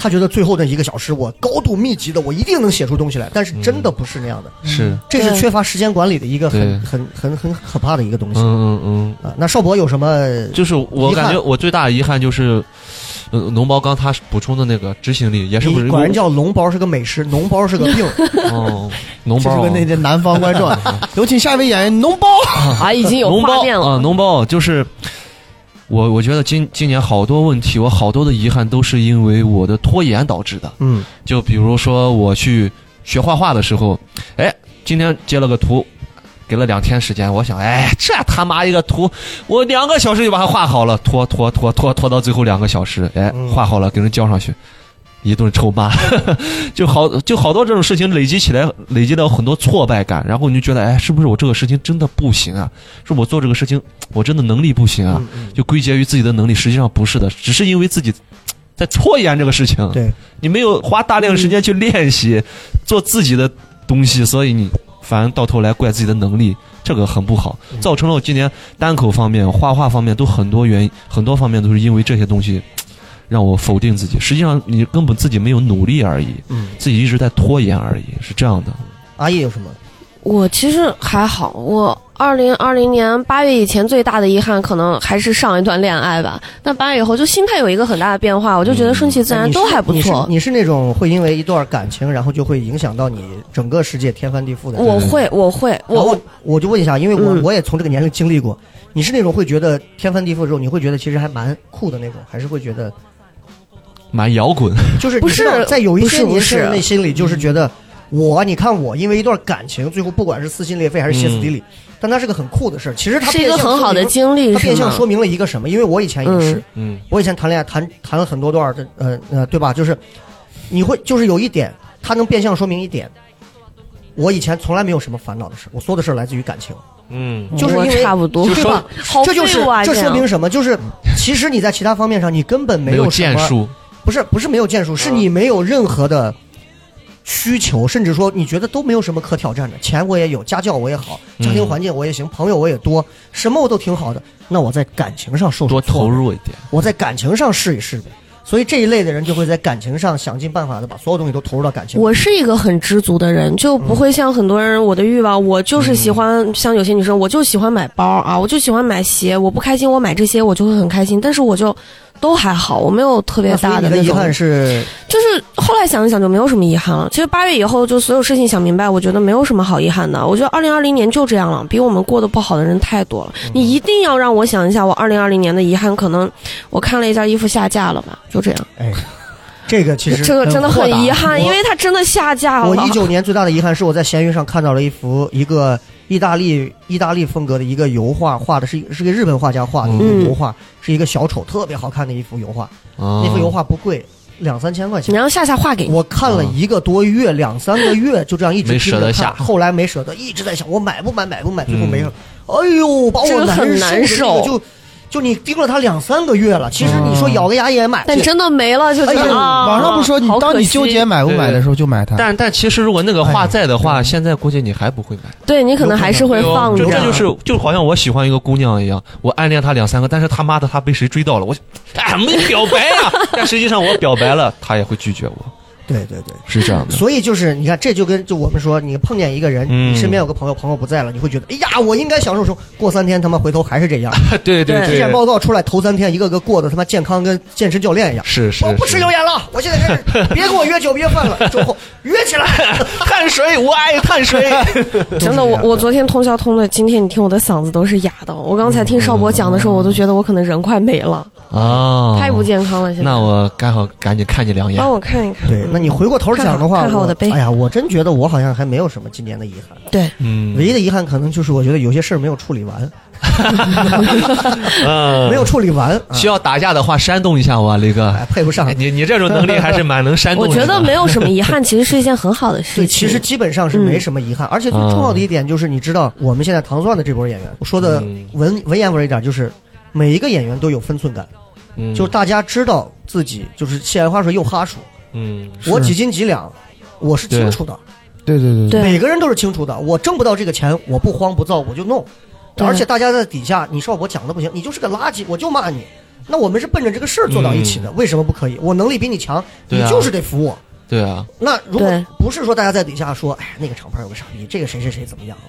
Speaker 2: 他觉得最后那一个小时，我高度密集的，我一定能写出东西来，但
Speaker 3: 嗯
Speaker 2: 是真的不是那样的，
Speaker 3: 是，
Speaker 2: 这是
Speaker 5: 对
Speaker 2: 缺乏时间管理的一个
Speaker 3: 对
Speaker 2: 很很很很可怕的一个东
Speaker 3: 嗯
Speaker 2: 西
Speaker 3: 嗯嗯，
Speaker 2: 啊。那邵博有什么？
Speaker 3: 就是我
Speaker 2: 遗憾
Speaker 3: 感觉我最大的遗憾就是，呃，农包刚他补充的那个执行力也是不
Speaker 2: 你
Speaker 3: 是
Speaker 2: 管人叫龙包是个美食，脓包是个
Speaker 3: [laughs]
Speaker 2: 病，
Speaker 4: [laughs]
Speaker 3: 哦，农
Speaker 4: 这
Speaker 3: 包
Speaker 4: 是
Speaker 3: 啊
Speaker 4: 跟那些南方观众，有请下一位演员脓包。
Speaker 5: 啊，已经有
Speaker 3: 脓
Speaker 5: 画
Speaker 3: 包
Speaker 5: 面
Speaker 3: 啊，
Speaker 5: 了。
Speaker 3: 脓包就是我，我觉得今今年好多问题，我好多的遗憾都是因为我的拖延导致的。
Speaker 2: 嗯，
Speaker 3: 就比如说我去学画画的时候，哎，今天截了个图，给了两天时间，我想，哎，这他妈一个图，我两个小时就把它画好了，拖拖拖拖拖到最后两个小时，哎
Speaker 2: 嗯，
Speaker 3: 画好了给人交上去。一顿臭骂， [laughs] 就好就好多这种事情累积起来，累积到很多挫败感，然后你就觉得，哎，是不是我这个事情真的不行啊？是我做这个事情，我真的能力不行啊？
Speaker 2: 嗯嗯
Speaker 3: 就归结于自己的能力，实际上不是的，只是因为自己在拖延这个事情。
Speaker 2: 对，
Speaker 3: 你没有花大量时间去练习做自己的东西，所以你反而到头来怪自己的能力，这个很不好，造成了我今年单口方面、画画方面都很多原因，很多方面都是因为这些东西。让我否定自己，实际上你根本自己没有努力而已，
Speaker 2: 嗯，
Speaker 3: 自己一直在拖延而已，是这样的。
Speaker 2: 阿叶有什么？
Speaker 5: 我其实还好，我二零二零年八月以前最大的遗憾，可能还是上一段恋爱吧。那八月以后，就心态有一个很大的变化，我就觉得顺其自然
Speaker 2: 嗯你是
Speaker 5: 都还不
Speaker 2: 你是
Speaker 5: 错。
Speaker 2: 你是那种会因为一段感情，然后就会影响到你整个世界天翻地覆的人。
Speaker 5: 我会，我会，
Speaker 2: 然
Speaker 5: 我
Speaker 2: 后我就问一下，因为我、
Speaker 5: 嗯
Speaker 2: 我也从这个年龄经历过，你是那种会觉得天翻地覆之后，你会觉得其实还蛮酷的那种，还是会觉得
Speaker 3: 蛮摇滚，
Speaker 2: 就是
Speaker 5: 不
Speaker 2: 你知道
Speaker 5: 是
Speaker 2: 在有一
Speaker 5: 不
Speaker 2: 些
Speaker 5: 是不
Speaker 2: 年轻人
Speaker 5: 是嗯
Speaker 2: 内心里就是觉得我，你看我因为一段感情，最后不管是撕心裂肺还是歇斯底里，但它是个很酷的事儿。其实它
Speaker 5: 嗯是一
Speaker 2: 变
Speaker 5: 个
Speaker 2: 相
Speaker 5: 很好的
Speaker 2: 说明
Speaker 5: 经历，
Speaker 2: 它变
Speaker 5: 是
Speaker 2: 相
Speaker 5: 吗？
Speaker 2: 说明了一个什么？因为我以前也是，
Speaker 5: 嗯
Speaker 3: 嗯
Speaker 2: 我以前谈恋爱谈谈了很多段儿的，呃呃，对吧？就是你会就是有一点，它能变相说明一点，我以前从来没有什么烦恼的事，我所有的事儿来自于感情，
Speaker 3: 嗯
Speaker 2: 就是因
Speaker 5: 我
Speaker 2: 为
Speaker 5: 差不多，
Speaker 2: 对吧？
Speaker 5: 好
Speaker 2: 这就是
Speaker 5: 废物啊
Speaker 2: 这
Speaker 5: 这
Speaker 2: 说
Speaker 5: 样
Speaker 2: 明什么？就是其实你在其他方面上你根本
Speaker 3: 没
Speaker 2: 有什
Speaker 3: 建
Speaker 2: 么，
Speaker 3: 树，嗯
Speaker 2: 不是不是没有建树，是你没有任何的需求，甚至说你觉得都没有什么可挑战的。钱我也有，家教我也好，家庭
Speaker 3: 嗯
Speaker 2: 环境我也行，朋友我也多，什么我都挺好的。那我在感情上受
Speaker 3: 多
Speaker 2: 受挫
Speaker 3: 投
Speaker 2: 折
Speaker 3: 入一点。
Speaker 2: 我在感情上试一试呗。所以这一类的人就会在感情上想尽办法的把所有东西都投入到感情。
Speaker 5: 我是一个很知足的人，就不会像很多人，我的欲望，
Speaker 2: 嗯
Speaker 5: 我就是喜欢，像有些女生，我就喜欢买包啊，我就喜欢买鞋，我不开心，我买这些我就会很开心，但是我就都还好，我没有特别
Speaker 2: 那所以
Speaker 5: 大
Speaker 2: 你
Speaker 5: 那
Speaker 2: 的
Speaker 5: 种。
Speaker 2: 遗憾是，
Speaker 5: 就是后来想一想就没有什么遗憾了。其实八月以后就所有事情想明白，我觉得没有什么好遗憾的。我觉得二零二零年就这样了，比我们过得不好的人太多了。
Speaker 2: 嗯
Speaker 5: 你一定要让我想一下我二零二零年的遗憾，可能我看了一下衣服下架了吧，就这样。
Speaker 2: 哎，这个其实
Speaker 5: 这个真的
Speaker 2: 很
Speaker 5: 很遗憾，因
Speaker 2: 为。
Speaker 5: 为它真的下架了。
Speaker 2: 我一九年最大的遗憾是我在闲鱼上看到了一幅一个意大利意大利风格的一个油画，画的是一是个日本画家画的一
Speaker 5: 嗯
Speaker 2: 个油画，是一个小丑，特别好看的一幅油画。
Speaker 3: 啊
Speaker 2: 那幅油画不贵，两三千块
Speaker 5: 你
Speaker 2: 钱。
Speaker 5: 让夏夏画给你，
Speaker 2: 我看了一个多月，两三个月，就这样一直
Speaker 3: 没
Speaker 2: 盯着
Speaker 3: 舍
Speaker 2: 看
Speaker 3: 得下
Speaker 2: 后来没舍得，一直在想我买不买，买不买，最后
Speaker 3: 嗯
Speaker 2: 没有。哎呦，把
Speaker 5: 这
Speaker 2: 我
Speaker 5: 个很
Speaker 2: 难
Speaker 5: 难
Speaker 2: 受的那个
Speaker 5: 受
Speaker 2: 就就你盯了它两三个月了，其实你说
Speaker 3: 嗯
Speaker 2: 咬个牙也买不
Speaker 5: 但
Speaker 2: 起。
Speaker 5: 真的没了，就觉
Speaker 2: 哎
Speaker 5: 得
Speaker 2: 呦
Speaker 5: 啊，
Speaker 4: 网上不说你
Speaker 5: 好，可
Speaker 4: 当你
Speaker 5: 惜
Speaker 4: 纠结买不买的时候就买它，
Speaker 3: 但但其实如果那个画
Speaker 4: 哎
Speaker 3: 在的话，现在估计你还不会买。
Speaker 5: 对你可能还是会放着。
Speaker 3: 就哎这就是就好像我喜欢一个姑娘一样，我暗恋她两三个，但是他妈的她被谁追到了，我哎没表白呀、 [laughs] 但实际上我表白了，她也会拒绝我，
Speaker 2: 对对对。
Speaker 3: 是这样的。
Speaker 2: 所以就是你看，这就跟就我们说，你碰见一个人，
Speaker 3: 嗯
Speaker 2: 你身边有个朋友，朋友不在了，你会觉得，哎呀，我应该享受生活。过三天他妈回头还是这样。
Speaker 3: [laughs] [laughs] 对对
Speaker 2: 体检报告出来头三天，一个个过得他妈健康跟健身教练一样。
Speaker 3: 是是
Speaker 2: 我不吃
Speaker 3: 是
Speaker 2: 油盐了，我现在开始别跟我约酒约饭了，周后约起来。
Speaker 3: [laughs] 碳水，我爱
Speaker 2: [laughs]
Speaker 3: 碳水。
Speaker 5: 真的，我我昨天通宵通的，今天你听我的嗓子都是哑的。我刚才听邵博讲的时候，我都觉得我可能人快没了，
Speaker 3: 哦，
Speaker 5: 太不健康了。现在
Speaker 3: 那我刚好赶紧看你两眼
Speaker 5: 帮。我看一看，
Speaker 2: 对，那你回过头讲的话，
Speaker 5: 看好看好我的杯
Speaker 2: 哎呀，我真觉得我好像还没有什么今年的遗憾，
Speaker 5: 对，
Speaker 3: 嗯
Speaker 2: 唯一的遗憾可能就是我觉得有些事儿没有处理完，没有处理完，啊
Speaker 3: 嗯需要打架的话煽动一下我啊，雷哥。
Speaker 2: 哎，配不上
Speaker 3: 哎。你你这种能力还是蛮能煽动
Speaker 5: 我
Speaker 3: 人的。
Speaker 5: 觉得没有什么遗憾，其实是一件很好的事情。
Speaker 2: 对，其实基本上是没什么遗憾，而且最重要的一点就是，你知道我们现在糖蒜的这波演员，我说的
Speaker 3: 嗯
Speaker 2: 文文言文一点，就是每一个演员都有分寸感，
Speaker 3: 嗯，
Speaker 2: 就是大家知道自己就是现在话说又哈数，
Speaker 3: 嗯，
Speaker 4: 是
Speaker 2: 我几斤几两，我是清楚的，
Speaker 4: 对对对
Speaker 5: 对
Speaker 2: 每个人都是清楚的，我挣不到这个钱，我不慌不躁，我就弄，
Speaker 5: 对
Speaker 2: 而且大家在底下，你说我讲的不行，你就是个垃圾，我就骂你。那我们是奔着这个事儿做到一起的，为什么不可以？我能力比你强，
Speaker 3: 对
Speaker 2: 你
Speaker 3: 啊
Speaker 2: 就是得服我。
Speaker 3: 对啊，
Speaker 2: 那如果
Speaker 5: 对
Speaker 2: 不是说大家在底下说，哎，那个厂牌有个傻逼，这个谁谁谁怎么样了？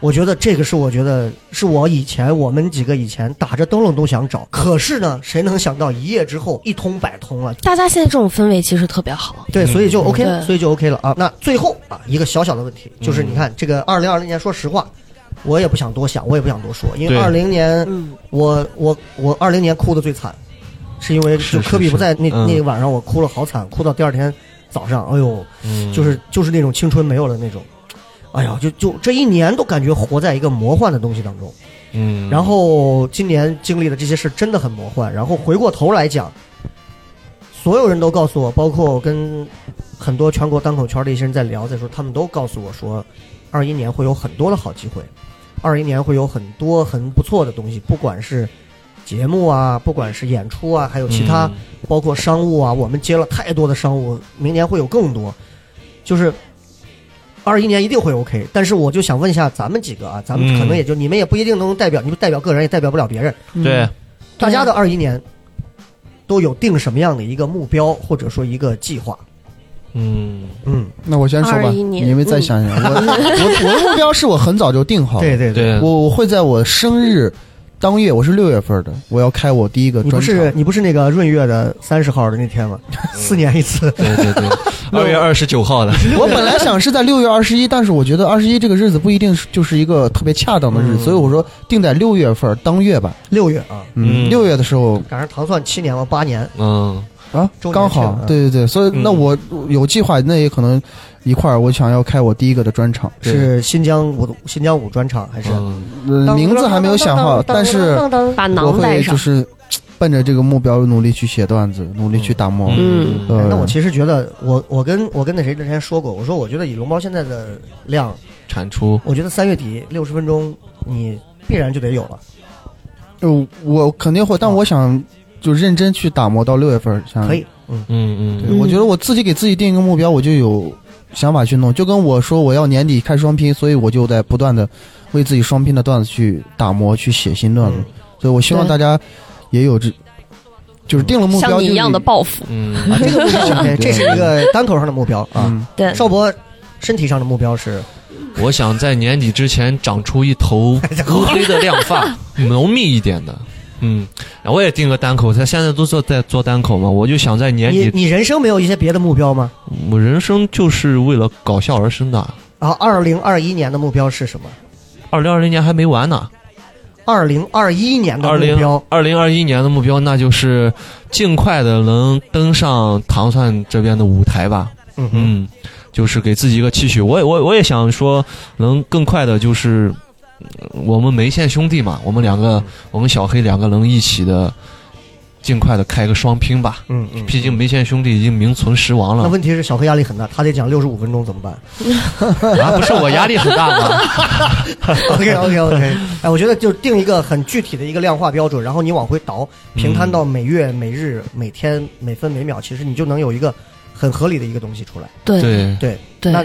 Speaker 2: 我觉得这个是我觉得是我以前我们几个以前打着灯笼都想找，可是呢，谁能想到一夜之后一通百通了？
Speaker 5: 大家现在这种氛围其实特别好。
Speaker 2: 对，所以就 OK 了，
Speaker 5: 对
Speaker 2: 所以就 OK 了啊。那最后啊，一个小小的问题就是，你看这个二零二零年，说实话，我也不想多想，我也不想多说，因为
Speaker 3: 对
Speaker 2: 二零年
Speaker 5: 嗯，
Speaker 2: 我我我二零年哭的最惨，是因为就是科比
Speaker 3: 是
Speaker 2: 不在那
Speaker 3: 嗯
Speaker 2: 那晚上我哭了好惨，哭到第二天早上，哎呦，
Speaker 3: 嗯，
Speaker 2: 就是就是那种青春没有了那种。哎呀，就就这一年都感觉活在一个魔幻的东西当中。
Speaker 3: 嗯，
Speaker 2: 然后今年经历的这些事真的很魔幻。然后回过头来讲，所有人都告诉我，包括我跟很多全国单口圈的一些人在聊的时候，他们都告诉我说，二一年会有很多的好机会，二一年会有很多很不错的东西，不管是节目啊，不管是演出啊，
Speaker 3: 嗯
Speaker 2: 还有其他、包括商务啊，我们接了太多的商务，明年会有更多。就是二一年一定会 OK。但是我就想问一下咱们几个啊，咱们可能也就、你们也不一定能代表，你们代表个人也代表不了别人。
Speaker 3: 对，
Speaker 2: 大家的二一年都有定什么样的一个目标或者说一个计划？
Speaker 3: 嗯，
Speaker 2: 嗯，
Speaker 4: 那我先说吧，
Speaker 5: 21年
Speaker 4: 你们再想想。我我我的目标是我很早就定好，
Speaker 2: 对，对对，
Speaker 3: 嗯对，
Speaker 4: 我我会在我生日当月，我是六月份的，我要开我第一个
Speaker 2: 你不
Speaker 4: 专场。
Speaker 2: 是你不是那个闰月的三十号的那天吗？四年一次。
Speaker 3: 对对对，二月二十九号的，
Speaker 4: 我本来想是在六月二十一，但是我觉得二十一这个日子不一定是就是一个特别恰当的日
Speaker 2: 嗯
Speaker 4: 子，所以我说定在六月份儿当月吧。
Speaker 2: 六月啊，
Speaker 3: 嗯
Speaker 4: 六月的时候
Speaker 2: 赶上糖蒜七年了，八年，
Speaker 3: 嗯
Speaker 4: 啊
Speaker 2: 周，年
Speaker 4: 刚
Speaker 2: 庆
Speaker 4: 好
Speaker 2: 啊，
Speaker 4: 对对对，所以
Speaker 3: 嗯
Speaker 4: 那我有计划，那也可能一块儿，我想要开我第一个的专场，
Speaker 3: 对
Speaker 2: 是新疆舞新疆舞专场还是？
Speaker 3: 嗯，
Speaker 4: 呃名字还没有想好，但是
Speaker 5: 把
Speaker 4: 我
Speaker 5: 囊带
Speaker 4: 会
Speaker 5: 上
Speaker 4: 就。是奔着这个目标努力去写段子，努力去打磨。
Speaker 6: 嗯
Speaker 4: 呃
Speaker 2: 哎那我其实觉得，我我跟我跟那谁之前说过，我说我觉得以龙猫现在的量，
Speaker 3: 产出，
Speaker 2: 我觉得三月底六十分钟你必然就得有了，
Speaker 4: 呃
Speaker 2: 嗯
Speaker 4: 我肯定会，但我想就认真去打磨到六月份儿，想
Speaker 2: 哦可 [laughs] 以，嗯，
Speaker 3: 嗯
Speaker 4: 对，
Speaker 3: 嗯
Speaker 4: 我觉得我自己给自己定一个目标，我就有想法去弄。就跟我说我要年底开双拼，所以我就在不断的为自己双拼的段子去打磨，去写新段
Speaker 2: 嗯
Speaker 4: 子。所以我希望
Speaker 6: 对
Speaker 4: 大家也有这，就是定了目标
Speaker 6: 像
Speaker 4: 就
Speaker 6: 你一样的
Speaker 4: 是 [laughs]
Speaker 6: 报复，
Speaker 3: 嗯，
Speaker 2: 啊这个目标对，这是一个单口上的目标啊。
Speaker 4: 嗯，
Speaker 6: 对，
Speaker 2: 邵博身体上的目标是，
Speaker 3: 我想在年底之前长出一头乌黑的亮发，浓密一点的。嗯，我也定个单口，他现在都做在做单口嘛，我就想在年
Speaker 2: 你
Speaker 3: 底，
Speaker 2: 你人生没有一些别的目标吗？
Speaker 3: 我人生就是为了搞笑而生的。
Speaker 2: 然后啊二零二一年的目标是什么？
Speaker 3: 二零二零年还没完呢，
Speaker 2: 二零二一年的
Speaker 3: 二
Speaker 2: 目
Speaker 3: 零
Speaker 2: 标，
Speaker 3: 二零二一年的目标那就是尽快的能登上糖蒜这边的舞台吧。
Speaker 2: 嗯哼，
Speaker 3: 嗯，就是给自己一个期许。我也我我也想说，能更快的就是嗯我们梅县兄弟嘛，我们两个，我们小黑两个能一起的，尽快的开个双拼吧。
Speaker 2: 嗯嗯。
Speaker 3: 毕竟梅县兄弟已经名存实亡
Speaker 2: 那
Speaker 3: 了，
Speaker 2: 问题是小黑压力很大，他得讲六十五分钟怎么办
Speaker 3: 啊，不是我压力很大吗？
Speaker 2: ？OK OK OK，哎，我觉得就定一个很具体的一个量化标准，然后你往回倒，平摊到每月、每日、每天、每分每秒，其实你就能有一个很合理的一个东西出来。
Speaker 5: 对
Speaker 3: 对
Speaker 2: [laughs] 对，
Speaker 5: 对
Speaker 2: 那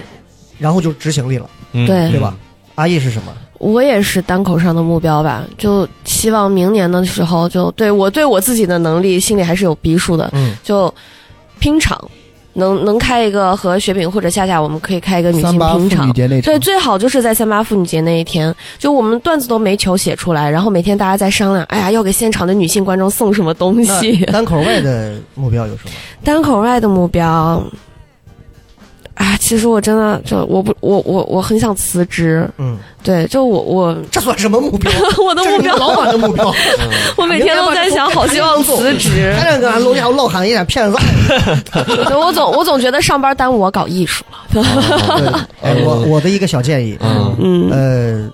Speaker 2: 然后就执行力了，
Speaker 3: 嗯
Speaker 5: 对
Speaker 2: 对吧？？阿义是什么？
Speaker 5: 我也是单口上的目标吧，就希望明年的时候就，对我对我自己的能力心里还是有逼数的，
Speaker 2: 嗯，
Speaker 5: 就拼场，能能开一个和雪饼或者夏夏，我们可以开一个女性
Speaker 4: 三八
Speaker 5: 拼
Speaker 4: 妇女
Speaker 5: 场。
Speaker 4: 节那场
Speaker 5: 对，最好就是在三八妇女节那一天，就我们段子都没求写出来，然后每天大家在商量，哎呀，要给现场的女性观众送什么东西
Speaker 2: 那。 [laughs] 单口外的目标有什么？
Speaker 5: 单口外的目标，啊，其实我真的就我不我我我很想辞职，
Speaker 2: 嗯，
Speaker 5: 对，就我我
Speaker 2: 这算什么目标？
Speaker 5: 我的
Speaker 2: 这是
Speaker 5: 目
Speaker 2: 你
Speaker 5: 标
Speaker 2: 们老板的目标。
Speaker 5: 我每天都在想，好希望辞职
Speaker 2: 他。这个楼下老喊一点骗子。
Speaker 5: 对我总我总觉得上班耽误我搞艺术了。
Speaker 2: 对哎，我我的一个小建议，
Speaker 3: 嗯
Speaker 5: 嗯，
Speaker 2: 呃，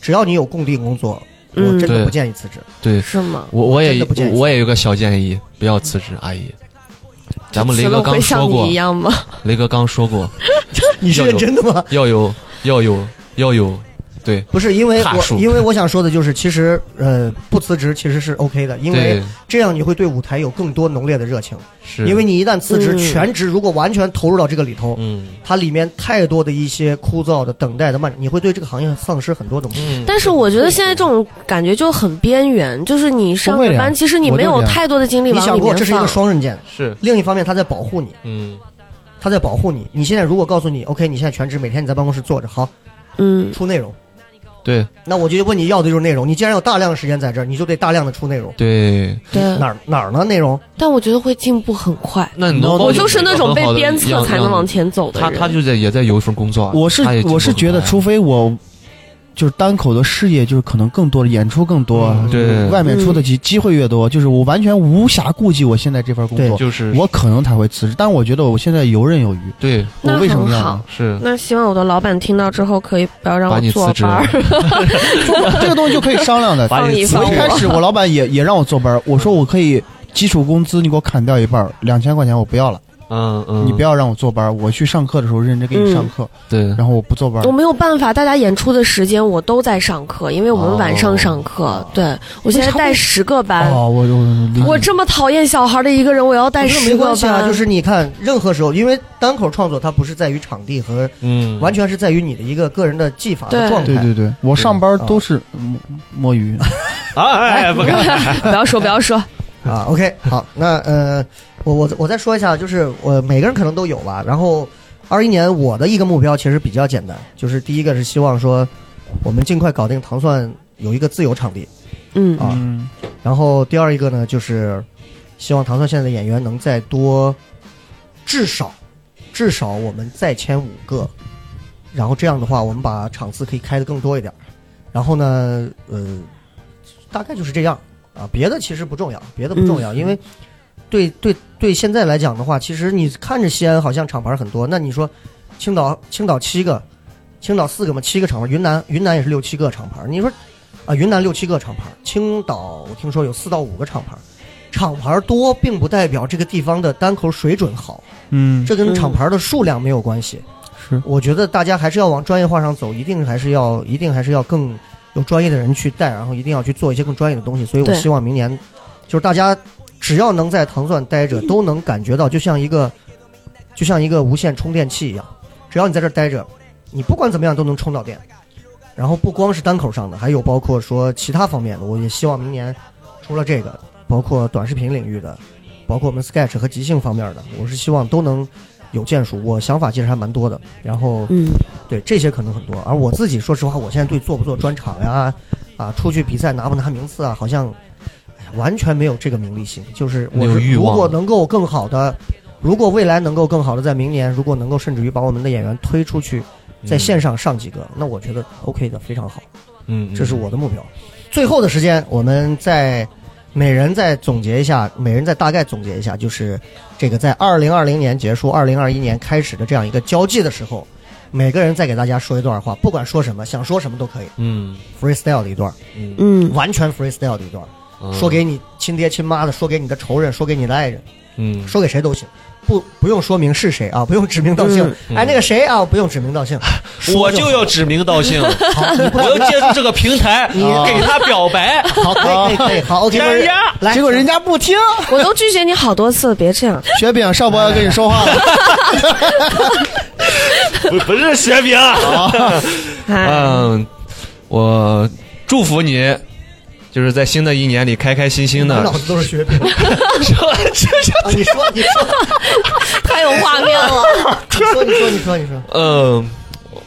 Speaker 2: 只要你有固定工作，我
Speaker 5: 嗯
Speaker 2: 真的
Speaker 3: 对
Speaker 2: 不建议辞职。
Speaker 3: 对，
Speaker 5: 是吗？
Speaker 3: 我我
Speaker 2: 真
Speaker 3: 也
Speaker 2: 的不建议
Speaker 3: 我也有个小建议，不要辞职，阿姨。咱们雷
Speaker 5: 辞
Speaker 3: 哥
Speaker 5: 了会
Speaker 3: 刚说
Speaker 5: 像
Speaker 3: 过
Speaker 5: 你一，样吗？
Speaker 3: 雷哥刚说过，
Speaker 2: 你是
Speaker 3: 要
Speaker 2: 认
Speaker 3: 有
Speaker 2: 真的吗？
Speaker 3: 要有要有要有，对
Speaker 2: 不是，因为
Speaker 3: 怕
Speaker 2: 我
Speaker 3: 输
Speaker 2: 因为我想说的就是，其实呃，不辞职其实是 OK 的，因为
Speaker 3: 对
Speaker 2: 这样你会对舞台有更多浓烈的热情。
Speaker 3: 是，
Speaker 2: 因为你一旦辞职，
Speaker 5: 嗯
Speaker 2: 全职如果完全投入到这个里头，
Speaker 3: 嗯
Speaker 2: 它里面太多的一些枯燥的等待的慢，你会对这个行业丧失很多东西。
Speaker 3: 嗯，
Speaker 5: 但是我觉得现在这种感觉就很边缘，就是你上
Speaker 4: 不会
Speaker 5: 着
Speaker 4: 的呀
Speaker 5: 班，其实你没
Speaker 4: 我
Speaker 5: 有
Speaker 4: 就这样
Speaker 5: 太多的精力
Speaker 2: 你
Speaker 5: 往
Speaker 2: 想
Speaker 5: 里
Speaker 2: 过，
Speaker 5: 面
Speaker 2: 这是一个
Speaker 5: 放。
Speaker 2: 双刃剑。
Speaker 3: 是
Speaker 2: 另一方面，他在保护你，
Speaker 3: 嗯
Speaker 2: 他在保护你。你现在如果告诉你，OK，你现在全职，每天你在办公室坐着，好
Speaker 5: 嗯，
Speaker 2: 出内容，
Speaker 3: 对
Speaker 2: 那我就问你要的就是内容。你既然有大量的时间在这儿，你就得大量的出内容。
Speaker 3: 对，
Speaker 5: 对
Speaker 2: 哪。儿哪儿呢？内容
Speaker 5: 但我觉得会进步很快。
Speaker 3: 那你能
Speaker 5: 我
Speaker 3: 保证
Speaker 5: 就是那种被鞭
Speaker 3: 一个很好
Speaker 5: 策
Speaker 3: 的
Speaker 5: 才
Speaker 3: 样
Speaker 5: 能往
Speaker 3: 样
Speaker 5: 前走的
Speaker 3: 他
Speaker 5: 人。
Speaker 3: 他就在也在有所工作啊，
Speaker 4: 我是
Speaker 3: 他也进步
Speaker 4: 我是觉
Speaker 3: 很
Speaker 4: 得，
Speaker 3: 快啊
Speaker 4: 除非我就是单口的事业，就是可能更多的演出更多，
Speaker 2: 嗯
Speaker 3: 对
Speaker 4: 外面出的机机会越多，就是我完全无暇顾及我现在这份工
Speaker 2: 对
Speaker 4: 作，
Speaker 3: 就是
Speaker 4: 我可能才会辞职。但我觉得我现在游刃有余，
Speaker 3: 对
Speaker 4: 我
Speaker 5: 那
Speaker 4: 为什么
Speaker 5: 很
Speaker 4: 要
Speaker 5: 好
Speaker 4: 呢？
Speaker 3: 是
Speaker 5: 那希望我的老板听到之后，可以不要让
Speaker 3: 把
Speaker 5: 我
Speaker 3: 你
Speaker 5: 坐
Speaker 3: 辞职
Speaker 5: 班儿，
Speaker 4: [laughs] 这个东西就可以商量的。
Speaker 3: 把
Speaker 5: 放
Speaker 3: 你
Speaker 5: 一
Speaker 3: 辞
Speaker 5: 放
Speaker 4: 我一
Speaker 5: 我。
Speaker 4: 开始我老板也也让我坐班儿，我说我可以基础工资你给我砍掉一半儿，两千块钱我不要了。
Speaker 3: 嗯嗯，
Speaker 4: 你不要让我坐班儿，我去上课的时候认真给你上课，
Speaker 3: 对，
Speaker 4: 然后我不坐班儿
Speaker 5: [laughs] 我。没有办法，大家演出的时间我都在上课，因为我们晚上上课。
Speaker 3: 哦
Speaker 5: 对我现在带十个班，
Speaker 4: 哦，我我
Speaker 3: 嗯
Speaker 5: 我这么讨厌小孩的一个人，我要带
Speaker 2: 但是
Speaker 5: 十
Speaker 2: 嗯没
Speaker 5: 个
Speaker 2: 关
Speaker 5: 班，
Speaker 2: 系啊，就是你看，任何时候，因为单口创作它不是在于场地和，
Speaker 3: 嗯，
Speaker 2: 完全是在于你的一个个人的技法和
Speaker 5: 对
Speaker 2: 状态。
Speaker 4: 对对对，我上
Speaker 3: 嗯
Speaker 4: 班都是摸摸鱼。
Speaker 3: 哎哎不敢，
Speaker 5: [laughs] 不要说不要说，
Speaker 2: 啊，OK，好，那呃，我我我再说一下，就是我每个人可能都有吧。然后二一年我的一个目标其实比较简单，就是第一个是希望说我们尽快搞定糖蒜有一个自由场地，
Speaker 5: 嗯
Speaker 2: 啊
Speaker 4: 嗯，
Speaker 2: 然后第二一个呢就是希望糖蒜现在的演员能再多，至少至少我们再签五个，然后这样的话我们把场次可以开得更多一点。然后呢，呃，大概就是这样啊，别的其实不重要，别的不重要，因为对对对，现在来讲的话，其实你看着西安好像厂牌很多，那你说青岛青岛七个，青岛四个嘛，七个厂牌，云南云南也是六七个厂牌，你说啊，云南六七个厂牌，青岛我听说有四到五个厂牌。厂牌多并不代表这个地方的单口水准好，
Speaker 4: 嗯，
Speaker 2: 这跟厂牌的数量没有关系。
Speaker 4: 是
Speaker 2: 我觉得大家还是要往专业化上走，一定还是要，一定还是要更有专业的人去带，然后一定要去做一些更专业的东西。所以我
Speaker 5: 对
Speaker 2: 希望明年，就是大家只要能在糖蒜待着，都能感觉到，就像一个，就像一个无线充电器一样，只要你在这儿待着，你不管怎么样都能充到电。然后不光是单口上的，还有包括说其他方面的，我也希望明年除了这个，包括短视频领域的，包括我们 Sketch 和即兴方面的，我是希望都能有建树。我想法其实还蛮多的，然后
Speaker 6: 嗯，
Speaker 2: 对这些可能很多。而我自己，说实话，我现在对做不做专场呀，啊，出去比赛拿不拿名次啊，好像哎呀完全没有这个名利心。就是我
Speaker 3: 没有
Speaker 2: 是
Speaker 3: 欲
Speaker 2: 如
Speaker 3: 望
Speaker 2: 果能够更好的，如果未来能够更好的，在明年如果能够甚至于把我们的演员推出去，在
Speaker 3: 嗯
Speaker 2: 线上上几个，那我觉得 OK 的，非常好。
Speaker 3: 嗯，嗯，
Speaker 2: 这是我的目标。最后的时间，我们再每人再总结一下，每人再大概总结一下，就是这个在二零二零年结束、二零二一年开始的这样一个交际的时候，每个人再给大家说一段话，不管说什么，想说什么都可以
Speaker 3: 嗯
Speaker 2: ，freestyle 的一段，
Speaker 3: 嗯，
Speaker 6: 嗯，
Speaker 2: 完全 freestyle 的一段，
Speaker 3: 嗯
Speaker 2: 说给你亲爹亲妈的，说给你的仇人，说给你的爱人，
Speaker 3: 嗯
Speaker 2: 说给谁都行。不，不用说明是谁啊，不用指名道姓。
Speaker 3: 嗯
Speaker 2: 哎，那个谁啊，不用指名道姓。
Speaker 3: [laughs] 我
Speaker 2: 说
Speaker 3: 就
Speaker 2: 好
Speaker 3: 要指名道姓，我要借助这个平台
Speaker 2: 你
Speaker 3: 给他表白。 [laughs]
Speaker 2: 好，可以可以可以，好，OK，
Speaker 3: 哎呀
Speaker 2: 来，
Speaker 4: 结果人家不听。
Speaker 5: 我都拒绝你好多次，别这样。
Speaker 4: 雪饼少博要跟你说话了，
Speaker 3: 不不是雪饼，
Speaker 2: 啊
Speaker 5: 哎，
Speaker 3: 啊嗯，我祝福你，就是在新的一年里开开心心
Speaker 2: 满
Speaker 3: 的
Speaker 2: 脑。子都是雪饼。
Speaker 3: 这这这，
Speaker 2: 啊，你说，你说，
Speaker 5: 太有画面了。
Speaker 2: 你说，你说，你说，你说，
Speaker 3: [laughs] 嗯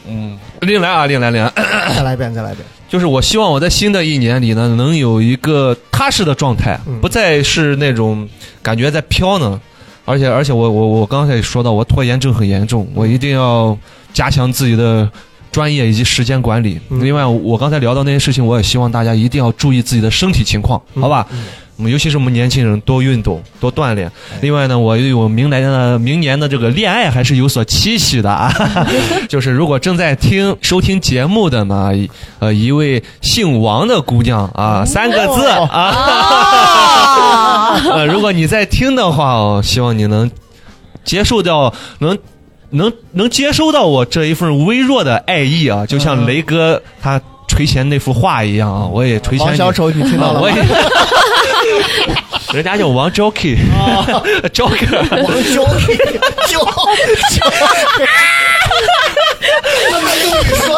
Speaker 3: 嗯，另来啊，另来另来，
Speaker 2: 再来一遍，再 [laughs] 来一遍。
Speaker 3: 就是我希望我在新的一年里呢，能有一个踏实的状态，
Speaker 2: 嗯
Speaker 3: 不再是那种感觉在飘呢。而且而且我我我刚才也说到，我拖延症很严重，我一定要加强自己的专业以及时间管理。
Speaker 2: 嗯
Speaker 3: 另外，我刚才聊到那些事情，我也希望大家一定要注意自己的身体情况，好吧？
Speaker 2: 嗯
Speaker 3: 我们尤其是我们年轻人多运动、多锻炼
Speaker 2: 哎。
Speaker 3: 另外呢，我对我明年的明年的这个恋爱还是有所期许的
Speaker 4: [laughs]
Speaker 3: 啊。就是如果正在听收听节目的呢，呃，一位姓王的姑娘
Speaker 4: 哦
Speaker 3: 啊，三个字啊。 [laughs] 呃，如果你在听的话，哦，希望你能接受掉，能能能接收到我这一份微弱的爱意啊，就
Speaker 4: 嗯
Speaker 3: 像雷哥他垂涎那幅画一样啊，我也垂涎
Speaker 4: 王
Speaker 3: 你。
Speaker 4: 小丑，你听到
Speaker 3: 啊，
Speaker 4: 了
Speaker 3: 我
Speaker 4: 吗？
Speaker 3: 也。 [laughs] 人家叫王哦 [laughs] Joker，Joker，
Speaker 2: 王九
Speaker 3: [laughs]
Speaker 2: 九，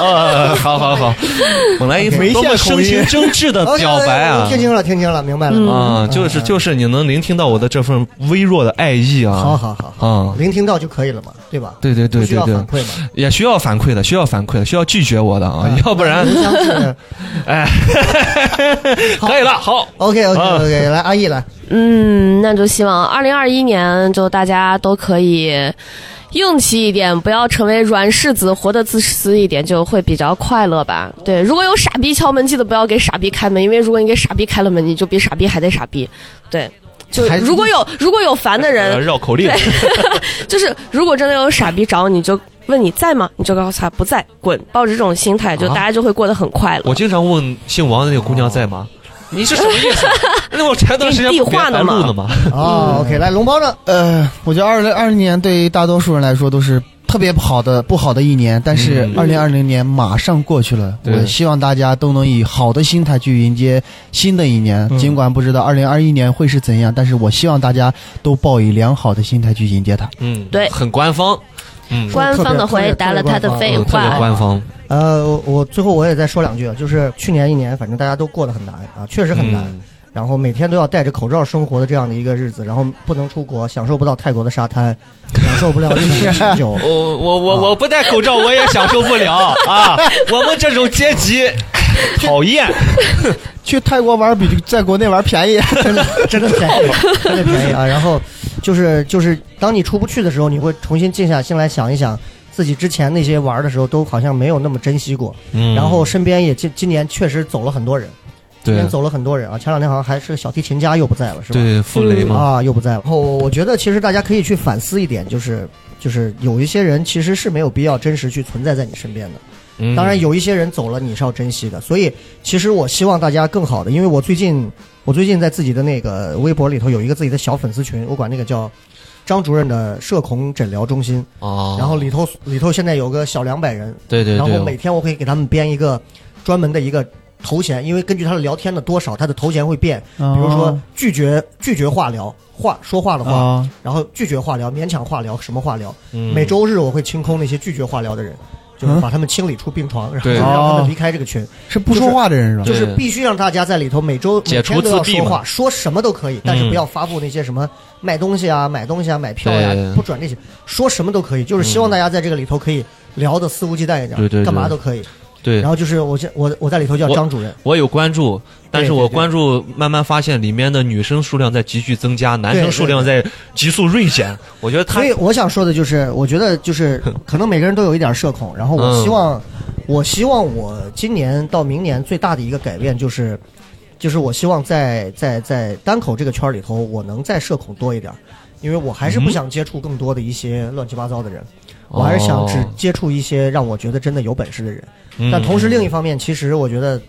Speaker 3: 呃，好好好，本来一副
Speaker 2: 没
Speaker 3: 多么
Speaker 2: 线口
Speaker 3: 声
Speaker 2: 音
Speaker 3: 情争执 [laughs] 的表白啊
Speaker 2: 听，清了，听清了，明白了。
Speaker 3: 啊，就是就是你能聆听到我的这份微弱的爱意啊，
Speaker 2: 好好好好，
Speaker 3: 啊，
Speaker 2: 聆听到就可以了嘛，对吧？
Speaker 3: 对对对
Speaker 2: 不需
Speaker 3: 对
Speaker 2: 要
Speaker 3: 对
Speaker 2: 反，馈嘛，
Speaker 3: 也需要反馈的，需要反馈的，需要拒绝我的啊，要不 [laughs] 然，
Speaker 2: 互相是
Speaker 3: 哎，可以了，好，
Speaker 2: OK OK
Speaker 3: 啊
Speaker 2: OK，来阿姨来，
Speaker 5: [laughs] 嗯，那就希望二零二一年就大家都可以硬气一点，不要成为软柿子，活得自私一点，就会比较快乐吧。对，如果有傻逼敲门，记得不要给傻逼开门，因为如果你给傻逼开了门，你就比傻逼还得傻逼。对，就
Speaker 4: 还
Speaker 5: 如果有如果有烦的
Speaker 3: 呃
Speaker 5: 人，
Speaker 3: 绕口令，
Speaker 5: 就是如果真的有傻逼找你，就问你在吗？你就告诉他不在，滚！抱着这种心态，就
Speaker 3: 啊
Speaker 5: 大家就会过得很快乐。
Speaker 3: 我经常问姓王的那个姑娘在吗？哦你是什么意 [laughs] 思？那我前段时间
Speaker 5: 给你
Speaker 3: 不
Speaker 5: 递
Speaker 3: 别
Speaker 5: 话呢
Speaker 3: 白录
Speaker 5: 嘛
Speaker 3: 了吗？嗯
Speaker 2: 啊，OK，来龙包呢？
Speaker 4: 呃，我觉得二零二零年对于大多数人来说都是特别不好的不好的一年，但是
Speaker 3: 嗯
Speaker 4: 二零二零年马上过去了，
Speaker 3: 对
Speaker 4: 我希望大家都能以好的心态去迎接新的一年。
Speaker 2: 嗯
Speaker 4: 尽管不知道二零二一年会是怎样，但是我希望大家都抱以良好的心态去迎接它。
Speaker 3: 嗯，
Speaker 6: 对
Speaker 3: 很官方，嗯，
Speaker 6: 官方的回答了他的废
Speaker 3: 嗯特别
Speaker 6: 话。
Speaker 3: 官方，
Speaker 2: 啊呃，我我最后我也再说两句，啊就是去年一年，反正大家都过得很难啊，确实很难。
Speaker 3: 嗯。
Speaker 2: 然后每天都要戴着口罩生活的这样的一个日子，然后不能出国，享受不到泰国的沙滩，享受不了日本的啤酒
Speaker 3: 我我我我不戴口罩我也享受不
Speaker 2: [laughs]
Speaker 3: 了啊！我们这种阶级讨厌，
Speaker 4: 去泰国玩比在国内玩便宜，
Speaker 2: 真的真的便宜，真的便宜啊！然后就是就是，当你出不去的时候，你会重新静下心来想一想，自己之前那些玩的时候都好像没有那么珍惜过。[laughs]
Speaker 3: 嗯
Speaker 2: 然后身边也今今年确实走了很多人，今
Speaker 3: 对
Speaker 2: 年走了很多人啊。前两天好像还是个小提琴家又不在了，是吧？
Speaker 3: 对傅雷嘛，
Speaker 2: 啊，又不在了。然后我觉得其实大家可以去反思一点，就是就是有一些人其实是没有必要真实去存在在你身边的。
Speaker 3: 嗯
Speaker 2: 当然，有一些人走了，你是要珍惜的。所以，其实我希望大家更好的，因为我最近，我最近在自己的那个微博里头有一个自己的小粉丝群，我管那个叫张主任的社恐诊疗中心。
Speaker 3: 哦，
Speaker 2: 然后里头里头现在有个小两百人，
Speaker 3: 对对
Speaker 2: 然
Speaker 3: 对，
Speaker 2: 后每天我会给他们编一个专门的一个头衔，因为根据他的聊天的多少，他的头衔会变。
Speaker 4: 比
Speaker 3: 哦
Speaker 2: 比如说拒绝拒绝化疗，话说话的话，
Speaker 3: 哦
Speaker 4: 啊，
Speaker 2: 然后拒绝化疗、勉强化疗、什么化疗。
Speaker 3: 嗯
Speaker 2: 每周日我会清空那些拒绝化疗的人，就是
Speaker 4: 嗯
Speaker 2: 把他们清理出病床，然后
Speaker 3: 对
Speaker 2: 让他
Speaker 4: 哦
Speaker 2: 们离开这个群，
Speaker 4: 是不说话的人是吧？
Speaker 2: 就
Speaker 3: 对
Speaker 2: 是必须让大家在里头每周每
Speaker 3: 解除
Speaker 2: 天都要
Speaker 3: 自闭
Speaker 2: 说
Speaker 3: 嘛
Speaker 2: 话，说什么都可以，但是
Speaker 3: 嗯
Speaker 2: 不要发布那些什么卖东西啊、买东西啊、买票呀、
Speaker 3: 对嗯
Speaker 2: 不转这些，说什么都可以，就是希望大家在这个里头可以聊的肆无忌惮一点，
Speaker 3: 对对对
Speaker 2: 干嘛都可以。
Speaker 3: 对
Speaker 2: 然，后就是我现我我在里头叫
Speaker 3: 我
Speaker 2: 张主任，
Speaker 3: 我有关注，但是
Speaker 2: 对对
Speaker 3: 我
Speaker 2: 对
Speaker 3: 关注慢慢发现里面的女生数量在急剧增加，男
Speaker 2: 对
Speaker 3: 生数量在急速锐减。我觉得他
Speaker 2: 所以我想说的就是，我觉得就是
Speaker 3: [laughs]
Speaker 2: 可能每个人都有一点社恐，然后我
Speaker 3: 嗯
Speaker 2: 希望，我希望我今年到明年最大的一个改变就是，就是我希望在在在单口这个圈儿里头，我能再社恐多一点儿，因为我还是不
Speaker 3: 嗯
Speaker 2: 想接触更多的一些乱七八糟的人，我还是想只
Speaker 3: 哦
Speaker 2: 接触一些让我觉得真的有本事的人。但
Speaker 3: 嗯
Speaker 2: 同时另一方面，其实我觉得。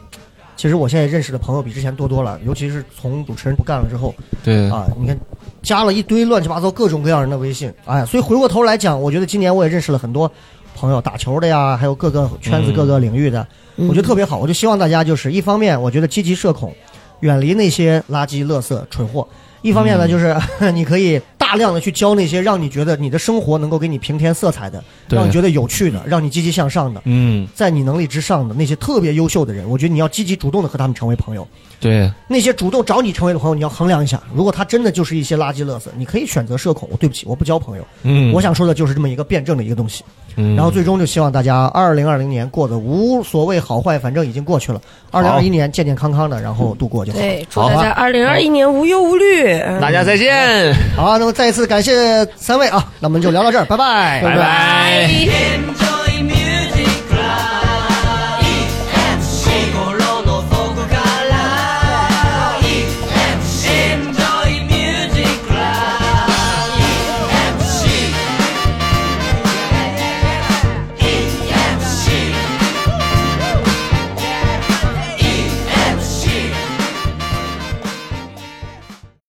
Speaker 2: 其实我现在认识的朋友比之前多多了，尤其是从主持人不干了之后，
Speaker 3: 对
Speaker 2: 啊，你看，加了一堆乱七八糟各种各样人的微信，哎，所以回过头来讲，我觉得今年我也认识了很多朋友，打球的呀，还有各个圈子、
Speaker 3: 嗯
Speaker 2: 各个领域的，我觉得特别好。我就希望大家就是一方面，我觉得积极社恐，远离那些垃圾、垃圾、蠢货；一方面呢，
Speaker 3: 嗯
Speaker 2: 就是 [laughs] 你可以大量的去交那些让你觉得你的生活能够给你平添色彩的，
Speaker 3: 对
Speaker 2: 让你觉得有趣的，让你积极向上的。
Speaker 3: 嗯
Speaker 2: 在你能力之上的那些特别优秀的人，我觉得你要积极主动的和他们成为朋友。
Speaker 3: 对
Speaker 2: 那些主动找你成为的朋友，你要衡量一下，如果他真的就是一些垃圾垃圾，你可以选择社恐，我对不起，我不交朋友。
Speaker 3: 嗯，
Speaker 2: 我想说的就是这么一个辩证的一个东西。
Speaker 3: 嗯，
Speaker 2: 然后最终就希望大家二零二零年过得无所谓好坏，反正已经过去了。二零二一年健健康康的，然后度过就好。啊
Speaker 5: 对，祝
Speaker 3: 好
Speaker 5: 大
Speaker 3: 吧
Speaker 5: 家二零二一年无忧无虑。
Speaker 3: 大家再见，
Speaker 2: 啊好，那么再一次感谢三位啊，那我们就聊到这儿，拜拜，
Speaker 3: 拜拜。
Speaker 7: Him